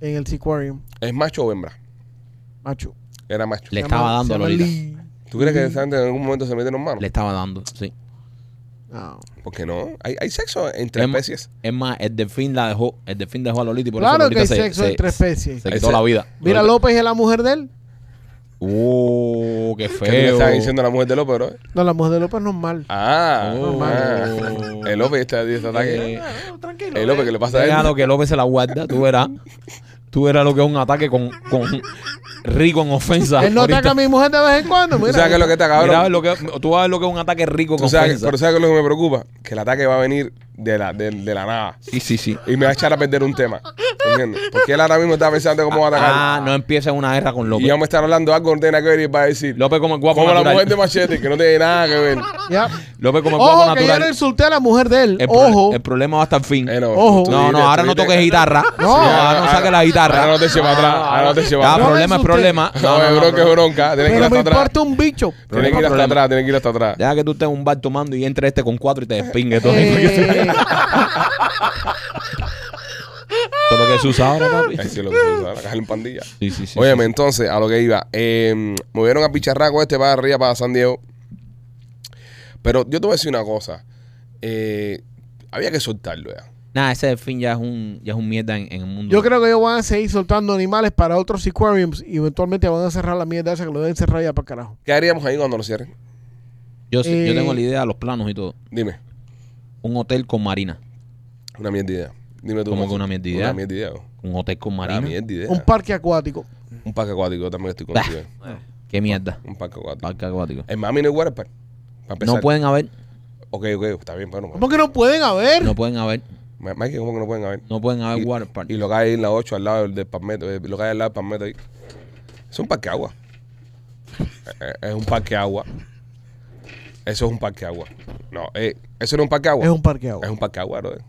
Speaker 3: en el Seaquarium,
Speaker 1: ¿Es macho o hembra?
Speaker 3: macho.
Speaker 1: Era macho.
Speaker 2: Le
Speaker 3: Se
Speaker 2: estaba
Speaker 3: llama-
Speaker 2: dando
Speaker 3: se
Speaker 2: a
Speaker 3: llama
Speaker 2: Lolita.
Speaker 3: Lee.
Speaker 1: ¿Tú crees que esa gente en algún momento se meten en manos?
Speaker 2: Le estaba dando, sí.
Speaker 3: No.
Speaker 1: ¿Por qué no? ¿Hay, hay sexo entre
Speaker 2: Em-
Speaker 1: especies?
Speaker 2: Es más, el delfín la dejó, el delfín dejó a Lolita y por
Speaker 3: Claro
Speaker 2: eso
Speaker 3: que hay
Speaker 2: Lolita se,
Speaker 3: sexo
Speaker 2: se-
Speaker 3: entre especies.
Speaker 2: se
Speaker 1: Ahí
Speaker 2: quitó
Speaker 1: se-
Speaker 2: la vida.
Speaker 3: Mira,
Speaker 2: Lolita-
Speaker 3: López es la mujer de él.
Speaker 2: Oh, qué
Speaker 1: ¿Qué le
Speaker 2: feo.
Speaker 1: estaba diciendo a la mujer de López, bro?
Speaker 3: No, la mujer de López es normal.
Speaker 1: Ah,
Speaker 2: Oh.
Speaker 1: ah. el López está de ataque.
Speaker 2: Eh,
Speaker 4: No, tranquilo.
Speaker 1: El López que le pasa a
Speaker 2: Deja
Speaker 1: él.
Speaker 2: lo que López se la guarda, tú verás. Tú verás lo que es un ataque con, con rico en ofensa.
Speaker 3: Él no
Speaker 2: Ah, Ahorita-
Speaker 3: ataca a mi mujer de vez en cuando.
Speaker 1: ¿Tú
Speaker 3: Mira,
Speaker 1: sabes qué es lo que está,
Speaker 2: Mira,
Speaker 1: cabrón?
Speaker 2: lo que, tú vas a ver lo que es un ataque rico con
Speaker 1: ¿Tú sabes,
Speaker 2: ofensa.
Speaker 1: pero ¿sabes qué es lo que me preocupa? Que el ataque va a venir de la, de, de la nada.
Speaker 2: Sí, sí, sí.
Speaker 1: Y me va a echar a perder un tema. ¿Entiendes? Porque él ahora mismo está pensando cómo va a atacar.
Speaker 2: Ah, no pues. empieza una guerra con
Speaker 1: y
Speaker 2: López.
Speaker 1: vamos a estar hablando algo que no tiene nada que ver y va a decir.
Speaker 2: López como el guapo
Speaker 1: Como la
Speaker 2: natural.
Speaker 1: mujer de Machete, que no tiene nada que ver.
Speaker 3: Ya.
Speaker 2: López como el guapo
Speaker 3: Ojo, Oh, que yo
Speaker 2: natural.
Speaker 3: no insulté a la mujer de él.
Speaker 2: El, pro-
Speaker 3: Ojo.
Speaker 2: el problema va hasta el fin.
Speaker 1: Eh, no,
Speaker 3: Ojo.
Speaker 1: tú- tú
Speaker 2: no,
Speaker 1: dile,
Speaker 2: no,
Speaker 1: tú
Speaker 2: ahora no
Speaker 1: dile.
Speaker 2: toques guitarra.
Speaker 3: No.
Speaker 2: Sí, ahora no saques la guitarra.
Speaker 1: Ahora no te lleva atrás. Ahora no te lleva
Speaker 2: Ah,
Speaker 1: atrás.
Speaker 2: problema es
Speaker 3: insulté.
Speaker 2: problema.
Speaker 1: No, es bronca, es bronca. Tienes que ir
Speaker 3: Pero me
Speaker 1: hasta atrás.
Speaker 3: importa un bicho.
Speaker 1: Tienes que ir hasta atrás, tienes que ir hasta atrás.
Speaker 2: Deja que tú estés en un bar tomando y entre este con cuatro y te despingue todo. Eso
Speaker 3: Eh,
Speaker 2: es lo que se usa ahora, papi.
Speaker 1: Ahí sí lo que se usa, la caja en pandilla.
Speaker 2: Sí, sí, sí.
Speaker 1: Óyeme, entonces, a lo que iba. Eh, movieron a Picharraco este para arriba, para San Diego. Pero yo te voy a decir una cosa. Eh, había que soltarlo ya.
Speaker 2: Nada, ese delfín ya es un, ya es un mierda en, en el mundo.
Speaker 3: yo creo que ellos van a seguir soltando animales para otros aquariums y eventualmente van a cerrar la mierda esa que lo deben cerrar ya para carajo.
Speaker 1: ¿Qué haríamos ahí cuando lo cierren?
Speaker 2: Yo, sé- yo
Speaker 3: Eh.
Speaker 2: tengo la idea, los planos y todo.
Speaker 1: Dime.
Speaker 2: Un hotel con marina.
Speaker 1: Una mierda idea. Dime tú.
Speaker 2: ¿Cómo
Speaker 1: Mazo.
Speaker 2: que una mierda idea?
Speaker 1: Una mierda idea. bro.
Speaker 2: Un hotel con
Speaker 1: Una
Speaker 2: marina.
Speaker 1: mierda idea.
Speaker 3: Un parque acuático.
Speaker 1: Un parque acuático, yo también estoy
Speaker 2: Bah.
Speaker 1: contigo. eh.
Speaker 2: Qué mierda.
Speaker 1: Un parque acuático.
Speaker 2: Parque acuático.
Speaker 1: En Miami no hay water park. Para empezar.
Speaker 2: No pueden haber.
Speaker 1: Ok, ok, está bien, bueno.
Speaker 3: ¿Cómo que no pueden haber?
Speaker 2: No pueden haber.
Speaker 1: Ma- Mike, ¿cómo que no pueden haber?
Speaker 2: No pueden haber
Speaker 1: Y-
Speaker 2: water park.
Speaker 1: Y lo que hay en la 8 al lado del, del Palmetto, eh, lo que hay al lado del Palmetto ahí. Es un parque agua. Eh, eh, Es un parque agua. Eso es un parque agua. No, eh, eso no es un parque agua.
Speaker 3: Es un parque agua.
Speaker 1: Es un parque agua, brother.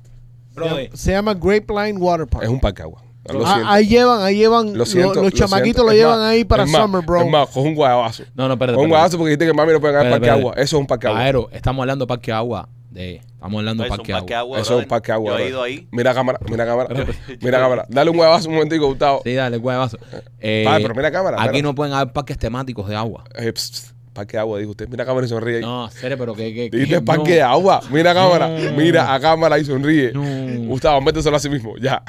Speaker 2: Brother.
Speaker 3: Se llama Grape Line Water Park.
Speaker 1: Es un parque agua. Lo
Speaker 3: Ah,
Speaker 1: siento.
Speaker 3: ahí llevan, ahí llevan.
Speaker 1: Lo siento,
Speaker 3: lo- los chamaquitos
Speaker 1: siento.
Speaker 3: lo
Speaker 1: Es
Speaker 3: llevan
Speaker 1: más,
Speaker 3: ahí para
Speaker 1: es más,
Speaker 3: Summer, bro.
Speaker 1: Es más, coge un guayabazo.
Speaker 2: No,
Speaker 1: Coge
Speaker 2: no, espérate.
Speaker 1: un
Speaker 2: espérate.
Speaker 1: guayabazo porque dijiste que mami no puede haber
Speaker 2: Espérate,
Speaker 1: parque
Speaker 2: espérate.
Speaker 1: agua. Eso es un parque agua.
Speaker 2: Aero, estamos hablando de parque agua. De, estamos hablando de
Speaker 4: Es un
Speaker 2: parque agua.
Speaker 4: parque agua.
Speaker 1: Eso es
Speaker 2: ¿eh?
Speaker 1: un
Speaker 4: brother.
Speaker 1: parque agua.
Speaker 4: Yo he
Speaker 1: brother.
Speaker 4: ido ahí.
Speaker 1: Mira cámara, mira cámara. mira cámara. Dale un guayabazo un momentico, Gustavo.
Speaker 2: Sí, dale, guayabazo. Eh,
Speaker 1: Vale, Oh. pero mira cámara,
Speaker 2: Aquí
Speaker 1: espérate.
Speaker 2: no pueden haber parques temáticos de agua.
Speaker 1: Eh, pss, pss, parque agua, dijo usted. Mira cámara y sonríe ahí.
Speaker 2: No, serio, pero que. que, que
Speaker 1: Dijiste
Speaker 2: no.
Speaker 1: parque de agua. Mira a cámara. Mira a cámara y sonríe.
Speaker 2: No.
Speaker 1: Gustavo, méteselo a sí mismo. Ya.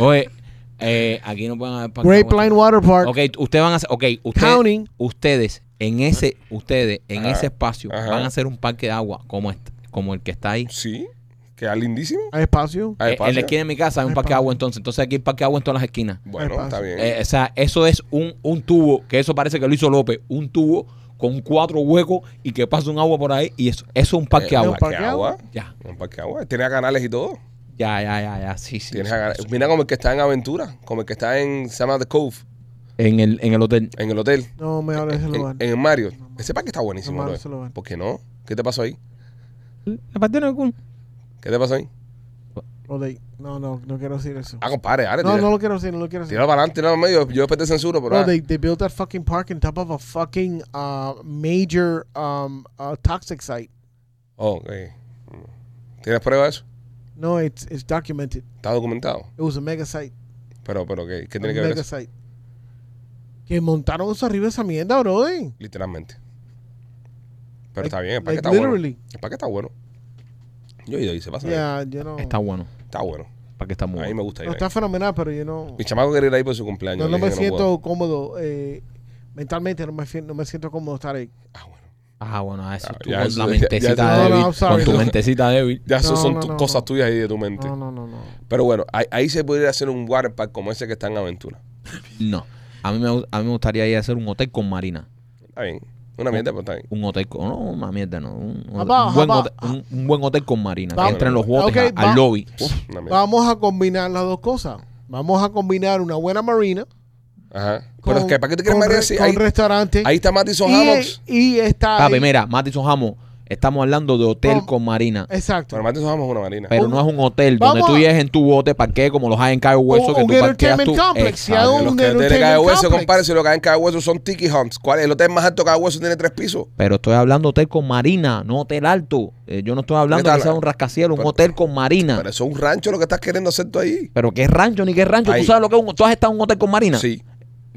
Speaker 2: Oye, eh, aquí no pueden haber parques de
Speaker 3: Grape
Speaker 2: agua.
Speaker 3: Line Water Park.
Speaker 2: Ok, ustedes van a hacer, ok, usted-
Speaker 3: Counting.
Speaker 2: ustedes en ese, ustedes en
Speaker 1: Ajá,
Speaker 2: ese espacio
Speaker 1: ajá.
Speaker 2: van a hacer un parque de agua como este, como el que está ahí.
Speaker 1: Sí. Queda lindísimo. Ah,
Speaker 3: Hay espacio.
Speaker 1: Hay
Speaker 2: Eh, en
Speaker 1: espacio.
Speaker 2: la esquina de mi casa hay un
Speaker 3: Hay
Speaker 2: parque de
Speaker 3: espacio.
Speaker 2: agua entonces, entonces aquí hay parque de agua en todas las esquinas.
Speaker 1: Bueno,
Speaker 3: Hay
Speaker 1: está bien.
Speaker 2: Eh, o sea, eso es un, un tubo, que eso parece que lo hizo López, un tubo con cuatro huecos y que pasa un agua por ahí y eso, eso es un parque de
Speaker 1: Eh,
Speaker 2: agua.
Speaker 1: Un parque
Speaker 3: Parque
Speaker 1: agua.
Speaker 2: Ya,
Speaker 1: Un parque agua. Tiene canales y todo.
Speaker 2: ya, ya, ya, ya, sí, sí.
Speaker 1: Tiene
Speaker 2: sí,
Speaker 1: canales.
Speaker 2: eso.
Speaker 1: Mira como el que está en Aventura. Como el que está en se llama The Cove.
Speaker 2: En el, en el hotel.
Speaker 1: En el hotel.
Speaker 3: No me hables de ese
Speaker 1: En,
Speaker 3: lugar.
Speaker 1: en el Mario. Ese parque está buenísimo.
Speaker 3: No, Mario
Speaker 1: brother.
Speaker 3: se lo van.
Speaker 1: ¿Por qué no? ¿Qué te pasó ahí?
Speaker 2: La parte no
Speaker 1: ¿Qué te pasó ahí?
Speaker 3: Lo de- No, no, no quiero decir eso.
Speaker 1: Ah, compadre, dale,
Speaker 3: No,
Speaker 1: tira.
Speaker 3: no lo quiero decir, no lo quiero decir.
Speaker 1: Tíralo para adelante, tíralo al medio. Yo después te censuro, pero.
Speaker 3: Bro,
Speaker 1: ah.
Speaker 3: they, they built that fucking park on top of a fucking uh, major um, uh, toxic site.
Speaker 1: Oh, ok. ¿Tienes prueba de eso?
Speaker 3: No, it's, it's documented.
Speaker 1: Está documentado.
Speaker 3: It was a mega site.
Speaker 1: Pero, pero, ¿qué, qué
Speaker 3: A
Speaker 1: tiene que ver
Speaker 3: mega
Speaker 1: eso?
Speaker 3: site. Que montaron eso arriba de esa mierda, bro. eh.
Speaker 1: Literalmente. Pero
Speaker 3: Like-
Speaker 1: está bien, el parque
Speaker 3: like
Speaker 1: está
Speaker 3: literally.
Speaker 1: bueno. El parque está bueno. Yo he ido y se pasa bien.
Speaker 3: Yeah, you know.
Speaker 2: Está bueno,
Speaker 1: Está bueno.
Speaker 2: para que está muy
Speaker 1: A mí
Speaker 2: bueno.
Speaker 1: me gusta ir
Speaker 3: No,
Speaker 1: ahí.
Speaker 3: está fenomenal, pero yo no.
Speaker 1: Mi chamaco quería ir ahí por su cumpleaños.
Speaker 3: No,
Speaker 1: le
Speaker 3: no me
Speaker 1: dije que puedo.
Speaker 3: siento cómodo. eh, mentalmente no me, fie- no me siento cómodo estar ahí.
Speaker 1: Ah, bueno.
Speaker 2: Ah, bueno, eso
Speaker 1: Ah,
Speaker 2: tú
Speaker 1: ya
Speaker 2: con
Speaker 1: eso-
Speaker 2: la
Speaker 1: ya- ya
Speaker 2: mentecita
Speaker 1: eso-
Speaker 3: No, no,
Speaker 2: débil.
Speaker 3: I'm sorry,
Speaker 2: con tu
Speaker 3: no.
Speaker 2: mentecita débil.
Speaker 1: Ya eso
Speaker 3: No,
Speaker 1: son
Speaker 3: no,
Speaker 1: tus-
Speaker 3: no,
Speaker 1: cosas
Speaker 3: no.
Speaker 1: tuyas ahí de tu mente.
Speaker 3: No, no, no, no.
Speaker 1: Pero bueno, ahí, ahí se podría hacer un water park como ese que está en Aventura.
Speaker 2: No. A mí, me, gu- a mí me gustaría ir a hacer un hotel con marina.
Speaker 1: Está bien. Una mierda, pero está bien.
Speaker 2: Un hotel con. No, una mierda, no. Un, un-
Speaker 3: Vamos,
Speaker 2: un buen,
Speaker 3: vamos.
Speaker 2: hotel, un, un buen hotel con marina.
Speaker 3: Vamos.
Speaker 2: Que entren los botes
Speaker 3: Ok,
Speaker 2: a- al
Speaker 3: va-
Speaker 2: lobby.
Speaker 1: Uf, una mierda.
Speaker 3: Vamos a combinar las dos cosas. Vamos a combinar una buena marina
Speaker 1: Ajá.
Speaker 3: con,
Speaker 1: pero es que, ¿para qué te quieres
Speaker 3: con
Speaker 1: marear
Speaker 3: re-
Speaker 1: si
Speaker 3: con
Speaker 1: ahí,
Speaker 3: restaurante.
Speaker 1: ahí está Madison Hammocks?
Speaker 3: y, y está
Speaker 2: Papi,
Speaker 3: ahí-
Speaker 2: mira, Matison Hamo, estamos hablando de hotel
Speaker 3: No.
Speaker 2: con marina.
Speaker 3: Exacto.
Speaker 1: Pero Madison Hammocks es una marina.
Speaker 2: Pero
Speaker 3: un-
Speaker 2: no es un hotel
Speaker 3: Vamos
Speaker 2: donde tú
Speaker 3: a-
Speaker 2: llegues en tu bote, parqué como los hay en Cayo Hueso.
Speaker 3: Un-
Speaker 2: que
Speaker 3: un
Speaker 2: tú parqueas
Speaker 3: entertainment
Speaker 2: tú.
Speaker 3: complex, si hay
Speaker 2: Exacto.
Speaker 3: un-
Speaker 1: Ah, los que tiene
Speaker 3: entertainment
Speaker 1: cada hueso,
Speaker 3: complex.
Speaker 1: compadre, si lo que hay en cada hueso son tiki hunts. ¿Cuál es? El hotel más alto cada hueso tiene tres pisos.
Speaker 2: Pero estoy hablando hotel con marina, no hotel alto. Eh, yo no estoy hablando
Speaker 1: tal?
Speaker 2: que sea un rascacielos, un
Speaker 1: Pero-
Speaker 2: hotel con marina.
Speaker 1: Pero eso es un rancho lo que estás queriendo hacer tú ahí.
Speaker 2: Pero qué rancho ni qué rancho.
Speaker 1: Ahí.
Speaker 2: ¿Tú sabes lo que es un, ¿Tú has estado en un hotel con Marina?
Speaker 1: Sí,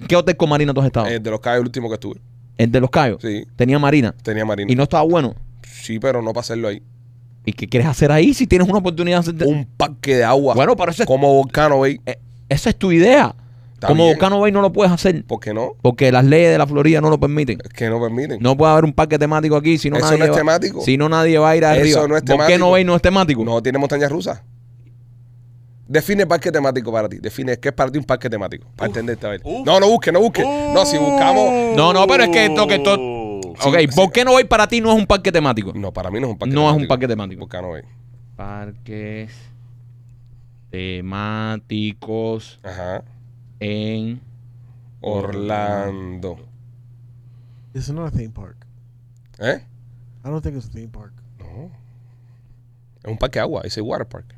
Speaker 2: ¿Qué hotel con Marina tú has estado?
Speaker 1: el de los calles el último que estuve.
Speaker 2: el de Los Cayos.
Speaker 1: Sí,
Speaker 2: Tenía Marina.
Speaker 1: tenía marina.
Speaker 2: Y no estaba bueno.
Speaker 1: Sí, pero no para hacerlo ahí.
Speaker 2: ¿Y qué quieres hacer ahí si tienes una oportunidad de hacer-
Speaker 1: Un parque de agua.
Speaker 2: Bueno, pero eso es,
Speaker 1: como volcano, güey.
Speaker 2: eh, esa es tu idea.
Speaker 1: Está
Speaker 2: Como
Speaker 1: bien.
Speaker 2: Volcano Bay no lo puedes hacer
Speaker 1: ¿Por qué no?
Speaker 2: porque las leyes de la Florida no lo permiten.
Speaker 1: Es que no permiten.
Speaker 2: No puede haber un parque temático aquí si no
Speaker 1: Eso
Speaker 2: nadie
Speaker 1: no es
Speaker 2: va-
Speaker 1: temático.
Speaker 2: Si no nadie va a ir
Speaker 1: Eso
Speaker 2: arriba.
Speaker 1: no es temático.
Speaker 2: Volcano Bay no es temático.
Speaker 1: No tiene montañas rusas. Define parque temático para ti. Define qué es para ti un parque temático. Para entenderte a ver.
Speaker 4: uf.
Speaker 1: no, no busques, no busques. No, si
Speaker 4: Uh.
Speaker 1: buscamos.
Speaker 2: No, no, pero es que esto- que esto-
Speaker 1: Sí,
Speaker 2: ok,
Speaker 1: sí.
Speaker 2: Volcano Bay para ti no es un parque temático.
Speaker 1: No, para mí no es un parque
Speaker 2: No es un
Speaker 1: temático.
Speaker 2: parque temático.
Speaker 1: Volcano Bay.
Speaker 2: Parques temáticos
Speaker 1: Ajá.
Speaker 2: en
Speaker 1: Orlando.
Speaker 3: It's not a theme park.
Speaker 1: ¿Eh?
Speaker 3: I don't think it's a theme park.
Speaker 1: No. Es un parque de agua. Es un water park.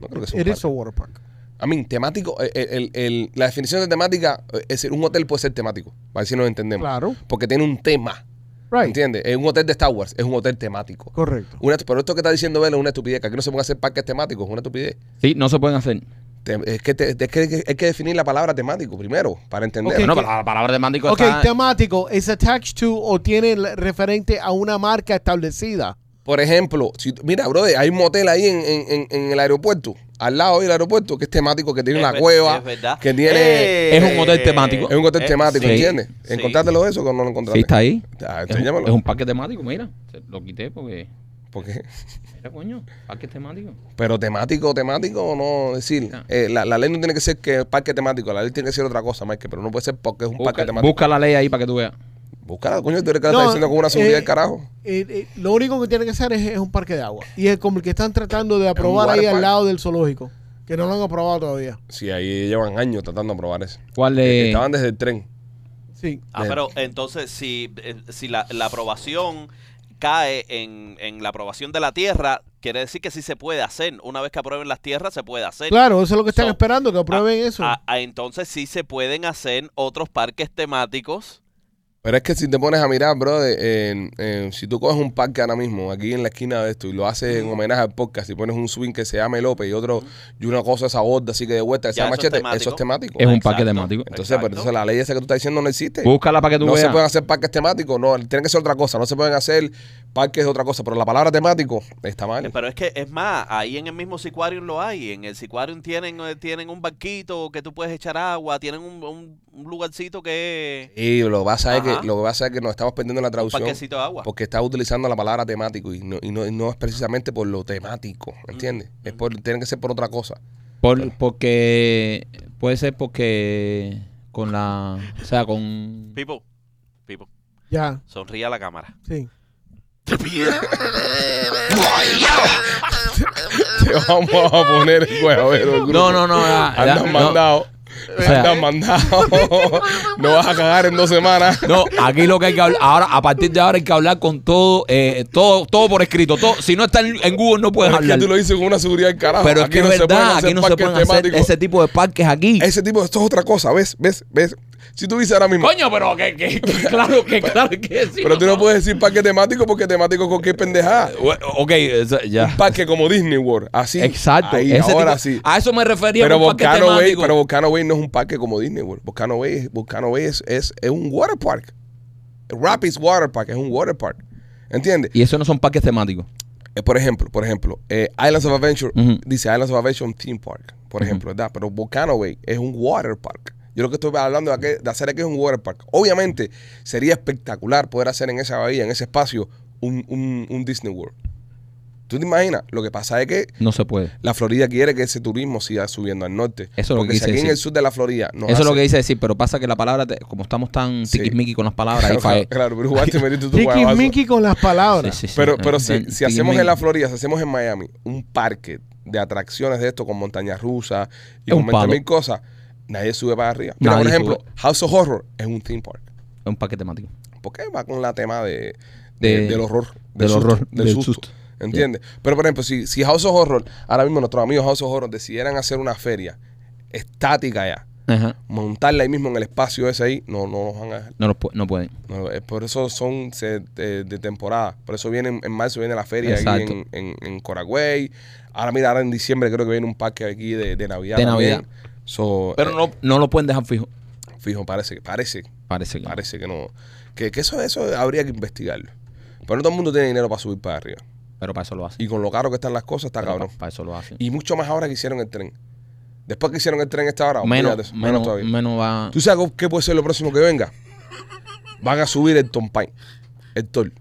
Speaker 1: No creo que sea un
Speaker 3: It
Speaker 1: parque.
Speaker 3: is a water park.
Speaker 1: A mí, temático, el- el- el- la definición de temática, eh, es decir, un hotel puede ser temático, para ver si nos entendemos.
Speaker 3: Claro.
Speaker 1: Porque tiene un tema,
Speaker 3: Right.
Speaker 1: ¿entiendes? Es un hotel de Star Wars, es un hotel temático.
Speaker 3: Correcto.
Speaker 1: Una, pero esto que está diciendo Vela es una estupidez, que aquí no se pueden hacer parques temáticos, es una estupidez.
Speaker 2: Sí, no se pueden hacer.
Speaker 1: Te- es, que te- es que hay que- hay que definir la palabra temático primero, para entender.
Speaker 3: Ok,
Speaker 2: Bueno,
Speaker 3: que-
Speaker 2: pero la palabra temático
Speaker 3: Ok,
Speaker 2: está...
Speaker 3: temático. Es attached to o tiene el referente a una marca establecida.
Speaker 1: Por ejemplo, si, tú- mira, brother, hay un motel ahí en, en- en- en el aeropuerto, al lado del aeropuerto, que es temático, que tiene
Speaker 4: Es
Speaker 1: una
Speaker 4: ver-
Speaker 1: cueva,
Speaker 4: es verdad.
Speaker 1: que tiene...
Speaker 2: Es un hotel temático.
Speaker 1: es un hotel
Speaker 4: eh,
Speaker 1: temático,
Speaker 2: sí.
Speaker 1: ¿entiendes?
Speaker 4: Sí.
Speaker 1: Encontrártelo eso que no lo encontraste.
Speaker 2: Sí, está ahí.
Speaker 1: Ah,
Speaker 2: Es un,
Speaker 1: enséñamelo.
Speaker 2: es un parque temático, mira. Se- Lo quité porque...
Speaker 1: ¿Por qué?
Speaker 2: Mira, coño, parque temático.
Speaker 1: Pero temático, temático, no. Es decir,
Speaker 2: Ah.
Speaker 1: eh, la, la ley no tiene que ser que parque temático, la ley tiene que ser otra cosa, Mike, pero no puede ser porque es un parque
Speaker 2: Busca,
Speaker 1: temático.
Speaker 2: busca la ley ahí para que tú veas.
Speaker 1: Búscala, coño, tú eres que la
Speaker 3: No,
Speaker 1: estás diciendo con una seguridad
Speaker 3: eh,
Speaker 1: del carajo.
Speaker 3: Eh, eh, lo único que tiene que ser es, es un parque de agua. Y es como el que están tratando de aprobar
Speaker 1: water
Speaker 3: ahí al
Speaker 1: park.
Speaker 3: lado del zoológico. Que no lo han aprobado todavía.
Speaker 1: Sí, ahí llevan años tratando de probar eso.
Speaker 2: ¿Cuál es?
Speaker 1: Estaban desde el tren.
Speaker 3: Sí.
Speaker 4: Ah, pero entonces si, eh, si la, la aprobación cae en, en la aprobación de la tierra, quiere decir que sí se puede hacer. Una vez que aprueben las tierras, se puede hacer.
Speaker 3: Claro, eso es lo que están
Speaker 4: So,
Speaker 3: esperando, que aprueben eso.
Speaker 4: Ah, ah, entonces sí se pueden hacer otros parques temáticos.
Speaker 1: Pero es que si te pones a mirar, brother, eh, eh, si tú coges un parque ahora mismo, aquí en la esquina de esto, y lo haces en homenaje al podcast, y pones un swing que se llame López y otro, y una cosa esa gorda así que de vuelta, que se
Speaker 4: Ya,
Speaker 1: llama
Speaker 4: eso es
Speaker 1: machete, eso
Speaker 4: temático.
Speaker 1: es temático.
Speaker 2: Es un
Speaker 4: Exacto.
Speaker 2: parque temático.
Speaker 1: Entonces, pero
Speaker 4: Exacto.
Speaker 1: entonces la ley esa que tú estás diciendo no existe.
Speaker 2: Búscala para que tú
Speaker 1: No
Speaker 2: veas.
Speaker 1: se pueden hacer parques temáticos, no, tienen que ser otra cosa, no se pueden hacer parques de otra cosa, pero la palabra temático está mal.
Speaker 4: Pero es que, es más, ahí en el mismo Sicuarium lo hay. En el Sicuarium tienen, eh, tienen un banquito que tú puedes echar agua, tienen un, un- un lugarcito que
Speaker 1: Y lo que pasa es
Speaker 4: Ajá.
Speaker 1: que, lo que pasa es que nos estamos perdiendo en la
Speaker 4: es un
Speaker 1: traducción
Speaker 4: parquecito de agua.
Speaker 1: porque está utilizando la palabra temático y no, y no, y no es precisamente por lo temático, ¿entiendes?
Speaker 2: Mm,
Speaker 1: Es por, tiene que ser por otra cosa.
Speaker 2: Por- porque puede ser porque con la, o sea, con
Speaker 4: Pipo, Pipo,
Speaker 3: ya,
Speaker 4: sonríe a la cámara.
Speaker 3: sí.
Speaker 1: Te vamos a poner el huevero. el grupo.
Speaker 2: No, no, no, ya, ya,
Speaker 1: Andas
Speaker 2: no.
Speaker 1: mandado.
Speaker 2: O sea-
Speaker 1: Andas mandado. no vas a cagar en dos semanas.
Speaker 2: No, aquí lo que hay que hablar, ahora a partir de ahora hay que hablar con todo, eh, todo, todo por escrito, todo. Si no está en, en Google no puedes
Speaker 1: Es que
Speaker 2: hablar.
Speaker 1: tú lo dices con una seguridad del carajo.
Speaker 2: Pero es
Speaker 1: Aquí
Speaker 2: que es
Speaker 1: no se pueden
Speaker 2: verdad,
Speaker 1: hacer
Speaker 2: aquí no se
Speaker 1: parques
Speaker 2: pueden hacer
Speaker 1: temáticos.
Speaker 2: ese tipo de parques aquí.
Speaker 1: Ese tipo, esto es otra cosa, ¿ves? ¿Ves? ¿Ves? Si tú dices ahora mismo.
Speaker 2: Coño, pero que, que- que claro, que claro que sí.
Speaker 1: Pero tú no puedes decir parque temático porque temático es cualquier pendejada.
Speaker 2: Bueno, Ok, eso- ya.
Speaker 1: Parque como Disney World, así.
Speaker 2: Exacto.
Speaker 1: Ahí,
Speaker 2: ese
Speaker 1: ahora
Speaker 2: tipo-
Speaker 1: sí.
Speaker 2: A eso me refería
Speaker 1: Pero
Speaker 2: con parque
Speaker 1: Volcano Bay,
Speaker 2: temático.
Speaker 1: pero Volcano Bay no es un parque como Disney World. Volcano Bay, es- Volcano Bay es, es, es un water park. Rapids Water Park es un water park. ¿Entiendes?
Speaker 2: Y eso no son parques temáticos.
Speaker 1: Eh, por ejemplo, por ejemplo, eh, Islands of Adventure
Speaker 2: Ujú.
Speaker 1: dice Islands of Adventure Theme Park, por ejemplo, ¿verdad? Pero Volcano Bay es un water park. Yo lo que estoy hablando de, aquel- de hacer aquí es un water park. Obviamente, sería espectacular poder hacer en esa bahía, en ese espacio, un, un- un Disney World. ¿Tú te imaginas? Lo que pasa es que
Speaker 2: No se puede.
Speaker 1: la Florida quiere que ese turismo siga subiendo al norte.
Speaker 2: Eso es lo que
Speaker 1: Porque si
Speaker 2: quise
Speaker 1: aquí en
Speaker 2: decir.
Speaker 1: el sur de la Florida nos
Speaker 2: Eso es lo que
Speaker 1: hacen-
Speaker 2: dice decir, pero pasa que la palabra, te- como estamos tan
Speaker 1: Sí.
Speaker 2: tiquismiqui con las palabras, ahí
Speaker 1: Claro,
Speaker 2: falla.
Speaker 1: claro, pero jugaste, metiste tu guayabazo.
Speaker 3: Mickey con las palabras.
Speaker 2: Sí, sí, sí.
Speaker 1: Pero,
Speaker 2: Ah,
Speaker 1: pero si,
Speaker 2: tan-
Speaker 1: si hacemos en la
Speaker 2: tiquismiqui.
Speaker 1: Florida, si hacemos en Miami, un parque de atracciones de esto con montañas rusas y
Speaker 2: Es
Speaker 1: con
Speaker 2: un palo.
Speaker 1: 20.000 cosas, nadie sube para arriba. Mira, por
Speaker 2: Nadie
Speaker 1: ejemplo,
Speaker 2: sube.
Speaker 1: House of Horror es un theme park.
Speaker 2: Es un parque temático.
Speaker 1: ¿Por qué va con la tema de, de-
Speaker 2: De-
Speaker 1: del horror?
Speaker 2: del
Speaker 1: susto,
Speaker 2: horror,
Speaker 1: Del,
Speaker 2: del
Speaker 1: susto.
Speaker 2: susto.
Speaker 1: ¿Entiendes? Pero, por ejemplo, si, si House of Horror, ahora mismo nuestros amigos House of Horror decidieran hacer una feria estática ya,
Speaker 2: Ajá.
Speaker 1: montarla ahí mismo en el espacio ese ahí, no, no nos van a dejar.
Speaker 2: No, los pu- no pueden.
Speaker 1: No, eh, por eso son se- de, de temporada. Por eso viene en, en marzo viene la feria aquí
Speaker 2: Exacto.
Speaker 1: en, en, en Coragüey. Ahora mira, ahora en diciembre creo que viene un parque aquí de, de Navidad.
Speaker 2: De
Speaker 1: también.
Speaker 2: Navidad.
Speaker 1: So,
Speaker 2: Pero
Speaker 1: eh,
Speaker 2: no, no lo pueden dejar fijo.
Speaker 1: Fijo, parece que, parece,
Speaker 2: Parece que. no.
Speaker 1: parece que no. Que, que eso, eso habría que investigarlo. Pero no todo el mundo tiene dinero para subir para arriba.
Speaker 2: Pero para eso lo hacen.
Speaker 1: Y con lo caro que están las cosas, está
Speaker 2: Pero
Speaker 1: cabrón.
Speaker 2: pa- Para eso lo hacen.
Speaker 1: Y mucho más ahora que hicieron el tren. Después que hicieron el tren esta hora,
Speaker 2: menos,
Speaker 1: olvídate eso,
Speaker 2: menos,
Speaker 1: todavía.
Speaker 2: menos va.
Speaker 1: ¿Tú sabes qué puede ser lo próximo que venga? Van a subir el tompay, el tol.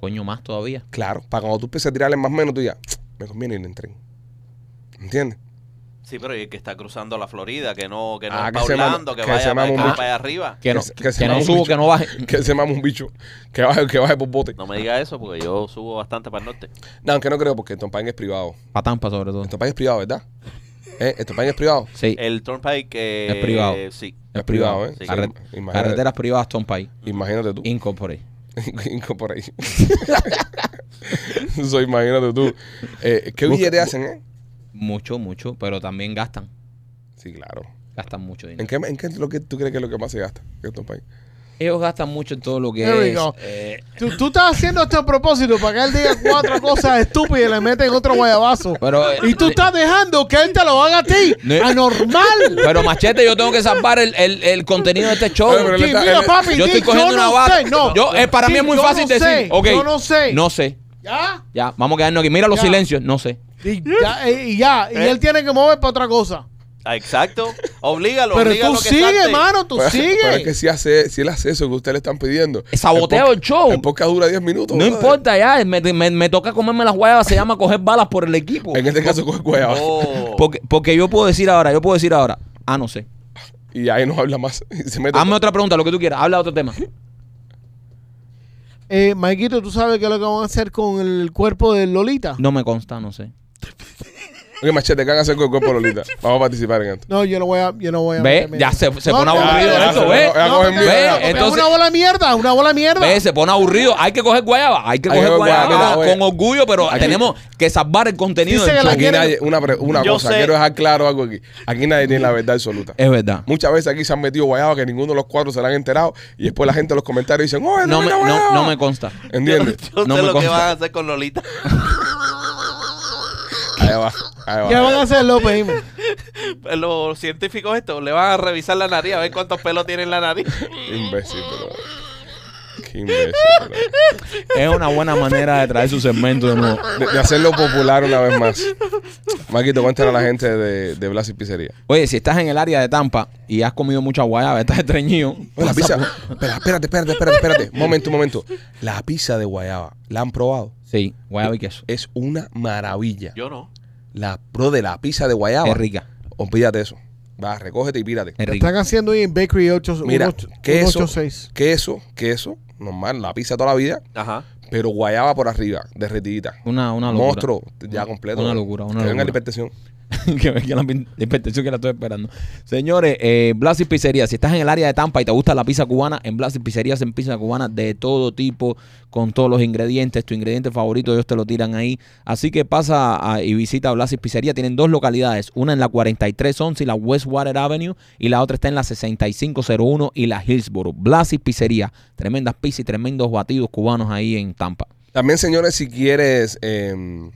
Speaker 2: Coño, más todavía.
Speaker 1: Claro, para cuando tú empieces a tirarle más o menos, tú ya, me conviene ir en tren. ¿Entiendes?
Speaker 4: Sí, pero y el que está cruzando la Florida, que no, que no
Speaker 1: Ah,
Speaker 4: va
Speaker 1: que se mama-
Speaker 4: hablando, que,
Speaker 1: que se
Speaker 4: vaya
Speaker 1: mama
Speaker 4: para,
Speaker 1: un
Speaker 4: acá,
Speaker 1: bicho.
Speaker 4: para allá arriba.
Speaker 2: Que no,
Speaker 1: se-
Speaker 2: que
Speaker 1: que se
Speaker 2: no
Speaker 1: mame un
Speaker 2: subo,
Speaker 1: bicho.
Speaker 2: que no baje.
Speaker 1: Que se mame un bicho, que baje, que baje por bote.
Speaker 4: No me diga eso porque yo subo bastante para el norte.
Speaker 1: No, aunque no creo, porque el tompay es privado.
Speaker 2: Para Tampa, sobre todo.
Speaker 1: El tompay es privado, ¿verdad? ¿Eh? El tompay es privado.
Speaker 2: Sí, es,
Speaker 4: El Turnpike eh,
Speaker 2: Es privado.
Speaker 4: Sí.
Speaker 2: privado.
Speaker 1: privado, ¿eh?
Speaker 2: Carre-
Speaker 1: Sí, imagínate.
Speaker 2: Carreteras privadas, Tompay.
Speaker 1: Imagínate tú.
Speaker 2: Incorporé.
Speaker 1: Inco por ahí. Eso, imagínate tú. Eh, ¿Qué
Speaker 2: Busca-
Speaker 1: billete hacen, eh?
Speaker 2: Mucho, mucho, pero también gastan.
Speaker 1: Sí, claro.
Speaker 2: Gastan mucho
Speaker 1: ¿En
Speaker 2: dinero.
Speaker 1: qué, en qué es lo que tú crees que es lo que más se gasta en estos países?
Speaker 2: Ellos gastan mucho en todo lo que
Speaker 3: There we
Speaker 2: es.
Speaker 3: go.
Speaker 2: eh,
Speaker 3: Tú, tú estás haciendo esto a propósito para que él diga cuatro cosas estúpidas y le meten otro guayabazo.
Speaker 2: pero, eh,
Speaker 3: Y tú estás dejando que él te lo haga a ti.
Speaker 2: No.
Speaker 3: Anormal.
Speaker 2: pero machete, yo tengo que salvar el, el- el contenido de este show.
Speaker 1: Oye, pero él
Speaker 3: Que
Speaker 1: está-
Speaker 3: mira,
Speaker 1: él-
Speaker 3: papi,
Speaker 2: yo
Speaker 3: di,
Speaker 2: estoy cogiendo una
Speaker 3: no
Speaker 2: vaca.
Speaker 3: sé, no.
Speaker 2: Yo, eh, para
Speaker 3: Di,
Speaker 2: mí es muy
Speaker 3: yo
Speaker 2: fácil
Speaker 3: no sé,
Speaker 2: decir. ok,
Speaker 3: yo no sé.
Speaker 2: No sé.
Speaker 3: ¿Ya?
Speaker 2: Ya, vamos a quedarnos aquí. Mira los
Speaker 3: Ya.
Speaker 2: silencios. No sé.
Speaker 3: Y ya, eh, y ya. Y
Speaker 4: ¿Eh?
Speaker 3: él tiene que mover para otra cosa.
Speaker 4: Ah, exacto. Oblígalo,
Speaker 3: Pero
Speaker 4: oblígalo
Speaker 3: tú
Speaker 4: que
Speaker 3: sigue,
Speaker 4: salte.
Speaker 3: mano, tú
Speaker 1: Pero-
Speaker 3: sigue.
Speaker 1: Pero es que si, hace, si él hace eso que ustedes le están pidiendo.
Speaker 2: Sabotea el show.
Speaker 1: El podcast dura 10 minutos.
Speaker 2: No
Speaker 1: brother.
Speaker 2: importa ya. Me, me- me toca comerme las guayabas. Se llama coger balas por el equipo.
Speaker 1: En este caso, coge guayaba.
Speaker 4: Oh.
Speaker 2: Eh, Porque, porque yo puedo decir ahora, yo puedo decir ahora. Ah, no sé.
Speaker 1: Y ahí nos habla más. Y se mete.
Speaker 2: Hazme otra pregunta, lo que tú quieras. Habla de otro tema.
Speaker 3: Eh, Maikito, ¿tú sabes qué es lo que van a hacer con el cuerpo de Lolita?
Speaker 2: No me consta, no sé.
Speaker 1: Oye, machete, ¿qué van a hacer con el cuerpo Lolita? Vamos a participar en esto.
Speaker 3: No, yo no voy a, yo no voy a.
Speaker 2: Ve,
Speaker 3: meterme.
Speaker 2: ya se, se
Speaker 3: No,
Speaker 2: pone
Speaker 3: no,
Speaker 2: aburrido
Speaker 3: no, no,
Speaker 2: esto,
Speaker 3: no,
Speaker 2: ve.
Speaker 1: no, no,
Speaker 3: porque
Speaker 1: Ve,
Speaker 3: no, porque
Speaker 2: entonces-
Speaker 3: es una bola de mierda, es una bola de mierda.
Speaker 2: Ve, se pone aburrido. Hay que coger guayaba. Hay que
Speaker 1: Hay que
Speaker 2: coger
Speaker 1: coger
Speaker 2: guayaba,
Speaker 1: guayaba, mira,
Speaker 2: con
Speaker 1: oye.
Speaker 2: orgullo, pero tenemos que salvar el contenido.
Speaker 3: Dice
Speaker 2: del
Speaker 3: que
Speaker 2: show.
Speaker 3: la
Speaker 1: Aquí
Speaker 3: quieren-
Speaker 1: nadie, una pre- una
Speaker 4: Yo
Speaker 1: cosa,
Speaker 4: sé.
Speaker 1: quiero dejar claro algo aquí. Aquí nadie tiene la verdad absoluta.
Speaker 2: Es verdad.
Speaker 1: Muchas veces aquí se han metido guayaba que ninguno de los cuatro se la han enterado y después la gente en los comentarios dicen, ¡Oh,
Speaker 2: No me,
Speaker 1: mete guayaba".
Speaker 2: no, no me consta.
Speaker 1: ¿Entiendes?
Speaker 4: Yo
Speaker 2: No
Speaker 4: sé
Speaker 2: me
Speaker 4: lo que
Speaker 2: consta.
Speaker 4: van a hacer con Lolita.
Speaker 1: Ahí va, ahí
Speaker 3: ¿Qué
Speaker 1: va.
Speaker 3: van a hacer, López? Dime.
Speaker 4: Los científicos estos le van a revisar la nariz a ver cuántos pelos tiene en la nariz.
Speaker 1: Qué imbécil, pero. Qué imbécil, pero.
Speaker 2: Es una buena manera de traer su segmento de nuevo.
Speaker 1: De, de hacerlo popular una vez más. Maquito, cuéntale a la gente de, de Blas y Pizzería.
Speaker 2: Oye, si estás en el área de Tampa y has comido mucha guayaba, estás estreñido.
Speaker 1: Oye, la
Speaker 2: pasa
Speaker 1: pizza.
Speaker 2: por-
Speaker 1: Espera, espérate, espérate, espérate, espérate. Momento, un momento. La pizza de Guayaba, ¿la han probado?
Speaker 2: Sí, guayaba y queso.
Speaker 1: Es una maravilla.
Speaker 4: Yo no.
Speaker 1: La pro de la pizza de Guayaba.
Speaker 2: Es rica, Eh,
Speaker 1: Olvídate eso. Va, recógete y pírate.
Speaker 2: es rica.
Speaker 3: Están haciendo hoy en Bakery 8,
Speaker 1: Mira, queso,
Speaker 3: 186.
Speaker 1: queso, queso, normal, la pizza toda la vida,
Speaker 4: Ajá.
Speaker 1: pero guayaba por arriba, derretidita.
Speaker 2: Una, una locura.
Speaker 1: Monstruo, ya completo.
Speaker 2: Una locura, una
Speaker 1: Que venga
Speaker 2: locura.
Speaker 1: la hipertensión.
Speaker 2: que me queda la pin- la hipertensión que la estoy esperando. Señores, eh, Blas y Pizzería, si estás en el área de Tampa y te gusta la pizza cubana, en Blas y Pizzería hacen pizza cubana de todo tipo, con todos los ingredientes, tu ingrediente favorito, ellos te lo tiran ahí. Así que pasa a- y visita Blas y Pizzería. Tienen dos localidades, una en la 4311 y la Westwater Avenue, y la otra está en la 6501 y la Hillsboro. Blas y Pizzería, tremendas pizzas y tremendos batidos cubanos ahí en Tampa.
Speaker 1: También, señores, si quieres eh,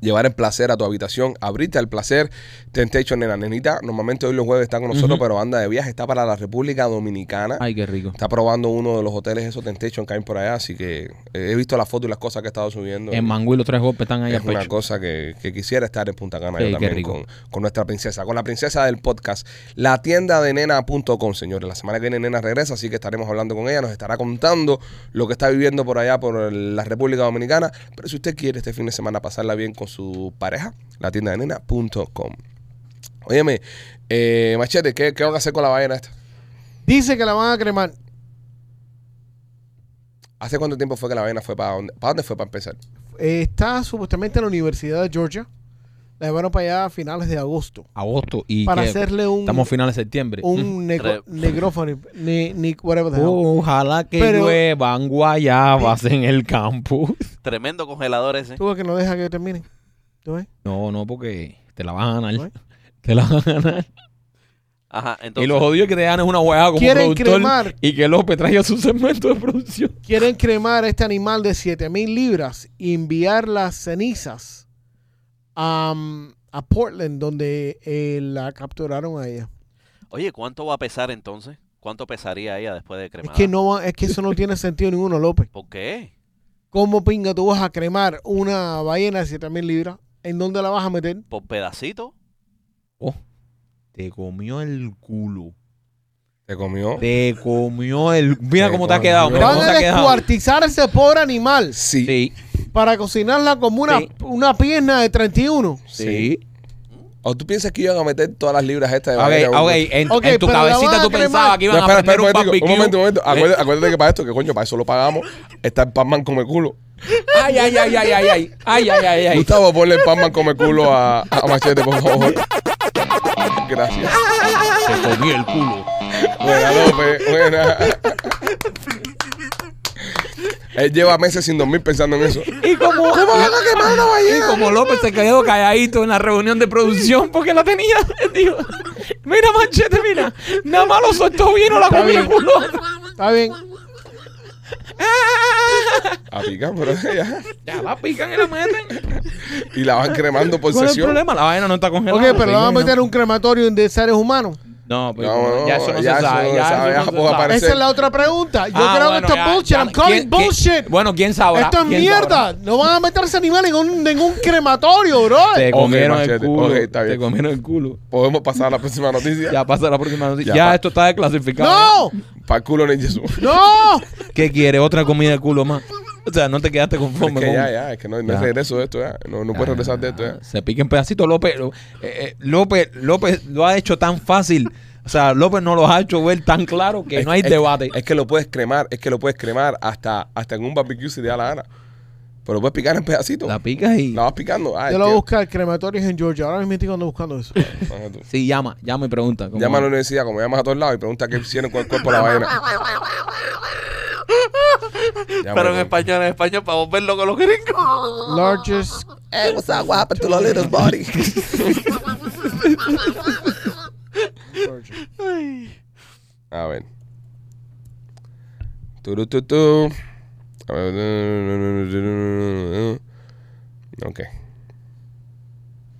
Speaker 1: llevar el placer a tu habitación, abrirte al placer, Temptation Nena. Nenita, normalmente hoy los jueves está con nosotros,
Speaker 2: Ujú.
Speaker 1: pero anda de viaje, está para la República Dominicana.
Speaker 2: Ay, qué rico.
Speaker 1: Está probando uno de los hoteles, esos Temptation que hay por allá, así que eh, he visto las fotos y las cosas que ha estado subiendo.
Speaker 2: En Manguilo tres golpes están ahí
Speaker 1: es
Speaker 2: al pecho.
Speaker 1: una cosa que, que quisiera estar en Punta Cana
Speaker 2: Sí,
Speaker 1: yo
Speaker 2: qué
Speaker 1: también
Speaker 2: rico.
Speaker 1: con, con nuestra princesa, con la princesa del podcast, la tienda de nena.com, señores. La semana que viene nena regresa, así que estaremos hablando con ella, nos estará contando lo que está viviendo por allá por el- la República Dominicana. Pero si usted quiere este fin de semana pasarla bien con su pareja, la tienda de nena.com. Óyeme, eh, Machete, ¿qué, ¿qué van a hacer con la ballena esta?
Speaker 3: Dice que la van a cremar.
Speaker 1: ¿Hace cuánto tiempo fue que la ballena fue para dónde? ¿Para dónde fue para empezar?
Speaker 3: Eh, está supuestamente en la Universidad de Georgia. La llevaron para allá a finales de agosto.
Speaker 2: Agosto y
Speaker 3: Para
Speaker 2: qué-
Speaker 3: hacerle un,
Speaker 2: Estamos finales de septiembre. Mm.
Speaker 3: un
Speaker 4: Re-
Speaker 3: negro, negrófono. Ni, ni- whatever the hell.
Speaker 2: Oh. Ojalá que
Speaker 3: Pero-
Speaker 2: lluevan guayabas en el campo.
Speaker 4: Tremendo congelador ese.
Speaker 3: Tú ves que no deja que yo termine. ¿Tú ves?
Speaker 2: No, no, porque te la van a ganar.
Speaker 3: ¿Eh?
Speaker 2: Te la van a ganar.
Speaker 4: Ajá.
Speaker 2: y
Speaker 4: Entonces,
Speaker 2: lo jodido es que te ganas una guayaba como
Speaker 3: Quieren
Speaker 2: productor
Speaker 3: cremar.
Speaker 2: y que López traiga su segmento de producción.
Speaker 3: Quieren cremar a este animal de 7000 libras y enviar las cenizas a, a Portland, donde eh, la capturaron a ella.
Speaker 4: oye, ¿cuánto va a pesar entonces? ¿Cuánto pesaría ella después de
Speaker 3: Es
Speaker 4: cremar?
Speaker 3: que, no, va- es que eso no tiene sentido ninguno, López.
Speaker 4: ¿Por qué?
Speaker 3: ¿Cómo pinga tú vas a cremar una ballena de 7000 libras? ¿En dónde la vas a meter?
Speaker 4: ¿Por pedacito?
Speaker 2: Oh, te comió el culo.
Speaker 1: Te comió.
Speaker 2: Te comió el. Mira
Speaker 1: Te
Speaker 2: cómo te ha quedado.
Speaker 1: comió.
Speaker 2: Mira
Speaker 3: Van
Speaker 2: cómo te
Speaker 3: a
Speaker 2: ha quedado.
Speaker 3: descuartizar a ese pobre animal
Speaker 1: Sí. Sí.
Speaker 2: Sí,
Speaker 3: para cocinarla como una,
Speaker 2: Sí.
Speaker 3: una pierna de 31.
Speaker 2: sí.
Speaker 1: ¿O tú piensas que iban a meter todas las libras estas de
Speaker 2: Ok,
Speaker 1: vaina?
Speaker 2: ok. En,
Speaker 3: Ok,
Speaker 2: en tu
Speaker 3: pero la van
Speaker 2: cabecita
Speaker 3: a
Speaker 2: tú
Speaker 3: cremar.
Speaker 2: pensabas que
Speaker 1: No,
Speaker 2: iban
Speaker 1: espera,
Speaker 2: a
Speaker 1: espera,
Speaker 2: prender un
Speaker 1: un momentico,
Speaker 2: barbecue.
Speaker 1: un momento, un momento.
Speaker 2: Eh,
Speaker 1: Acuérdate, acuérdate que para esto, que coño, para eso lo pagamos. Está el Pan Man come culo.
Speaker 2: Ay, ay, ay, ay, ay, ay. Ay, ay, ay, ay.
Speaker 1: Gustavo, ponle el Pan Man come culo a, a Machete, por favor. Gracias.
Speaker 2: Se comió el culo.
Speaker 1: Buena, López, buena. Él lleva meses sin dormir pensando en eso.
Speaker 2: Y como,
Speaker 1: una
Speaker 2: y como López se quedó calladito en la reunión de producción porque la tenía, dijo, mira Manchete, mira, nada más lo soltó vino la
Speaker 3: Está
Speaker 2: comió el
Speaker 3: bien.
Speaker 2: culo.
Speaker 3: Está bien.
Speaker 1: A picar, pero ya.
Speaker 2: Ya la pican y la meten.
Speaker 1: Y la van cremando por
Speaker 2: ¿Cuál es el
Speaker 1: sesión.
Speaker 2: problema? La vaina no está congelada.
Speaker 3: Ok, pero la van a
Speaker 2: señor.
Speaker 3: meter en un crematorio de seres humanos.
Speaker 2: No, pero
Speaker 1: No, no,
Speaker 2: ya eso no
Speaker 1: ya
Speaker 2: se
Speaker 1: eso
Speaker 2: sabe.
Speaker 1: no
Speaker 2: Ya,
Speaker 1: se sabe,
Speaker 2: eso
Speaker 1: ya
Speaker 2: no
Speaker 1: puedo
Speaker 2: se sabe.
Speaker 1: aparecer.
Speaker 3: Esa es la otra pregunta. Yo
Speaker 2: Ah,
Speaker 3: creo
Speaker 2: bueno,
Speaker 3: que esto
Speaker 2: ya,
Speaker 3: es bullshit.
Speaker 2: ya,
Speaker 3: I'm calling
Speaker 2: ¿quién- quién-
Speaker 3: bullshit.
Speaker 2: bueno, ¿quién sabrá?
Speaker 3: esto es
Speaker 2: ¿Quién
Speaker 3: mierda.
Speaker 2: sabrá?
Speaker 3: No van a meter ese animal en un, en un crematorio, bro.
Speaker 2: Te
Speaker 1: Ok,
Speaker 2: comieron el
Speaker 1: Machete,
Speaker 2: culo.
Speaker 1: ok, está
Speaker 2: Te
Speaker 1: bien.
Speaker 2: comieron el culo.
Speaker 1: Podemos pasar a la próxima noticia.
Speaker 2: Ya pasa la próxima noticia.
Speaker 1: Ya
Speaker 2: Ya,
Speaker 1: pa-
Speaker 2: esto está desclasificado. ¿eh?
Speaker 3: ¡No!
Speaker 1: Para el culo ni Jesús.
Speaker 3: ¡No!
Speaker 2: ¿Qué quieres? ¿Otra comida de culo más? O sea, no te quedaste
Speaker 1: Es
Speaker 2: conforme
Speaker 1: que
Speaker 2: con...
Speaker 1: ya, ya, es que no, no hay
Speaker 2: Ya.
Speaker 1: regreso de esto, ya. No, no puedes regresar de esto, eh. ya.
Speaker 2: Se pica en pedacitos. López, lo- eh, eh, López, López lo ha hecho tan fácil. O sea, López no lo ha hecho ver tan claro que
Speaker 1: Es-
Speaker 2: no hay
Speaker 1: es-
Speaker 2: debate.
Speaker 1: Es que lo puedes cremar, es que lo puedes cremar hasta, hasta en un barbecue si te da la gana. Pero lo puedes picar en pedacitos.
Speaker 2: la
Speaker 1: La,
Speaker 2: picas y...
Speaker 1: vas picando. Ay,
Speaker 3: Yo lo
Speaker 1: tío.
Speaker 3: busco en crematorios en Georgia. Ahora mismo estoy ando buscando eso.
Speaker 1: Ajá, tú.
Speaker 2: Sí, llama, llama y pregunta. como-
Speaker 1: Llama a la universidad, como llamas a todos lados, y pregunta qué hicieron con el cuerpo de la vaina. Llama
Speaker 4: Pero en
Speaker 1: y-
Speaker 4: español, en español, para vos verlo con los gringos.
Speaker 3: Largest.
Speaker 1: Hey, what's up? What happened to the little body?
Speaker 4: Ay.
Speaker 1: A ver. Turu, tu, tu. A ver. Ok.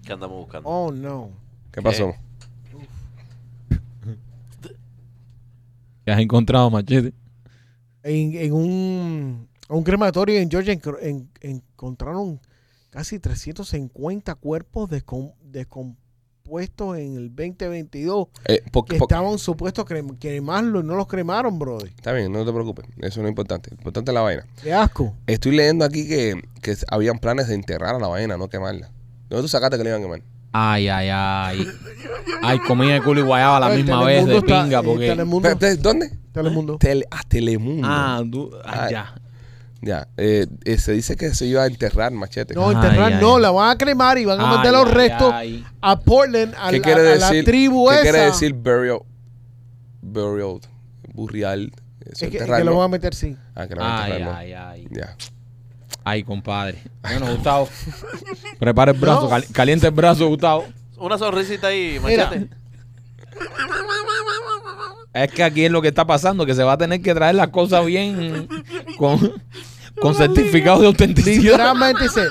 Speaker 4: ¿Qué andamos buscando?
Speaker 3: Oh, no.
Speaker 1: ¿Qué pasó?
Speaker 2: ¿Qué has encontrado, machete?
Speaker 3: En, en un, un crematorio en Georgia encro- en- encontraron casi 350 cuerpos descom- descompuestos en el 2022
Speaker 1: Eh, po-
Speaker 3: que
Speaker 1: po-
Speaker 3: estaban supuestos crem- cremarlos y no los cremaron, brother.
Speaker 1: Está bien, no te preocupes. Eso no es importante. Lo importante es la vaina.
Speaker 3: Qué asco.
Speaker 1: Estoy leyendo aquí que, que habían planes de enterrar a la vaina, no quemarla. ¿Dónde tú sacaste que le iban a quemar?
Speaker 2: Ay, ay, ay. Ay, comida de culo y guayaba a la
Speaker 3: El
Speaker 2: misma vez
Speaker 3: Telemundo
Speaker 2: de
Speaker 3: está-
Speaker 2: pinga
Speaker 3: eh,
Speaker 2: porque...
Speaker 3: Telemundo,
Speaker 1: Pe- pe- ¿Dónde?
Speaker 3: Telemundo.
Speaker 1: Tele, ah, Telemundo.
Speaker 2: Ah, tú... Ah,
Speaker 1: Ay.
Speaker 2: ya.
Speaker 1: Ya. eh, eh, se dice que se iba a enterrar machete.
Speaker 3: No,
Speaker 2: Ay,
Speaker 3: enterrar
Speaker 2: ay,
Speaker 3: no,
Speaker 2: ay.
Speaker 3: la van a cremar y van a
Speaker 2: Ay,
Speaker 3: mandar los
Speaker 2: ay,
Speaker 3: restos
Speaker 2: ay.
Speaker 3: a Portland, a,
Speaker 1: ¿Qué
Speaker 3: la,
Speaker 1: quiere
Speaker 3: a la
Speaker 1: decir?
Speaker 3: tribu
Speaker 1: ¿Qué
Speaker 3: esa.
Speaker 1: quiere decir burial? Burial. Burial. Eso,
Speaker 3: Es que, es que
Speaker 1: enterrarlo.
Speaker 3: lo van a meter, sí.
Speaker 1: Ah, que lo van a
Speaker 2: Ay,
Speaker 1: enterrar,
Speaker 2: ay, ay.
Speaker 1: ¿no? Ya.
Speaker 2: Ay, compadre. Bueno, Gustavo. Prepara el brazo, cal- calienta el brazo, Gustavo.
Speaker 4: Una sonrisita ahí,
Speaker 3: Mira.
Speaker 4: machete.
Speaker 2: Es que aquí es lo que está pasando, que se va a tener que traer las cosas bien con, con certificado de autenticidad.
Speaker 3: Literalmente dice,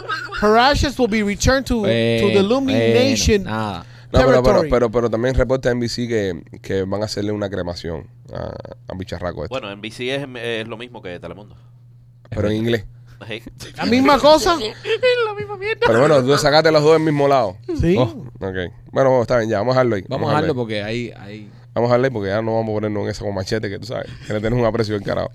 Speaker 3: her ashes will be returned to, to the
Speaker 2: Bueno,
Speaker 3: Lumni Nation.
Speaker 2: Nada.
Speaker 1: No, pero, pero,
Speaker 3: Territory.
Speaker 1: pero, pero también reporta NBC que, que van a hacerle una cremación a, a Bicharraco. Este.
Speaker 4: Bueno, en BC es, es lo mismo que Telemundo.
Speaker 1: pero en inglés.
Speaker 4: Hey.
Speaker 3: La misma cosa.
Speaker 1: Pero bueno, tú sacaste los dos del mismo lado.
Speaker 3: Sí.
Speaker 2: Oh,
Speaker 1: Ok. Bueno, está bien, ya. Vamos a dejarlo ahí.
Speaker 2: Vamos a darlo
Speaker 1: ahí.
Speaker 2: porque ahí, ahí.
Speaker 1: Vamos a darle porque ya no vamos a ponernos en esa con machete que tú sabes. Que le tenemos un aprecio encarado.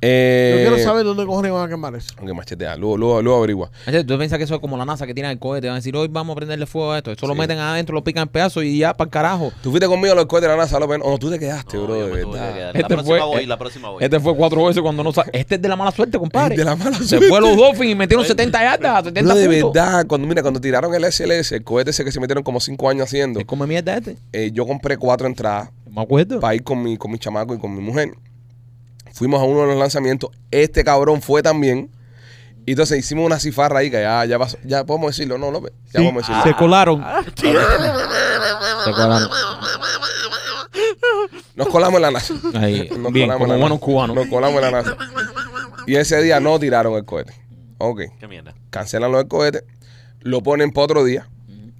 Speaker 1: Eh,
Speaker 3: Yo quiero saber dónde cojones van a quemar eso.
Speaker 1: Aunque machete, ya, luego, luego, luego averigua.
Speaker 2: Oye, ¿Tú piensas que eso es como la NASA que tiene el cohete? Van a decir, hoy vamos a prenderle fuego a esto. Eso lo
Speaker 1: Sí.
Speaker 2: meten adentro, lo pican en pedazos y ya, para carajo.
Speaker 1: Tú fuiste conmigo a los cohetes de la NASA, López. O tú te quedaste,
Speaker 4: No,
Speaker 1: bro,
Speaker 4: yo
Speaker 1: de
Speaker 4: me tuve que
Speaker 1: verdad.
Speaker 4: quedar. La
Speaker 2: Este
Speaker 4: próxima
Speaker 2: fue-
Speaker 4: voy, la próxima voy.
Speaker 2: Este fue cuatro veces cuando no sale. Este es de la mala suerte, compadre.
Speaker 1: Es de la mala
Speaker 2: Se
Speaker 1: suerte.
Speaker 2: fue los Dolphins y metieron 70 yardas,
Speaker 1: Bro,
Speaker 2: 70
Speaker 1: de
Speaker 2: puntos.
Speaker 1: verdad, cuando mira, cuando tiraron el SLS, el cohete ese que se metieron como cinco años haciendo,
Speaker 2: Es como mierda este.
Speaker 1: eh, yo compré cuatro entradas
Speaker 2: Me acuerdo.
Speaker 1: para ir con mi, con mi chamaco y con mi mujer. Fuimos a uno de los lanzamientos. Este cabrón fue también. Y entonces hicimos una cifarra ahí que ya, ya, pasó- ya podemos decirlo, ¿no, López? Ya
Speaker 2: Sí, Ah.
Speaker 1: podemos decirlo.
Speaker 2: Se colaron. Se colaron.
Speaker 1: Nos colamos en la NASA.
Speaker 2: Ahí,
Speaker 1: Nos
Speaker 2: bien,
Speaker 1: colamos
Speaker 2: como
Speaker 1: en la
Speaker 2: buenos
Speaker 1: NASA.
Speaker 2: cubanos.
Speaker 1: Nos colamos en la NASA. Y ese día no tiraron el cohete. Ok.
Speaker 4: Qué mierda.
Speaker 1: Cancelan los cohetes. Lo ponen para otro día.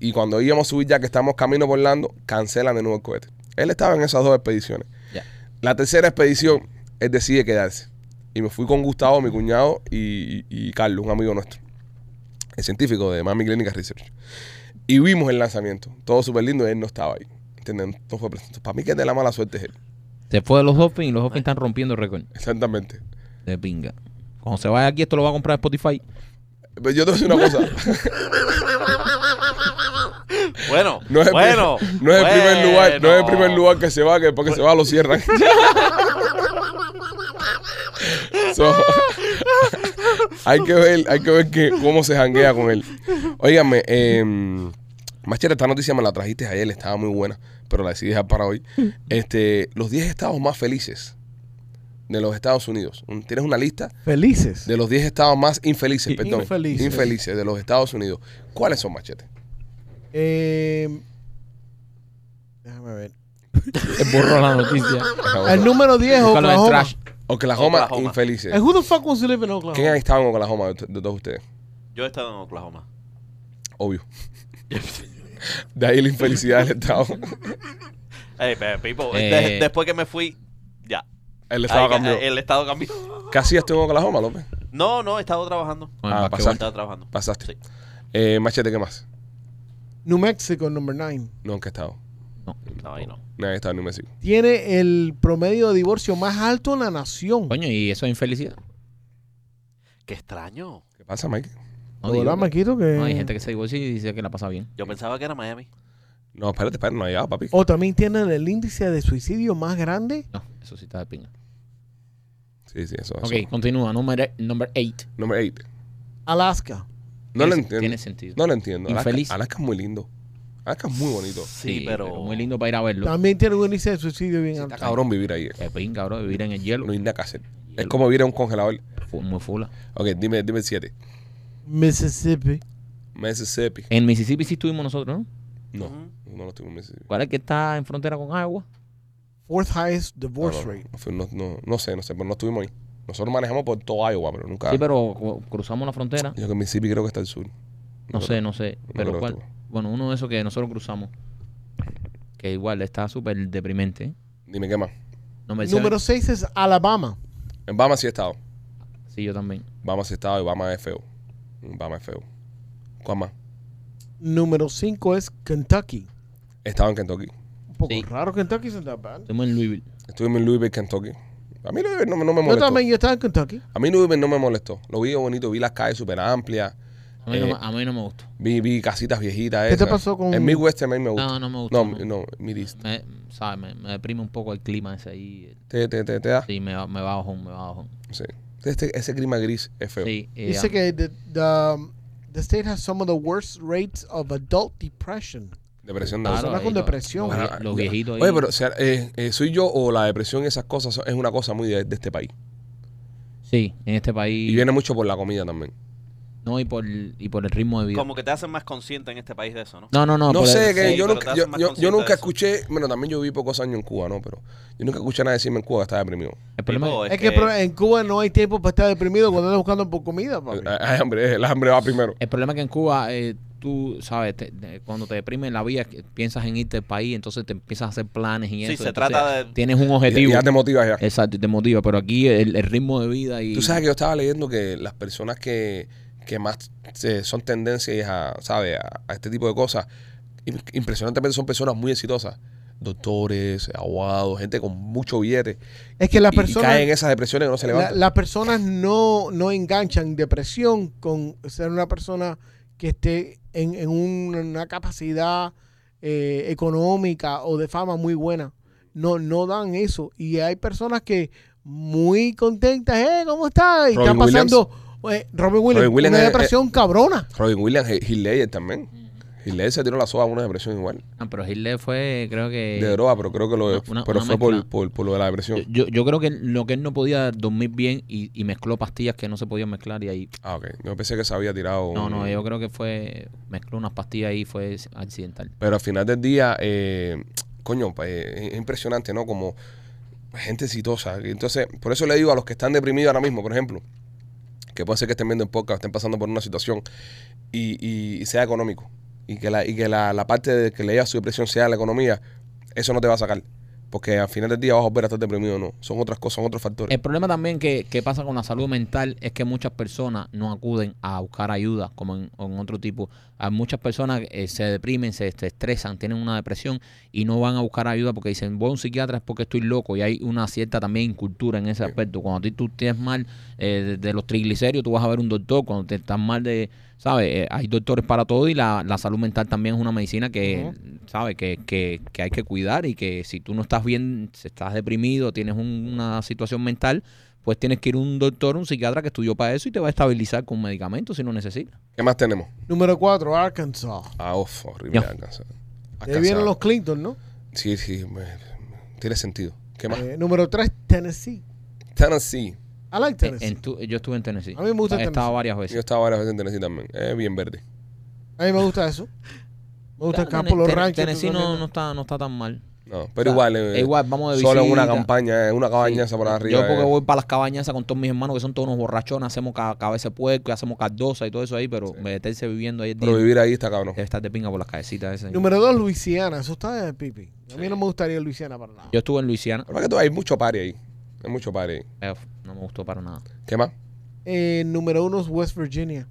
Speaker 1: Y cuando íbamos a subir ya que estamos camino por Orlando, cancelan de nuevo el cohete. Él estaba en esas dos expediciones.
Speaker 2: Ya.
Speaker 1: La tercera expedición, él decide quedarse. Y me fui con Gustavo, mi cuñado, y, y- y Carlos, un amigo nuestro. El científico de Miami Clinic Research. Y vimos el lanzamiento. Todo súper lindo y él no estaba ahí. ¿Entiendes? No fue presente. Para mí que es de la mala suerte es él.
Speaker 2: Se fue de los Dolphins y los Dolphins están rompiendo récord
Speaker 1: Exactamente.
Speaker 2: de pinga. Cuando se vaya aquí, esto lo va a comprar Spotify.
Speaker 1: Pero yo te voy a decir una cosa.
Speaker 4: Bueno,
Speaker 1: No es, el primer-
Speaker 4: bueno.
Speaker 1: no es el primer lugar, no es el
Speaker 4: bueno.
Speaker 1: primer lugar que se va, que después que se va lo cierran. So, hay que ver, hay que ver que, cómo se janguea con él. Óigame, eh, Machete, esta noticia me la trajiste ayer, estaba muy buena, pero la decidí dejar para hoy. Este, los 10 estados más felices de los Estados Unidos. Un- Tienes una lista
Speaker 3: Felices.
Speaker 1: de los 10 estados más infelices,
Speaker 3: I-
Speaker 1: perdón.
Speaker 3: infelices.
Speaker 1: infelices de los Estados Unidos. ¿Cuáles son, Machete?
Speaker 3: Eh, déjame ver.
Speaker 2: Borró la noticia.
Speaker 3: El número 10
Speaker 2: Búscalo en
Speaker 3: Oklahoma.
Speaker 2: trash.
Speaker 1: Oklahoma,
Speaker 4: Oklahoma.
Speaker 1: infelices.
Speaker 3: And who the fuck wants to live in Oklahoma?
Speaker 1: ¿Quién ha estado en Oklahoma de, de todos ustedes?
Speaker 4: Yo he estado en Oklahoma.
Speaker 1: Obvio. De ahí la infelicidad del Estado.
Speaker 4: Hey, pe- Pipo,
Speaker 2: Eh.
Speaker 4: de- después que me fui, ya.
Speaker 1: El Estado
Speaker 4: Ay,
Speaker 1: cambió.
Speaker 4: eh, El estado cambió.
Speaker 1: Casi estuvo en Oklahoma, López.
Speaker 4: No, no, he estado trabajando.
Speaker 2: Con el
Speaker 1: Ah,
Speaker 2: basquetbol.
Speaker 4: He estado trabajando.
Speaker 1: Pasaste.
Speaker 4: Sí.
Speaker 1: Eh, machete, ¿qué más?
Speaker 3: New Mexico, number 9.
Speaker 1: Nunca he estado.
Speaker 4: No, ahí no.
Speaker 1: Nadie he estado en New México.
Speaker 3: Tiene el promedio de divorcio más alto en la nación.
Speaker 2: Coño, y eso es infelicidad.
Speaker 4: Qué extraño.
Speaker 1: ¿Qué pasa, Mike?
Speaker 2: No,
Speaker 3: Lo
Speaker 2: digo
Speaker 3: hablaba,
Speaker 2: que-
Speaker 3: Maquito, que...
Speaker 2: no, hay gente que se divorcia y dice que la pasa bien.
Speaker 4: Yo pensaba que era Miami.
Speaker 1: No, espérate, espérate, no ha llegado, papi.
Speaker 3: O también tienen el índice de suicidio más grande.
Speaker 2: No, eso sí está de pinga.
Speaker 1: Sí, sí, eso.
Speaker 2: Ok,
Speaker 1: eso.
Speaker 2: continúa. Número 8.
Speaker 1: Número 8.
Speaker 3: Alaska.
Speaker 1: No lo entiendo.
Speaker 2: Tiene sentido.
Speaker 1: No lo entiendo. Alaska-
Speaker 2: Infeliz.
Speaker 1: Alaska es muy lindo. Alaska es muy bonito.
Speaker 4: Sí, pero...
Speaker 2: Muy lindo para ir a verlo.
Speaker 3: También tiene un índice de suicidio bien
Speaker 1: Está
Speaker 3: alto.
Speaker 1: cabrón vivir ahí. eh.
Speaker 2: Qué pinga, bro. Vivir en el hielo.
Speaker 1: No hay nada que hacer. Es
Speaker 2: Hielo.
Speaker 1: como vivir en un congelador.
Speaker 2: Fu- Muy fula.
Speaker 1: Ok, dime, dime el 7.
Speaker 3: Mississippi.
Speaker 1: Mississippi.
Speaker 2: En Mississippi sí estuvimos nosotros, ¿no?
Speaker 1: No,
Speaker 4: Ujú.
Speaker 1: no lo estuve en Mississippi.
Speaker 2: ¿Cuál es el que está en frontera con Iowa?
Speaker 3: Fourth highest
Speaker 1: No,
Speaker 3: divorce
Speaker 1: no,
Speaker 3: rate.
Speaker 1: no, fue- no, no, no sé, no sé, pero no estuvimos ahí. Nosotros manejamos por todo Iowa, pero nunca.
Speaker 2: Sí, pero cu- cruzamos la frontera.
Speaker 1: Yo que en Mississippi creo que está al sur.
Speaker 2: No sé, no sé. Pero
Speaker 1: creo
Speaker 2: cuál.
Speaker 1: tú.
Speaker 2: Bueno, uno de esos que nosotros cruzamos. Que igual está súper deprimente. ¿eh?
Speaker 1: Dime qué más.
Speaker 2: No me
Speaker 3: Número 6 es Alabama.
Speaker 1: En Bama sí he estado.
Speaker 2: Sí, yo también.
Speaker 1: Bama sí he estado y Bama es feo. Bama es feo. ¿Cuál más?
Speaker 3: Número 5 es Kentucky.
Speaker 1: He estado en Kentucky.
Speaker 3: Un poco
Speaker 2: Sí.
Speaker 3: raro Kentucky se bad.
Speaker 2: Estuvimos en Louisville.
Speaker 1: Estuvimos en Louisville, Kentucky. A mí Louisville no, me- no me
Speaker 3: Yo
Speaker 1: molestó.
Speaker 3: también, yo estaba en Kentucky.
Speaker 1: A mí Louisville no me molestó. Lo vi bonito, vi las calles súper amplias,
Speaker 2: A mí, no,
Speaker 1: Eh,
Speaker 2: me- a mí no me gustó.
Speaker 1: vi, vi casitas viejitas.
Speaker 3: ¿Qué te
Speaker 1: esas.
Speaker 3: pasó con-
Speaker 1: El Midwest también me gusta.
Speaker 2: No, no me gustó.
Speaker 1: No,
Speaker 2: no.
Speaker 1: no, Midwest.
Speaker 2: Me, ¿sabes? Me, me deprime un poco el clima ese ahí.
Speaker 1: Te, te, te, te da.
Speaker 2: Sí, me, va- me va bajón, me va bajón.
Speaker 1: Sí. Este- ese clima gris es feo.
Speaker 2: Sí, eh,
Speaker 3: Dice que the, the, the state has some of the worst rates of adult depression.
Speaker 1: Depresión de
Speaker 2: claro,
Speaker 3: Personas
Speaker 2: ahí
Speaker 3: con
Speaker 2: lo-
Speaker 3: depresión.
Speaker 2: Los, vie-
Speaker 1: Ah,
Speaker 2: los
Speaker 1: ya.
Speaker 2: viejitos ahí.
Speaker 1: Oye, pero o sea, eh, eh, soy yo o la depresión y esas cosas son- es una cosa muy de, de este país.
Speaker 2: Sí, en este país.
Speaker 1: Y viene mucho por la comida también.
Speaker 2: No, y por, y por el ritmo de vida.
Speaker 4: Como que te hacen más consciente en este país de eso, ¿no?
Speaker 2: No, no, no.
Speaker 1: No,
Speaker 2: Ah, por el-
Speaker 1: sé, que
Speaker 4: sí,
Speaker 1: yo,
Speaker 4: pero
Speaker 1: nunca,
Speaker 4: te
Speaker 1: yo,
Speaker 4: hacen más
Speaker 1: yo- yo
Speaker 4: consciente
Speaker 1: nunca
Speaker 4: de eso.
Speaker 1: escuché, bueno, también yo viví pocos años en Cuba, ¿no? Pero yo nunca escuché a nadie decirme en Cuba que estaba deprimido.
Speaker 2: el problema
Speaker 4: Tipo,
Speaker 2: es,
Speaker 3: Es, que, pro- en Cuba no hay tiempo para estar deprimido cuando andas buscando por comida, papi.
Speaker 1: Ay, Eh, hambre, el hambre va primero.
Speaker 2: el problema es que en Cuba eh, tú, sabes, te- te- cuando te deprimen la vida, que piensas en irte del país, entonces te empiezas a hacer planes y
Speaker 4: Sí,
Speaker 2: eso.
Speaker 4: se
Speaker 2: entonces
Speaker 4: trata de-
Speaker 2: Tienes un
Speaker 1: Y-
Speaker 2: objetivo. Eh,
Speaker 1: y ya te motivas ya.
Speaker 2: Exacto, y te motiva. Pero aquí el, el ritmo de vida y...
Speaker 1: Tú sabes que yo estaba leyendo que las personas que, que más se- son tendencias a, ¿sabes? A, a este tipo de cosas, im- impresionantemente son personas muy exitosas. Doctores, abogados, gente con mucho billete.
Speaker 3: Es que las
Speaker 1: y, y caen en
Speaker 3: personas,
Speaker 1: esas depresiones que no se
Speaker 3: la-
Speaker 1: levantan.
Speaker 3: las personas no, no enganchan depresión con ser una persona que esté en, en un- una capacidad eh, económica o de fama muy buena. No, no dan eso. Y hay personas que muy contentas, eh, ¿cómo está? Y
Speaker 1: Robin
Speaker 3: están pasando eh, Robin Williams,
Speaker 1: Robin Williams
Speaker 3: una
Speaker 1: es-
Speaker 3: depresión cabrona.
Speaker 1: Robin Williams, Heath Ledger también. Heath Ledger se tiró la soga a una depresión igual.
Speaker 2: Ah, pero Hitler fue, creo que...
Speaker 1: de droga, pero creo que lo de-
Speaker 2: Eh, una-
Speaker 1: pero
Speaker 2: una
Speaker 1: fue por,
Speaker 2: mezcla.
Speaker 1: por, por lo de la depresión.
Speaker 2: Yo, yo creo que lo que él no podía dormir bien y, y mezcló pastillas que no se podían mezclar y ahí...
Speaker 1: Ah, ok. Yo pensé que se había tirado.
Speaker 2: No, no,
Speaker 1: un-
Speaker 2: yo creo que fue... Mezcló unas pastillas y fue accidental.
Speaker 1: Pero al final del día, eh, coño, pa- eh, es impresionante, ¿no? Como gente exitosa. Y Entonces, por eso le digo a los que están deprimidos ahora mismo, por ejemplo, que puede ser que estén viendo en podcast, estén pasando por una situación y, y- y sea económico. Y que la, y que la, la parte de que le lleva su depresión sea la economía, eso no te va a sacar. Porque al final del día vas a volver a estar deprimido o no. Son otras cosas, son otros factores.
Speaker 2: El problema también que, que pasa con la salud mental es que muchas personas no acuden a buscar ayuda, como en, en otro tipo. Hay muchas personas eh, se deprimen, se, se estresan, tienen una depresión y no van a buscar ayuda porque dicen, voy a un psiquiatra es porque estoy loco. Y hay una cierta también incultura en ese aspecto. Cuando a ti tú tienes mal eh, de, de los triglicéridos, tú vas a ver un doctor. Cuando te estás mal de, ¿sabes? Eh, hay doctores para todo y la, la salud mental también es una medicina que, ¿sabes? Que, que, que hay que cuidar y que si tú no estás bien, si estás deprimido, tienes un- una situación mental, pues tienes que ir a un doctor, un psiquiatra que estudió para eso y te va a estabilizar con medicamentos si lo necesitas.
Speaker 1: ¿Qué más tenemos?
Speaker 3: Número 4, Arkansas.
Speaker 1: Ah, uf, horrible.
Speaker 2: Ya.
Speaker 1: alcanza-
Speaker 3: De
Speaker 1: alcanza-
Speaker 3: ahí vienen los Clinton, ¿no?
Speaker 1: Sí, sí, me- me- tiene sentido. ¿Qué más?
Speaker 3: Eh, número 3, Tennessee.
Speaker 1: Tennessee.
Speaker 3: I like
Speaker 2: En-
Speaker 3: Tennessee.
Speaker 2: Eh, en tu- yo estuve en Tennessee.
Speaker 3: A mí me gusta
Speaker 2: He estado
Speaker 3: Tennessee.
Speaker 2: varias
Speaker 1: Yo
Speaker 2: veces.
Speaker 1: estaba varias veces en Tennessee también. Es bien verde.
Speaker 3: A mí me gusta eso. Me gusta el
Speaker 2: Ten-
Speaker 3: campo, los
Speaker 2: Ten-
Speaker 3: ranchos.
Speaker 2: Tennessee
Speaker 3: tú
Speaker 2: no,
Speaker 3: también.
Speaker 2: no está, no está tan mal.
Speaker 1: No, pero
Speaker 2: O sea,
Speaker 1: igual. eh,
Speaker 2: es igual, vamos de
Speaker 1: Solo en una
Speaker 2: visita.
Speaker 1: campaña, en una cabaña esa por arriba.
Speaker 2: Yo porque
Speaker 1: eh.
Speaker 2: voy para las cabañas esas con todos mis hermanos que son todos unos borrachones, hacemos ca- cabeza de puerco y hacemos cardosa y todo eso ahí, pero meterse viviendo ahí el
Speaker 1: Pero
Speaker 2: día,
Speaker 1: vivir ahí está cabrón.
Speaker 2: debe estar de pinga por las cabecitas esas.
Speaker 3: Número 2, Luisiana. Eso está de pipi. A mí no me gustaría Luisiana para nada.
Speaker 2: Yo estuve en Luisiana,
Speaker 1: Pero es que tú- hay mucho party ahí. Hay mucho party ahí.
Speaker 2: eh, no me gustó para nada.
Speaker 1: ¿Qué más?
Speaker 3: Eh, número 1 es West Virginia.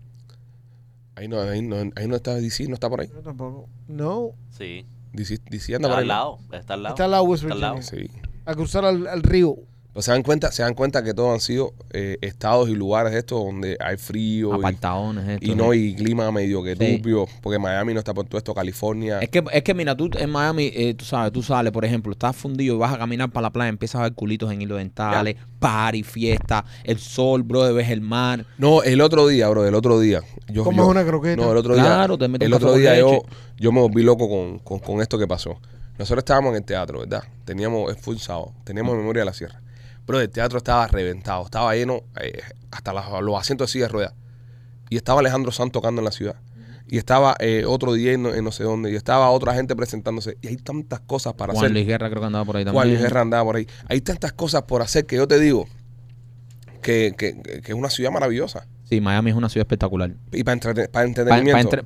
Speaker 1: Ahí no, ahí no, ahí no está DC, no está por ahí.
Speaker 3: Yo tampoco. No.
Speaker 4: Sí.
Speaker 1: DC, DC anda por
Speaker 4: Está
Speaker 1: ahí.
Speaker 4: al
Speaker 1: ¿no?
Speaker 4: lado. Está al lado.
Speaker 3: Está al lado de West
Speaker 4: Está al lado.
Speaker 3: Virginia.
Speaker 1: Sí.
Speaker 3: A cruzar al, al río.
Speaker 1: Pues se dan cuenta, se dan cuenta que todos han sido eh, estados y lugares de estos donde hay frío y-
Speaker 2: Apartadones, esto, eh.
Speaker 1: y, no y clima medio que
Speaker 2: Sí.
Speaker 1: turbio, porque Miami no está por todo esto, California.
Speaker 2: Es que, es que mira, tú en Miami, eh, tú sabes, tú sales, por ejemplo, estás fundido y vas a caminar para la playa, empiezas a ver culitos en hilo dentales, party, fiesta, el sol, brother, ves el mar.
Speaker 1: No, el otro día, bro, el otro día. Yo,
Speaker 3: Comas
Speaker 1: yo-
Speaker 3: una croqueta.
Speaker 1: No, el otro
Speaker 2: Claro, te
Speaker 1: día.
Speaker 2: metes un
Speaker 1: El
Speaker 2: café
Speaker 1: otro
Speaker 2: con
Speaker 1: día yo,
Speaker 2: leche.
Speaker 1: yo me volví loco con, con- con esto que pasó. Nosotros estábamos en el teatro, ¿verdad? Teníamos, fue un sábado, teníamos Memoria de la Sierra. Pero el teatro estaba reventado, estaba lleno eh, hasta las- los asientos de silla de ruedas. Y estaba Alejandro Sanz tocando en la ciudad. Y estaba eh, otro día en no, en no sé dónde. Y estaba otra gente presentándose. Y hay tantas cosas para
Speaker 2: Juan
Speaker 1: hacer.
Speaker 2: Luis Guerra creo que andaba por ahí también.
Speaker 1: Juan Luis Guerra andaba por ahí. Hay tantas cosas por hacer que yo te digo que, que- que- que es una ciudad maravillosa.
Speaker 2: Sí, Miami es una ciudad espectacular.
Speaker 1: Y para, entrete- para
Speaker 2: Para
Speaker 1: entretenimiento.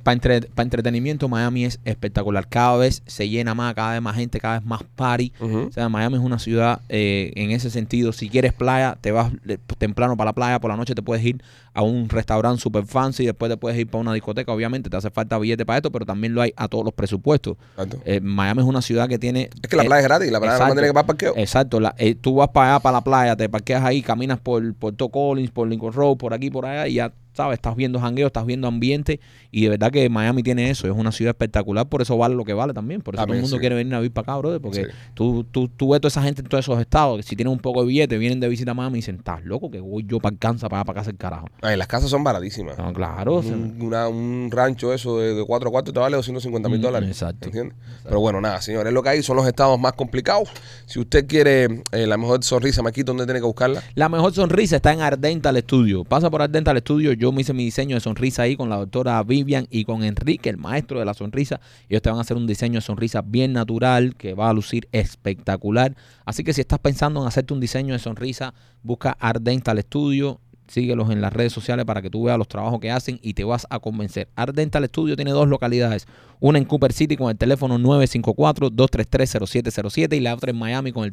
Speaker 2: entretenimiento, Miami es espectacular. Cada vez se llena más, cada vez más gente, cada vez más party.
Speaker 1: Ujú.
Speaker 2: O sea, Miami es una ciudad eh, en ese sentido. Si quieres playa, te vas eh, temprano para la playa, por la noche te puedes ir a un restaurante super fancy, después te puedes ir para una discoteca. Obviamente te hace falta billete para esto, pero también lo hay a todos los presupuestos.
Speaker 1: Exacto.
Speaker 2: Eh, Miami es una ciudad que tiene...
Speaker 1: Es que la
Speaker 2: eh,
Speaker 1: playa es gratis, la playa no
Speaker 2: exacto.
Speaker 1: tiene que pagar parqueo.
Speaker 2: Exacto, la- eh, tú vas para allá, para la playa, te parqueas ahí, caminas por, por To Collins, por Lincoln Road, por aquí, por allá, y ya sabes, estás viendo jangueo, estás viendo ambiente, y de verdad que Miami tiene eso, es una ciudad espectacular, por eso vale lo que vale también, por eso todo
Speaker 1: También,
Speaker 2: el mundo
Speaker 1: sí.
Speaker 2: quiere venir a vivir para acá, brother, porque
Speaker 1: Sí.
Speaker 2: tú, tú, tú ves toda esa gente en todos esos estados, que si tienen un poco de billete, vienen de visita a Miami y dicen, estás loco, que voy yo para Arkansas, para acá, para casa el carajo.
Speaker 1: Ay, las casas son baratísimas.
Speaker 2: No, claro, o sea,
Speaker 1: un, una- un rancho eso de, de cuatro cuartos te vale 250 mil
Speaker 2: Mm,
Speaker 1: dólares.
Speaker 2: exacto.
Speaker 1: ¿entiendes? Pero bueno, nada, señores, lo que hay son los estados más complicados. Si usted quiere eh, la mejor sonrisa, Maquito, ¿dónde tiene que buscarla?
Speaker 2: La mejor sonrisa está en Ardental Studio. Pasa por Ardental Studio. Yo me hice mi diseño de sonrisa ahí con la doctora Vivian y con Enrique, el maestro de la sonrisa. Ellos te van a hacer un diseño de sonrisa bien natural que va a lucir espectacular. Así que si estás pensando en hacerte un diseño de sonrisa, busca Ardental Studio. Síguelos en las redes sociales para que tú veas los trabajos que hacen y te vas a convencer. Ardental Studio tiene dos localidades. Una en Cooper City con el teléfono 954-233-0707 y la otra en Miami con el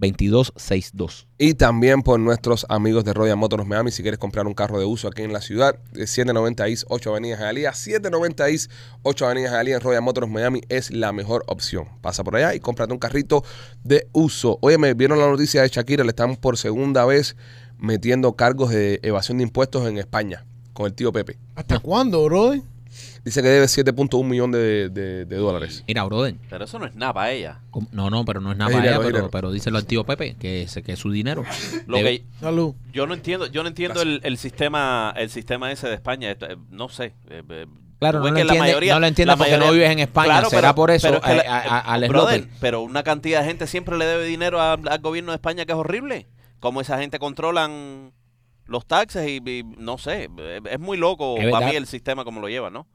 Speaker 2: 305-922-2262.
Speaker 1: Y también por nuestros amigos de Royal Motors Miami. Si quieres comprar un carro de uso aquí en la ciudad, eh, 790 East 8 Avenidas Jalía. 790 East 8 Avenidas Jalía en Royal Motors Miami es la mejor opción. Pasa por allá y cómprate un carrito de uso. Oye, me vieron la noticia de Shakira. Le están por segunda vez metiendo cargos de evasión de impuestos en España con el tío Pepe.
Speaker 3: ¿Hasta cuándo, brother?
Speaker 1: Dice que debe 7.1 millones de, de- de dólares.
Speaker 2: Mira, brother.
Speaker 4: Pero eso no es nada para ella.
Speaker 2: ¿cómo? No, no, pero no es nada
Speaker 1: Es
Speaker 2: para
Speaker 1: dinero,
Speaker 2: allá,
Speaker 1: es
Speaker 2: pero,
Speaker 1: dinero.
Speaker 2: pero díselo al tío Pepe que, se- que es su dinero.
Speaker 4: Lo
Speaker 2: Debe-
Speaker 4: que
Speaker 3: Salud.
Speaker 4: yo no entiendo, yo no entiendo el, el sistema, el sistema ese de España. Esto, eh, No sé. eh, eh,
Speaker 2: Claro,
Speaker 4: tú
Speaker 2: no
Speaker 4: ves
Speaker 2: lo
Speaker 4: que la
Speaker 2: entiendes-
Speaker 4: mayoría-
Speaker 2: no lo entiendes
Speaker 4: la
Speaker 2: porque no
Speaker 4: mayoría-
Speaker 2: vives en España. Será por eso, eh,
Speaker 4: es que la-
Speaker 2: a- a- a Alex
Speaker 4: brother,
Speaker 2: López.
Speaker 4: pero una cantidad de gente siempre le debe dinero a- al gobierno de España que es horrible. Como esa gente controlan los taxes y, y no sé, eh, es muy loco
Speaker 2: Es
Speaker 4: para
Speaker 2: verdad.
Speaker 4: mí el sistema como lo lleva, ¿no?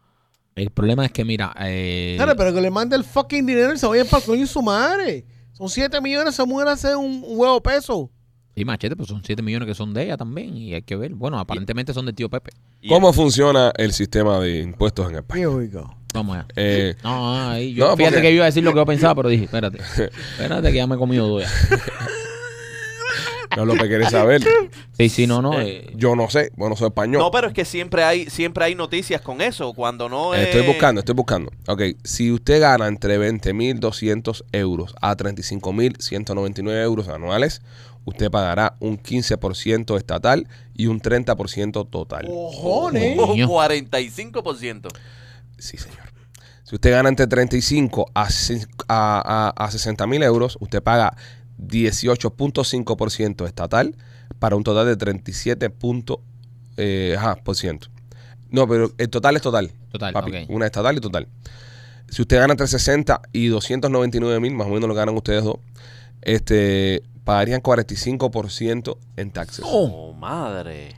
Speaker 2: El problema es que, mira, eh,
Speaker 3: Dale, pero que le mande el fucking dinero y se vaya para el coño y su madre. Son 7 millones, esa mujer hace un, un huevo peso.
Speaker 2: sí, machete, pero son 7 millones que son de ella también y hay que ver. Bueno, aparentemente son del tío Pepe.
Speaker 4: Y-
Speaker 1: ¿Cómo funciona el sistema de impuestos en España?
Speaker 3: Here we go.
Speaker 2: Vamos allá.
Speaker 1: Eh,
Speaker 2: No, no, ahí yo-
Speaker 1: No,
Speaker 2: fíjate
Speaker 1: porque-
Speaker 2: que yo iba a decir lo que yo pensaba, pero dije, espérate, espérate que ya me he comido dos ya.
Speaker 1: no, López quiere saber.
Speaker 2: Sí, sí, no, no. eh,
Speaker 1: Yo no sé, bueno, soy español.
Speaker 4: No, pero es que siempre hay, siempre hay noticias con eso. Cuando no eh. es.
Speaker 1: Eh, Estoy buscando, estoy buscando. Ok, si usted gana entre 20.200 euros a 35.199 euros anuales, usted pagará un 15% estatal y un 30% total.
Speaker 3: Oh, ¡Cojones!
Speaker 4: Un
Speaker 2: Coño.
Speaker 4: 45%.
Speaker 1: Sí, señor. Si usted gana entre 35 a, cin- a, a, a 60 mil euros, usted paga 18.5% estatal para un total de 37. punto, eh, ajá, por ciento. No, pero el total es total.
Speaker 2: Total,
Speaker 1: papi.
Speaker 2: ok.
Speaker 1: Una estatal y total. Si usted gana entre 60 y 299 mil, más o menos lo ganan ustedes dos, este, pagarían 45% en taxes.
Speaker 4: Oh, madre.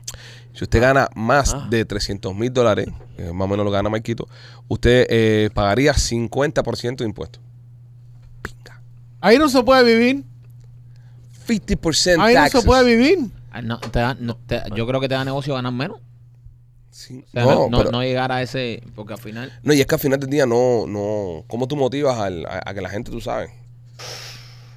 Speaker 1: Si usted gana más
Speaker 4: Ah.
Speaker 1: de 300 mil dólares, eh, más o menos lo gana Marquito, usted eh, pagaría 50% de impuestos.
Speaker 3: Ahí no se puede vivir.
Speaker 1: 50%
Speaker 3: Ahí no se puede vivir.
Speaker 2: ah, no, te da- no, te- yo creo que te da negocio ganar menos.
Speaker 1: Sí.
Speaker 2: O sea,
Speaker 1: No,
Speaker 2: no, no-
Speaker 1: pero-
Speaker 2: no llegar a ese, porque al final...
Speaker 1: no, y es que al final del día no, no, ¿cómo tú motivas al- a, a que la gente, tú sabes?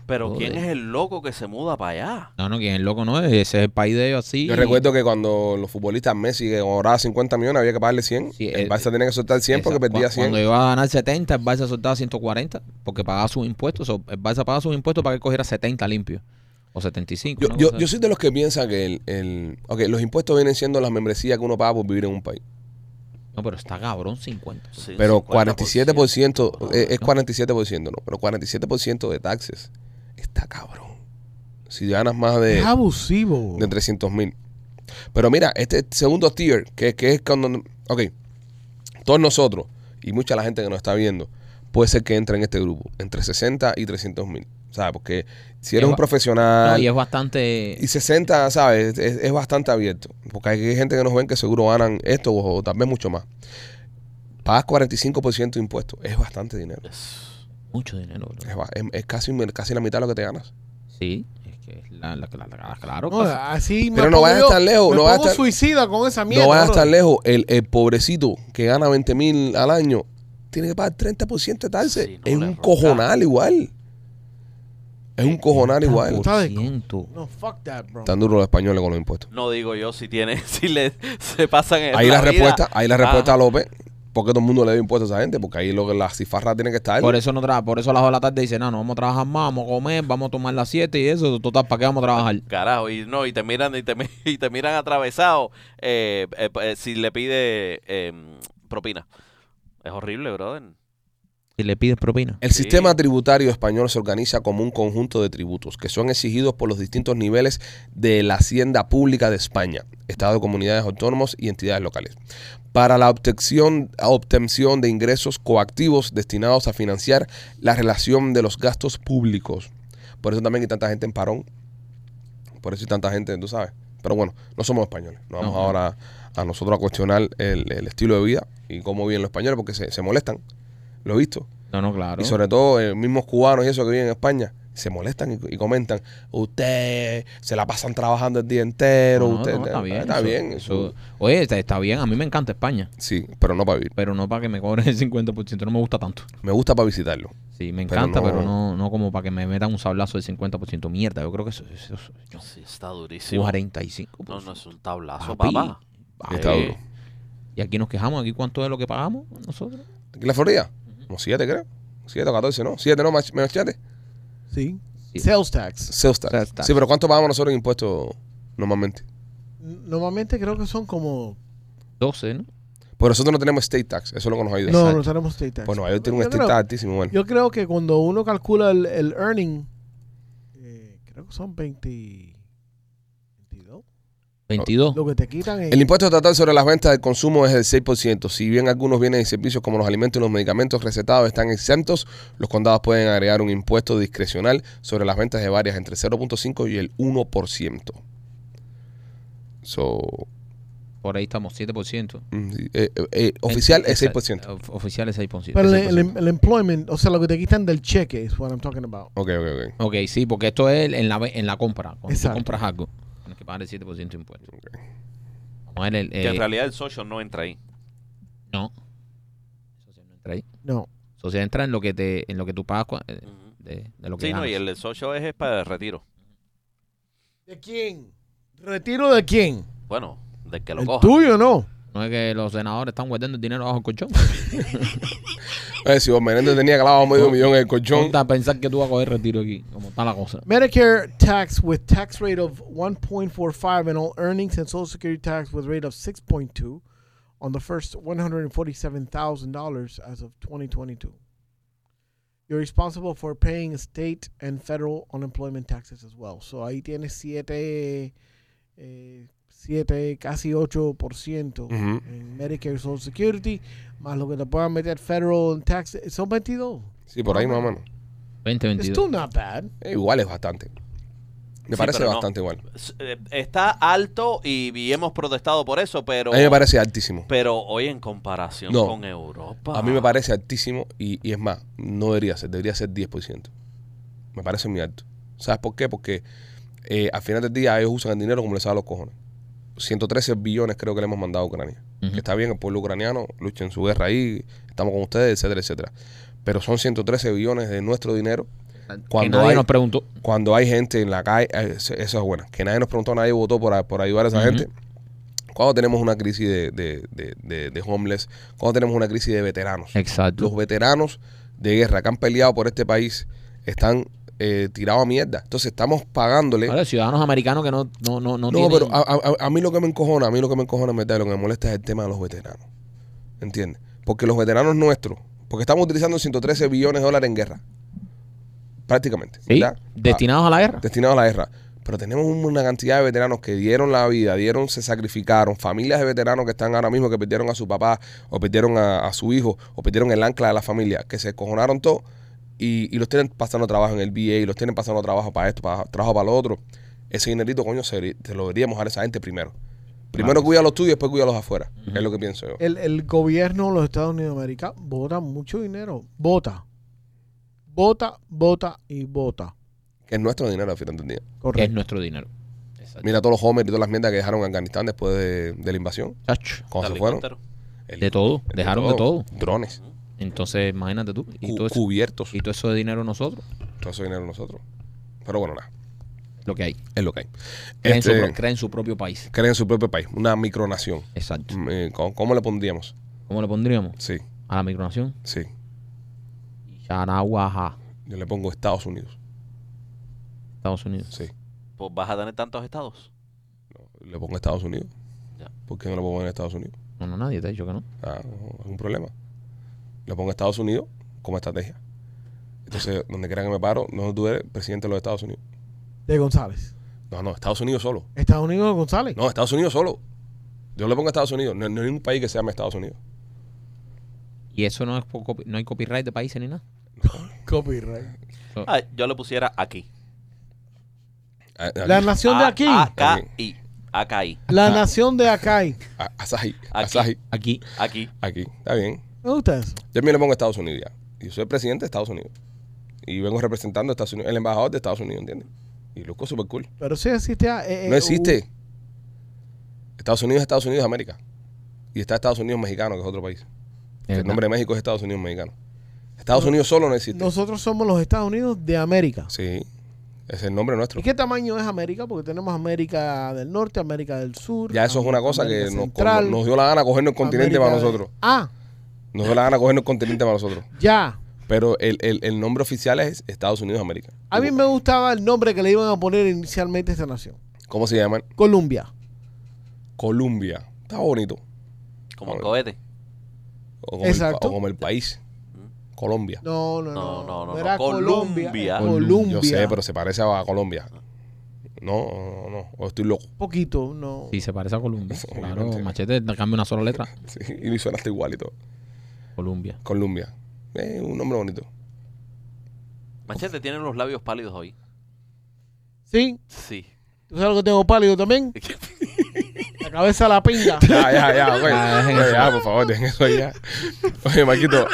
Speaker 4: Pero
Speaker 2: Joder.
Speaker 4: ¿quién es el loco que se muda para allá?
Speaker 2: No, no, quien es loco no es, ese es el país de ellos así.
Speaker 1: Yo recuerdo que cuando los futbolistas Messi que cobraba 50 millones había que pagarle 100,
Speaker 2: Sí,
Speaker 1: el
Speaker 2: eh,
Speaker 1: Barça tenía que soltar 100 porque
Speaker 2: Esa- cua-
Speaker 1: perdía
Speaker 2: Cuando
Speaker 1: 100.
Speaker 2: iba a ganar 70, el Barça soltaba 140 porque pagaba sus impuestos. o el Barça pagaba sus impuestos para que cogiera 70 limpio o 75.
Speaker 1: Yo,
Speaker 2: una
Speaker 1: yo,
Speaker 2: cosa
Speaker 1: yo
Speaker 2: así.
Speaker 1: soy de los que piensan que el, el- ok, los impuestos vienen siendo las membresías que uno paga por vivir en un país.
Speaker 2: No, pero está cabrón 50.
Speaker 4: Sí, un
Speaker 1: Pero
Speaker 4: 50%.
Speaker 1: 47%, eh, es,
Speaker 2: ¿no?
Speaker 1: 47%, no, pero 47% de taxes está cabrón. Si ganas más de,
Speaker 3: Es abusivo.
Speaker 1: de 300 mil. Pero mira, este segundo tier, que, que es cuando, ok, todos nosotros y mucha la gente que nos está viendo, puede ser que entre en este grupo, entre 60 y 300 mil. ¿Sabes? Porque si eres
Speaker 2: Es
Speaker 1: un
Speaker 2: ba-
Speaker 1: profesional...
Speaker 2: No, y es bastante.
Speaker 1: Ah, Y 60, ¿sabes? Es, es bastante abierto. Porque hay gente que nos ven que seguro ganan esto o, o tal vez mucho más. Pagas 45% de impuestos. Es bastante dinero.
Speaker 4: Es-
Speaker 2: Mucho dinero, bro.
Speaker 1: Es, ba- es- es casi, casi la mitad de lo que te ganas.
Speaker 2: Sí, es que es la, la- la- la- claro.
Speaker 3: No,
Speaker 2: pues,
Speaker 3: así me
Speaker 1: Pero no vayas
Speaker 3: pongo yo-
Speaker 1: tan lejos,
Speaker 3: me
Speaker 1: no vayas
Speaker 3: pongo
Speaker 1: tan-
Speaker 3: suicida con esa mierda.
Speaker 1: no vayas
Speaker 3: bro.
Speaker 1: tan lejos. El, el pobrecito que gana 20 mil al año tiene que pagar 30% de taxes.
Speaker 4: Sí, no
Speaker 1: es
Speaker 4: le
Speaker 1: un
Speaker 4: ronca.
Speaker 1: cojonal igual. Es
Speaker 4: Eh,
Speaker 1: un cojonal igual.
Speaker 3: puta.
Speaker 2: 30%.
Speaker 3: No, fuck that, bro.
Speaker 1: Tan duro los españoles con los impuestos.
Speaker 4: No digo yo si tiene, si le se pasan en
Speaker 1: Ahí la,
Speaker 4: vida.
Speaker 1: respuesta, ahí la
Speaker 4: Ah,
Speaker 1: respuesta a López. Porque todo el mundo le dio impuestos a esa gente, porque ahí lo que la cifarra tiene que estar.
Speaker 2: Por eso no trabaja, por eso a las 2 de la tarde dice, no, no vamos a trabajar más, vamos a comer, vamos a tomar las 7 y eso, total, ¿para qué vamos a trabajar?
Speaker 4: Carajo, y no, y te miran, y te, mi- y te miran atravesado eh, eh, eh, si le pide eh, propina. Es horrible, brother.
Speaker 2: Si le pides propina.
Speaker 1: El
Speaker 4: Sí.
Speaker 1: sistema tributario español se organiza como un conjunto de tributos que son exigidos por los distintos niveles de la hacienda pública de España, Estado, comunidades autónomas y entidades locales, para la obtención, obtención de ingresos coactivos destinados a financiar la relación de los gastos públicos. Por eso también hay tanta gente en parón. Por eso hay tanta gente, tú sabes. Pero bueno, no somos españoles. Nos vamos
Speaker 2: No.
Speaker 1: ahora a nosotros a cuestionar el, el estilo de vida y cómo viven los españoles, porque se, se molestan. Lo he visto.
Speaker 2: No, no, claro.
Speaker 1: Y sobre todo, eh, mismos cubanos y eso que viven en España se molestan y, y comentan: Ustedes se la pasan trabajando el día entero.
Speaker 2: No, no,
Speaker 1: usted,
Speaker 2: no,
Speaker 1: está bien.
Speaker 2: eso- eso- oye, está, está bien, a mí me encanta España,
Speaker 1: Sí, pero no para vivir.
Speaker 2: pero no para que me cobren el 50%, no me gusta tanto.
Speaker 1: Me gusta para visitarlo.
Speaker 2: Sí, me
Speaker 1: Pero
Speaker 2: encanta,
Speaker 1: no-
Speaker 2: pero no, no, como para que me metan un sablazo del 50%. Mierda, yo creo que eso eso- eso- yo-
Speaker 4: Sí, está durísimo.
Speaker 2: 45%.
Speaker 4: No, no, es un tablazo,
Speaker 2: Papi.
Speaker 4: papá.
Speaker 1: Y está
Speaker 4: Sí.
Speaker 1: duro.
Speaker 2: Y aquí nos quejamos, aquí cuánto es lo que pagamos nosotros.
Speaker 1: Aquí en la Florida, como 7, creo. 7 o 14, ¿no? 7, ¿no? Mach- Machete.
Speaker 3: Sí.
Speaker 2: Sí.
Speaker 3: Sales tax.
Speaker 1: Sales tax.
Speaker 2: Sales tax.
Speaker 1: Sí, pero ¿cuánto pagamos nosotros en impuestos normalmente?
Speaker 3: Normalmente creo que son como.
Speaker 2: 12, ¿no?
Speaker 1: Pero nosotros no tenemos state tax. Eso es lo que nos ayuda.
Speaker 3: No,
Speaker 1: Exacto.
Speaker 3: no tenemos state tax.
Speaker 1: Pues Nueva York tiene un
Speaker 3: Yo
Speaker 1: state
Speaker 3: creo-
Speaker 1: tax altísimo. Bueno,
Speaker 3: Yo creo que cuando uno calcula el, el earning, eh, creo que son 20, 22.
Speaker 2: 22.
Speaker 3: Lo que te quitan en-
Speaker 1: Oh. El impuesto estatal sobre las ventas del consumo es del 6%. Si bien algunos bienes y servicios como los alimentos y los medicamentos recetados están exentos, los condados pueden agregar un impuesto discrecional sobre las ventas de varias entre 0.5 y el 1%. So,
Speaker 2: Por ahí estamos, 7%.
Speaker 1: mm, eh, eh, eh, oficial es
Speaker 2: Esa-
Speaker 1: 6%.
Speaker 2: of- Oficial es 6%.
Speaker 3: Pero el, em- el- el employment, o sea, lo que te quitan del cheque es what I'm talking about.
Speaker 1: Ok, ok, ok.
Speaker 2: ok, sí, porque esto es en la, ve- en la compra. Cuando tú
Speaker 3: Exacto.
Speaker 2: compras algo, tienes que pagar el 7% de impuesto. Vamos a ver el...
Speaker 4: Que en
Speaker 2: eh,
Speaker 4: realidad el social no entra ahí.
Speaker 2: no. Eso sí, no entra ahí.
Speaker 3: No.
Speaker 2: O sea, entra en lo que te, en lo que tú pagas cua- eh, de, de lo que
Speaker 4: Sí, no,
Speaker 2: ganas.
Speaker 4: y el socio es, es para el retiro.
Speaker 3: ¿De quién? ¿Retiro de quién?
Speaker 4: Bueno, del que lo
Speaker 3: ¿El
Speaker 4: coja.
Speaker 3: tuyo no?
Speaker 2: No es que los senadores están guardando el dinero bajo el colchón.
Speaker 1: Oye, Eh, si vos Menéndez tenía clavado medio millón en el colchón.
Speaker 2: Ponte a pensar que tú vas a coger retiro aquí, como está la cosa.
Speaker 3: Medicare tax with tax rate of 1.45 and all earnings and Social Security tax with rate of 6.2 on the first $147,000 as of 2022. You're responsible for paying state and federal unemployment taxes as well. So ahí tienes 7, eh, siete, casi 8%
Speaker 1: Ujú.
Speaker 3: en Medicare Social Security, más lo que te puedan meter federal and taxes. Son 22.
Speaker 1: Sí, por ahí más o menos.
Speaker 2: 2022.
Speaker 3: It's still not bad.
Speaker 1: Eh, igual es bastante. Me
Speaker 4: Sí,
Speaker 1: parece
Speaker 4: pero no.
Speaker 1: bastante igual.
Speaker 4: S- eh, Está alto y, y hemos protestado por eso, pero.
Speaker 1: A mí me parece altísimo.
Speaker 4: Pero hoy en comparación
Speaker 1: No.
Speaker 4: con Europa.
Speaker 1: A mí me parece altísimo y, y es más, no debería ser, debería ser 10%. Me parece muy alto. ¿Sabes por qué? Porque eh, al final del día ellos usan el dinero como les sale a los cojones. 113 billones creo que le hemos mandado a Ucrania.
Speaker 2: Ujú.
Speaker 1: Que está bien, el pueblo ucraniano lucha en su guerra ahí, estamos con ustedes, etcétera, etcétera. Pero son 113 billones de nuestro dinero
Speaker 2: que
Speaker 1: cuando
Speaker 2: nadie
Speaker 1: hay-
Speaker 2: nos preguntó.
Speaker 1: cuando hay gente en la calle, eh, eso eso es bueno, que nadie nos preguntó, nadie votó por, a- por ayudar a esa
Speaker 2: Ujú.
Speaker 1: gente. Cuando tenemos una crisis de, de, de- de- de homeless, cuando tenemos una crisis de veteranos. Los
Speaker 2: Exacto.
Speaker 1: veteranos de guerra que han peleado por este país están eh, tirados a mierda. Entonces estamos pagándole.
Speaker 2: Ahora, ciudadanos americanos que no, no, no, no,
Speaker 1: no,
Speaker 2: tienen-
Speaker 1: pero ah, a, a- a mí lo que me encojona, a mí lo que me encojona, en verdad, lo que me molesta es el tema de los veteranos. ¿Entiendes? Porque los veteranos nuestros, porque estamos utilizando 113 billones de dólares en guerra. Prácticamente.
Speaker 2: Sí,
Speaker 1: ¿verdad? Ah,
Speaker 2: destinados a la guerra.
Speaker 1: destinados a la guerra. Pero tenemos un- una cantidad de veteranos que dieron la vida, dieron, se sacrificaron, familias de veteranos que están ahora mismo que perdieron a su papá, o perdieron a, a su hijo, o perdieron el ancla de la familia, que se cojonaron todo y, y los tienen pasando trabajo en el VA, y los tienen pasando trabajo para esto, para trabajo para lo otro. Ese dinerito, coño, se, deberi- se lo deberíamos dar a esa gente primero. Primero
Speaker 2: Claro.
Speaker 1: cuida los tuyos y después cuida los afuera. Es lo que pienso
Speaker 2: Eh.
Speaker 1: yo.
Speaker 3: el, el gobierno de los Estados Unidos de América vota mucho dinero. Vota. Vota, vota y vota.
Speaker 1: Que es nuestro dinero al final del día.
Speaker 2: Que es
Speaker 3: Correcto.
Speaker 2: nuestro dinero. Exacto.
Speaker 1: Mira todos los hombres y todas las mierdas que dejaron en Afganistán después de, de la invasión.
Speaker 2: Chacho,
Speaker 1: Cuando se fueron.
Speaker 4: Helicóptero.
Speaker 2: de todo. Dejaron de todo.
Speaker 1: Drones.
Speaker 2: Entonces, imagínate tú. Y
Speaker 1: cu-
Speaker 2: todo, eso,
Speaker 1: cubiertos.
Speaker 2: y todo eso de dinero nosotros,
Speaker 1: Todo ese dinero nosotros. Pero bueno, nada.
Speaker 2: lo que hay.
Speaker 1: Es lo que hay.
Speaker 2: Creen,
Speaker 1: Este,
Speaker 2: su, pro- creen su propio país.
Speaker 1: creen su propio país. Una micronación.
Speaker 2: Exacto.
Speaker 1: Mm, eh, ¿Cómo, cómo le pondríamos?
Speaker 2: ¿Cómo le pondríamos?
Speaker 1: Sí,
Speaker 2: A la micronación.
Speaker 1: sí.
Speaker 2: Chanahuaja,
Speaker 1: Yo le pongo Estados Unidos.
Speaker 2: Estados Unidos.
Speaker 1: Sí.
Speaker 4: Pues vas a tener tantos estados.
Speaker 1: No, le pongo Estados Unidos.
Speaker 4: Ya.
Speaker 1: ¿Por qué no le pongo en Estados Unidos?
Speaker 2: No, no, nadie te ha dicho que no.
Speaker 1: Ah, no, es un problema. Le pongo Estados Unidos como estrategia. Entonces, donde quiera que me paro, no dude, presidente de los Estados Unidos.
Speaker 3: De González.
Speaker 1: No, no, Estados Unidos solo.
Speaker 3: Estados Unidos de González.
Speaker 1: No, Estados Unidos solo. Yo le pongo Estados Unidos. No, no hay ningún país que se llame Estados Unidos.
Speaker 2: Y eso no es por copi- no hay copyright de países ni nada.
Speaker 3: Copyright.
Speaker 4: Ah, yo le pusiera aquí.
Speaker 1: Ah, ah,
Speaker 3: La nación de
Speaker 4: A-
Speaker 3: aquí.
Speaker 4: AKI. AKI.
Speaker 3: La nación de Acai.
Speaker 1: ah, Asahi.
Speaker 4: Aquí.
Speaker 1: Asahi.
Speaker 2: Aquí.
Speaker 4: Aquí.
Speaker 1: Aquí, está bien.
Speaker 3: Me gusta eso.
Speaker 1: Yo me le pongo a Estados Unidos ya. Yo soy el presidente de Estados Unidos. Y vengo representando a Estados Unidos, el embajador de Estados Unidos, ¿entiendes? Y loco super cool.
Speaker 3: Pero sí existe. eh, eh, uh.
Speaker 1: No existe. Estados Unidos es Estados Unidos de América. Y está Estados Unidos mexicano, que es otro país. el Este nombre de México es Estados Unidos mexicano. Estados Unidos solo no
Speaker 3: u-
Speaker 1: existe.
Speaker 3: nosotros somos los Estados Unidos de América.
Speaker 1: Sí, es el nombre nuestro.
Speaker 3: ¿Y qué tamaño es América? Porque tenemos América del Norte, América del Sur.
Speaker 1: Ya eso es una
Speaker 3: Am-
Speaker 1: cosa
Speaker 3: América
Speaker 1: que nos,
Speaker 3: Central,
Speaker 1: nos dio la gana cogernos el continente
Speaker 3: América
Speaker 1: para
Speaker 3: de-
Speaker 1: nosotros.
Speaker 3: Ah,
Speaker 1: Nos dio la gana cogernos el continente para nosotros.
Speaker 3: ya.
Speaker 1: Pero el, el- el nombre oficial es Estados Unidos de América.
Speaker 3: A mí me gustaba el nombre que le iban a poner inicialmente a esta nación.
Speaker 1: ¿Cómo se llaman?
Speaker 3: Colombia.
Speaker 1: Colombia. Está bonito.
Speaker 4: Como el cohete.
Speaker 1: O como, el pa-
Speaker 3: Exacto.
Speaker 1: o como el país. Colombia.
Speaker 3: No, no,
Speaker 4: No,
Speaker 3: no.
Speaker 4: no, no,
Speaker 3: Era
Speaker 4: no. Colombia.
Speaker 3: Colombia.
Speaker 2: Colombia.
Speaker 1: Yo sé, pero se parece a Colombia. No, no, no. O estoy loco.
Speaker 3: Poquito, no.
Speaker 2: Sí, se parece a Colombia.
Speaker 1: Eso,
Speaker 2: Claro,
Speaker 1: obviamente.
Speaker 2: machete, cambia una sola letra.
Speaker 1: Sí, y suena hasta igual y todo.
Speaker 2: Colombia.
Speaker 1: Colombia. Eh, un nombre bonito.
Speaker 4: Machete tiene los labios pálidos hoy.
Speaker 3: Sí.
Speaker 4: Sí.
Speaker 3: ¿Tú sabes lo que tengo pálido también? La cabeza a la pinga.
Speaker 1: Ya, ya, ya. güey.
Speaker 2: Ah, dejen
Speaker 1: Ya,
Speaker 2: eso.
Speaker 1: ya, por favor, dejen eso ahí ya. Oye, Marquito.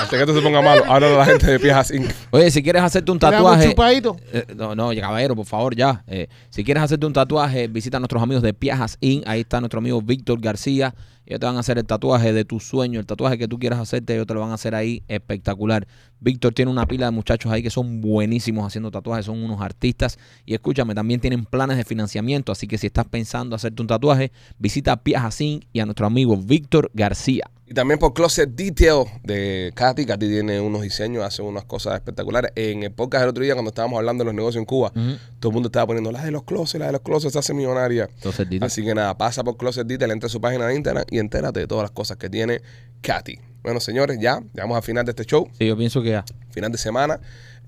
Speaker 1: Hasta que esto se ponga malo. Ahora la gente de Piajas Inc.
Speaker 2: Oye, si quieres hacerte un
Speaker 3: Te damos
Speaker 2: tatuaje.
Speaker 3: chupadito.
Speaker 2: Eh, no, no, ya, caballero, por favor, ya. Eh, si quieres hacerte un tatuaje, visita a nuestros amigos de Piajas In. Ahí está nuestro amigo Víctor García. Ellos te van a hacer el tatuaje de tu sueño, el tatuaje que tú quieras hacerte, ellos te lo van a hacer ahí espectacular. Víctor tiene una pila de muchachos ahí que son buenísimos haciendo tatuajes, son unos artistas. Y escúchame, también tienen planes de financiamiento, así que si estás pensando hacerte un tatuaje, visita Piajas Inc. y a nuestro amigo Víctor García.
Speaker 1: Y también por Closet Detail de Katy. Katy tiene unos diseños, hace unas cosas espectaculares. En el podcast del otro día, cuando estábamos hablando de los negocios en Cuba, todo el mundo estaba poniendo las de los closets, las de los closets, se hace millonaria.
Speaker 2: Entonces, dile-
Speaker 1: Así que nada, pasa por Closet Detail, entra a su página de Instagram y entérate de todas las cosas que tiene Katy. Bueno, señores, ya llegamos al final de este show,
Speaker 2: sí, yo pienso que ya.
Speaker 1: final de semana.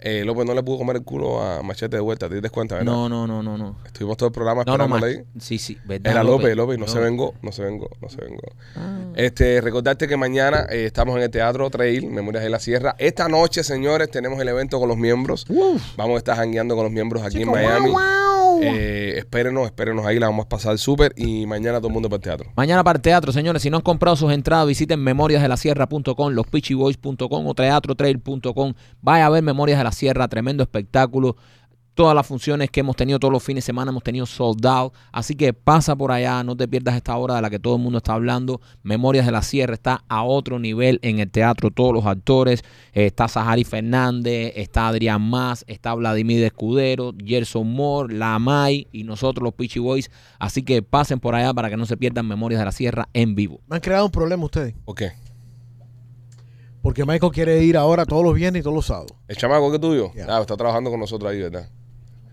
Speaker 1: Eh, López no le pudo comer el culo a Machete de vuelta, te diste cuenta, ¿verdad?
Speaker 2: No, no, no, no, no.
Speaker 1: Estuvimos todo el programa
Speaker 2: No, no, más.
Speaker 1: esperándole ahí.
Speaker 2: Sí, sí, ¿verdad,
Speaker 1: Era López, López, no,
Speaker 2: López.
Speaker 1: se vengó, no se vengó, no se vengó.
Speaker 2: Ah.
Speaker 1: Este, recordarte que mañana eh, estamos en el Teatro Trail, Memorias de la Sierra. Esta noche, señores, tenemos el evento con los miembros. Vamos a estar jangueando con los miembros aquí en Miami. Eh, espérenos, espérenos ahí, la vamos a pasar súper. Y mañana todo el mundo para el teatro.
Speaker 2: Mañana para el teatro, señores. Si no han comprado sus entradas, visiten memoriasdelasierra.com, lospitchyboys.com o teatrotrail.com. Vaya a ver Memorias de la Sierra, tremendo espectáculo. Todas las funciones que hemos tenido todos los fines de semana hemos tenido sold out. Así que pasa por allá, no te pierdas esta hora de la que todo el mundo está hablando. Memorias de la Sierra está a otro nivel en el teatro. Todos los actores, eh, está Sahari Fernández, está Adrián Más, está Vladimir Escudero, Gerson Moore, Lamay y nosotros los Pitchy Boys. Así que pasen por allá para que no se pierdan Memorias de la Sierra en vivo.
Speaker 3: Me han creado un problema ustedes.
Speaker 1: Ok.
Speaker 3: Porque Michael quiere ir ahora todos los viernes y todos los sábados.
Speaker 1: El chamaco que es tuyo.
Speaker 3: Ya.
Speaker 1: Ah, está trabajando con nosotros ahí, ¿verdad?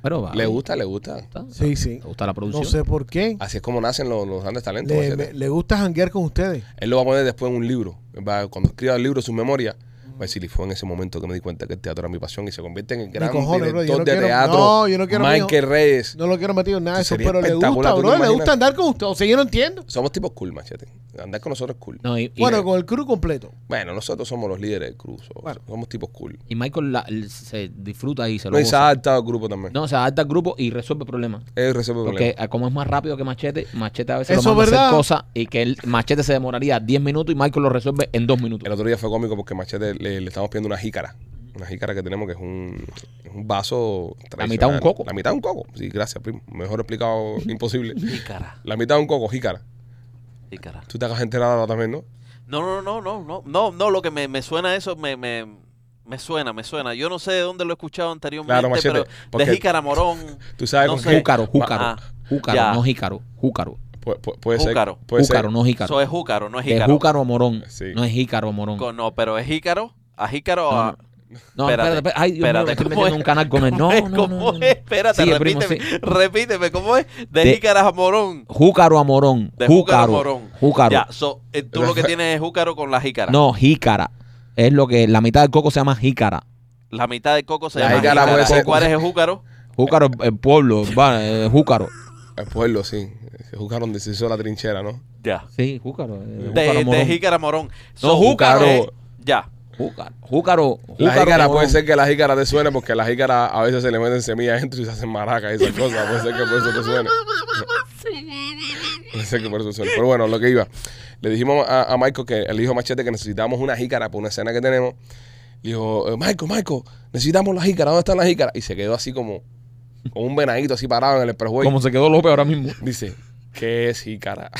Speaker 2: Pero va.
Speaker 1: Le gusta, le gusta.
Speaker 2: ¿Está?
Speaker 3: Sí, sí.
Speaker 2: ¿Le gusta la producción?
Speaker 3: No sé por qué.
Speaker 1: Así es como nacen los, los grandes talentos.
Speaker 3: Le,
Speaker 1: Machete.
Speaker 3: me- le gusta janguear con ustedes.
Speaker 1: Él lo va a poner después en un libro. Va- Cuando escriba el libro, su memoria, va a decir, y fue en ese momento que me di cuenta que el teatro era mi pasión y se convierte en el gran
Speaker 3: cojones, bro,
Speaker 1: director
Speaker 3: yo no
Speaker 1: de
Speaker 3: quiero-
Speaker 1: teatro.
Speaker 3: no, yo no quiero,
Speaker 1: Michael Reyes.
Speaker 3: No lo quiero metido en nada de eso,
Speaker 1: Sería
Speaker 3: pero le gusta,
Speaker 1: espectacular, ¿tú te
Speaker 3: bro. Le
Speaker 1: imaginas?
Speaker 3: gusta andar con ustedes. O sea, yo no entiendo.
Speaker 1: Somos tipos cool, machete. Andar con nosotros es cool.
Speaker 2: No, y, y-
Speaker 3: Bueno, con el crew completo.
Speaker 1: Bueno, nosotros somos los líderes del cruz. so-
Speaker 3: Bueno.
Speaker 1: Somos tipos cool.
Speaker 2: y Michael la- l- se disfruta y se lo
Speaker 1: No, y se ha
Speaker 2: goza.
Speaker 1: adaptado al grupo también.
Speaker 2: No, se adapta al grupo y resuelve problemas.
Speaker 1: Él resuelve
Speaker 2: Porque
Speaker 1: problemas.
Speaker 2: ah, como es más rápido que Machete, Machete a veces
Speaker 3: Eso
Speaker 2: lo manda
Speaker 3: es
Speaker 2: a hacer
Speaker 3: verdad.
Speaker 2: cosas y que el Machete se demoraría 10 minutos y Michael lo resuelve en 2 minutos.
Speaker 1: El otro día fue cómico porque Machete le, le estamos pidiendo una jícara. Una jícara que tenemos que es un, es un vaso tradicional.
Speaker 2: mitad un coco.
Speaker 1: La mitad un coco. Sí, gracias, primo. Mejor explicado imposible.
Speaker 4: Ícara,
Speaker 1: La mitad un coco, jícara.
Speaker 4: ícara.
Speaker 1: Tú te hagas enterado ahora también, ¿no?
Speaker 4: No, no, no, no, no, no, no, lo que me, me suena eso, me, me, me suena, me suena. Yo no sé de dónde lo he escuchado anteriormente,
Speaker 1: Claro, Machete,
Speaker 4: pero
Speaker 1: porque-
Speaker 4: de Jícara Morón,
Speaker 1: Tú sabes
Speaker 4: No
Speaker 1: con
Speaker 4: sé.
Speaker 1: qué-
Speaker 2: Júcaro, Júcaro,
Speaker 4: Ah,
Speaker 2: Júcaro,
Speaker 4: ya.
Speaker 2: no Jícaro, Júcaro.
Speaker 1: Pu- pu- puede ser.
Speaker 4: Júcaro.
Speaker 1: Puede ser.
Speaker 2: Júcaro, no Jícaro.
Speaker 4: eso es Jícaro, no es
Speaker 2: de
Speaker 4: Jícaro.
Speaker 2: Júcaro a Morón.
Speaker 1: Sí.
Speaker 2: No es Jícaro a Morón.
Speaker 4: Con- No, pero es Jícaro, a Jícaro
Speaker 2: No,
Speaker 4: a...
Speaker 2: no. No, espérate,
Speaker 4: Espérate,
Speaker 2: espérate. Ay, Dios mío,
Speaker 4: espérate,
Speaker 2: me estoy
Speaker 4: ¿cómo
Speaker 2: metiendo en
Speaker 4: es?
Speaker 2: un canal con él. No, no, no, no,
Speaker 4: ¿Cómo es? ¿Cómo
Speaker 2: no, no.
Speaker 4: es? Espérate,
Speaker 2: Sigue, primo,
Speaker 4: repíteme,
Speaker 2: sí.
Speaker 4: repíteme, ¿cómo es? De,
Speaker 2: De-
Speaker 4: Jícara a Morón.
Speaker 2: Júcaro a Morón.
Speaker 4: De Júcaro a
Speaker 2: Júcaro.
Speaker 4: Morón.
Speaker 2: Júcaro.
Speaker 4: Ya, so, eh, tú lo que tienes es Júcaro con la Jícara.
Speaker 2: No, jícara. Es lo que la mitad del coco se llama jícara.
Speaker 4: La mitad del coco se
Speaker 1: La
Speaker 4: llama
Speaker 1: jícara puede
Speaker 4: jícara.
Speaker 1: ser-
Speaker 4: ¿Cuál es el Júcaro?
Speaker 2: Júcaro, el- el pueblo, va, eh, júcaro.
Speaker 1: El pueblo, pues, sí. Se juzgaron donde se hizo la trinchera, ¿no?
Speaker 4: Ya.
Speaker 2: Sí, júcaro. eh,
Speaker 4: De,
Speaker 2: júcaro
Speaker 4: de
Speaker 2: morón.
Speaker 4: Jícara Morón.
Speaker 2: No, Júcaro.
Speaker 4: eh, ya.
Speaker 2: Júcaro. Júcaro.
Speaker 1: La
Speaker 2: júcaro
Speaker 1: jícara
Speaker 2: morón.
Speaker 1: puede ser que la jícara te suene porque la jícara a veces se le meten semillas dentro y se hacen maracas y esas cosas. Puede ser que por eso te suene. Puede ser que por eso te suene. Pero bueno, lo que iba. Le dijimos a, a Michael que el hijo machete que necesitábamos una jícara por una escena que tenemos. Le dijo, eh, Michael, Michael, necesitamos la jícara. ¿Dónde están las jícaras? Y se quedó así como con un venadito así parado en el esperjuego.
Speaker 2: Como se quedó López ahora mismo.
Speaker 1: Dice, ¿qué es jícara?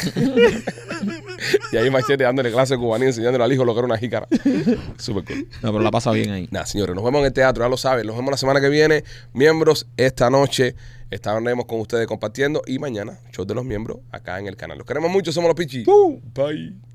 Speaker 1: y ahí machete dándole clase cubana y enseñándole al hijo lo que era una jícara. Súper cool.
Speaker 2: No, pero la pasa bien ahí.
Speaker 1: Nada, señores, nos vemos en el teatro, ya lo saben. Nos vemos la semana que viene. Miembros, esta noche estaremos con ustedes compartiendo. Y mañana, show de los miembros acá en el canal. Los queremos mucho, somos los Pichis. Bye.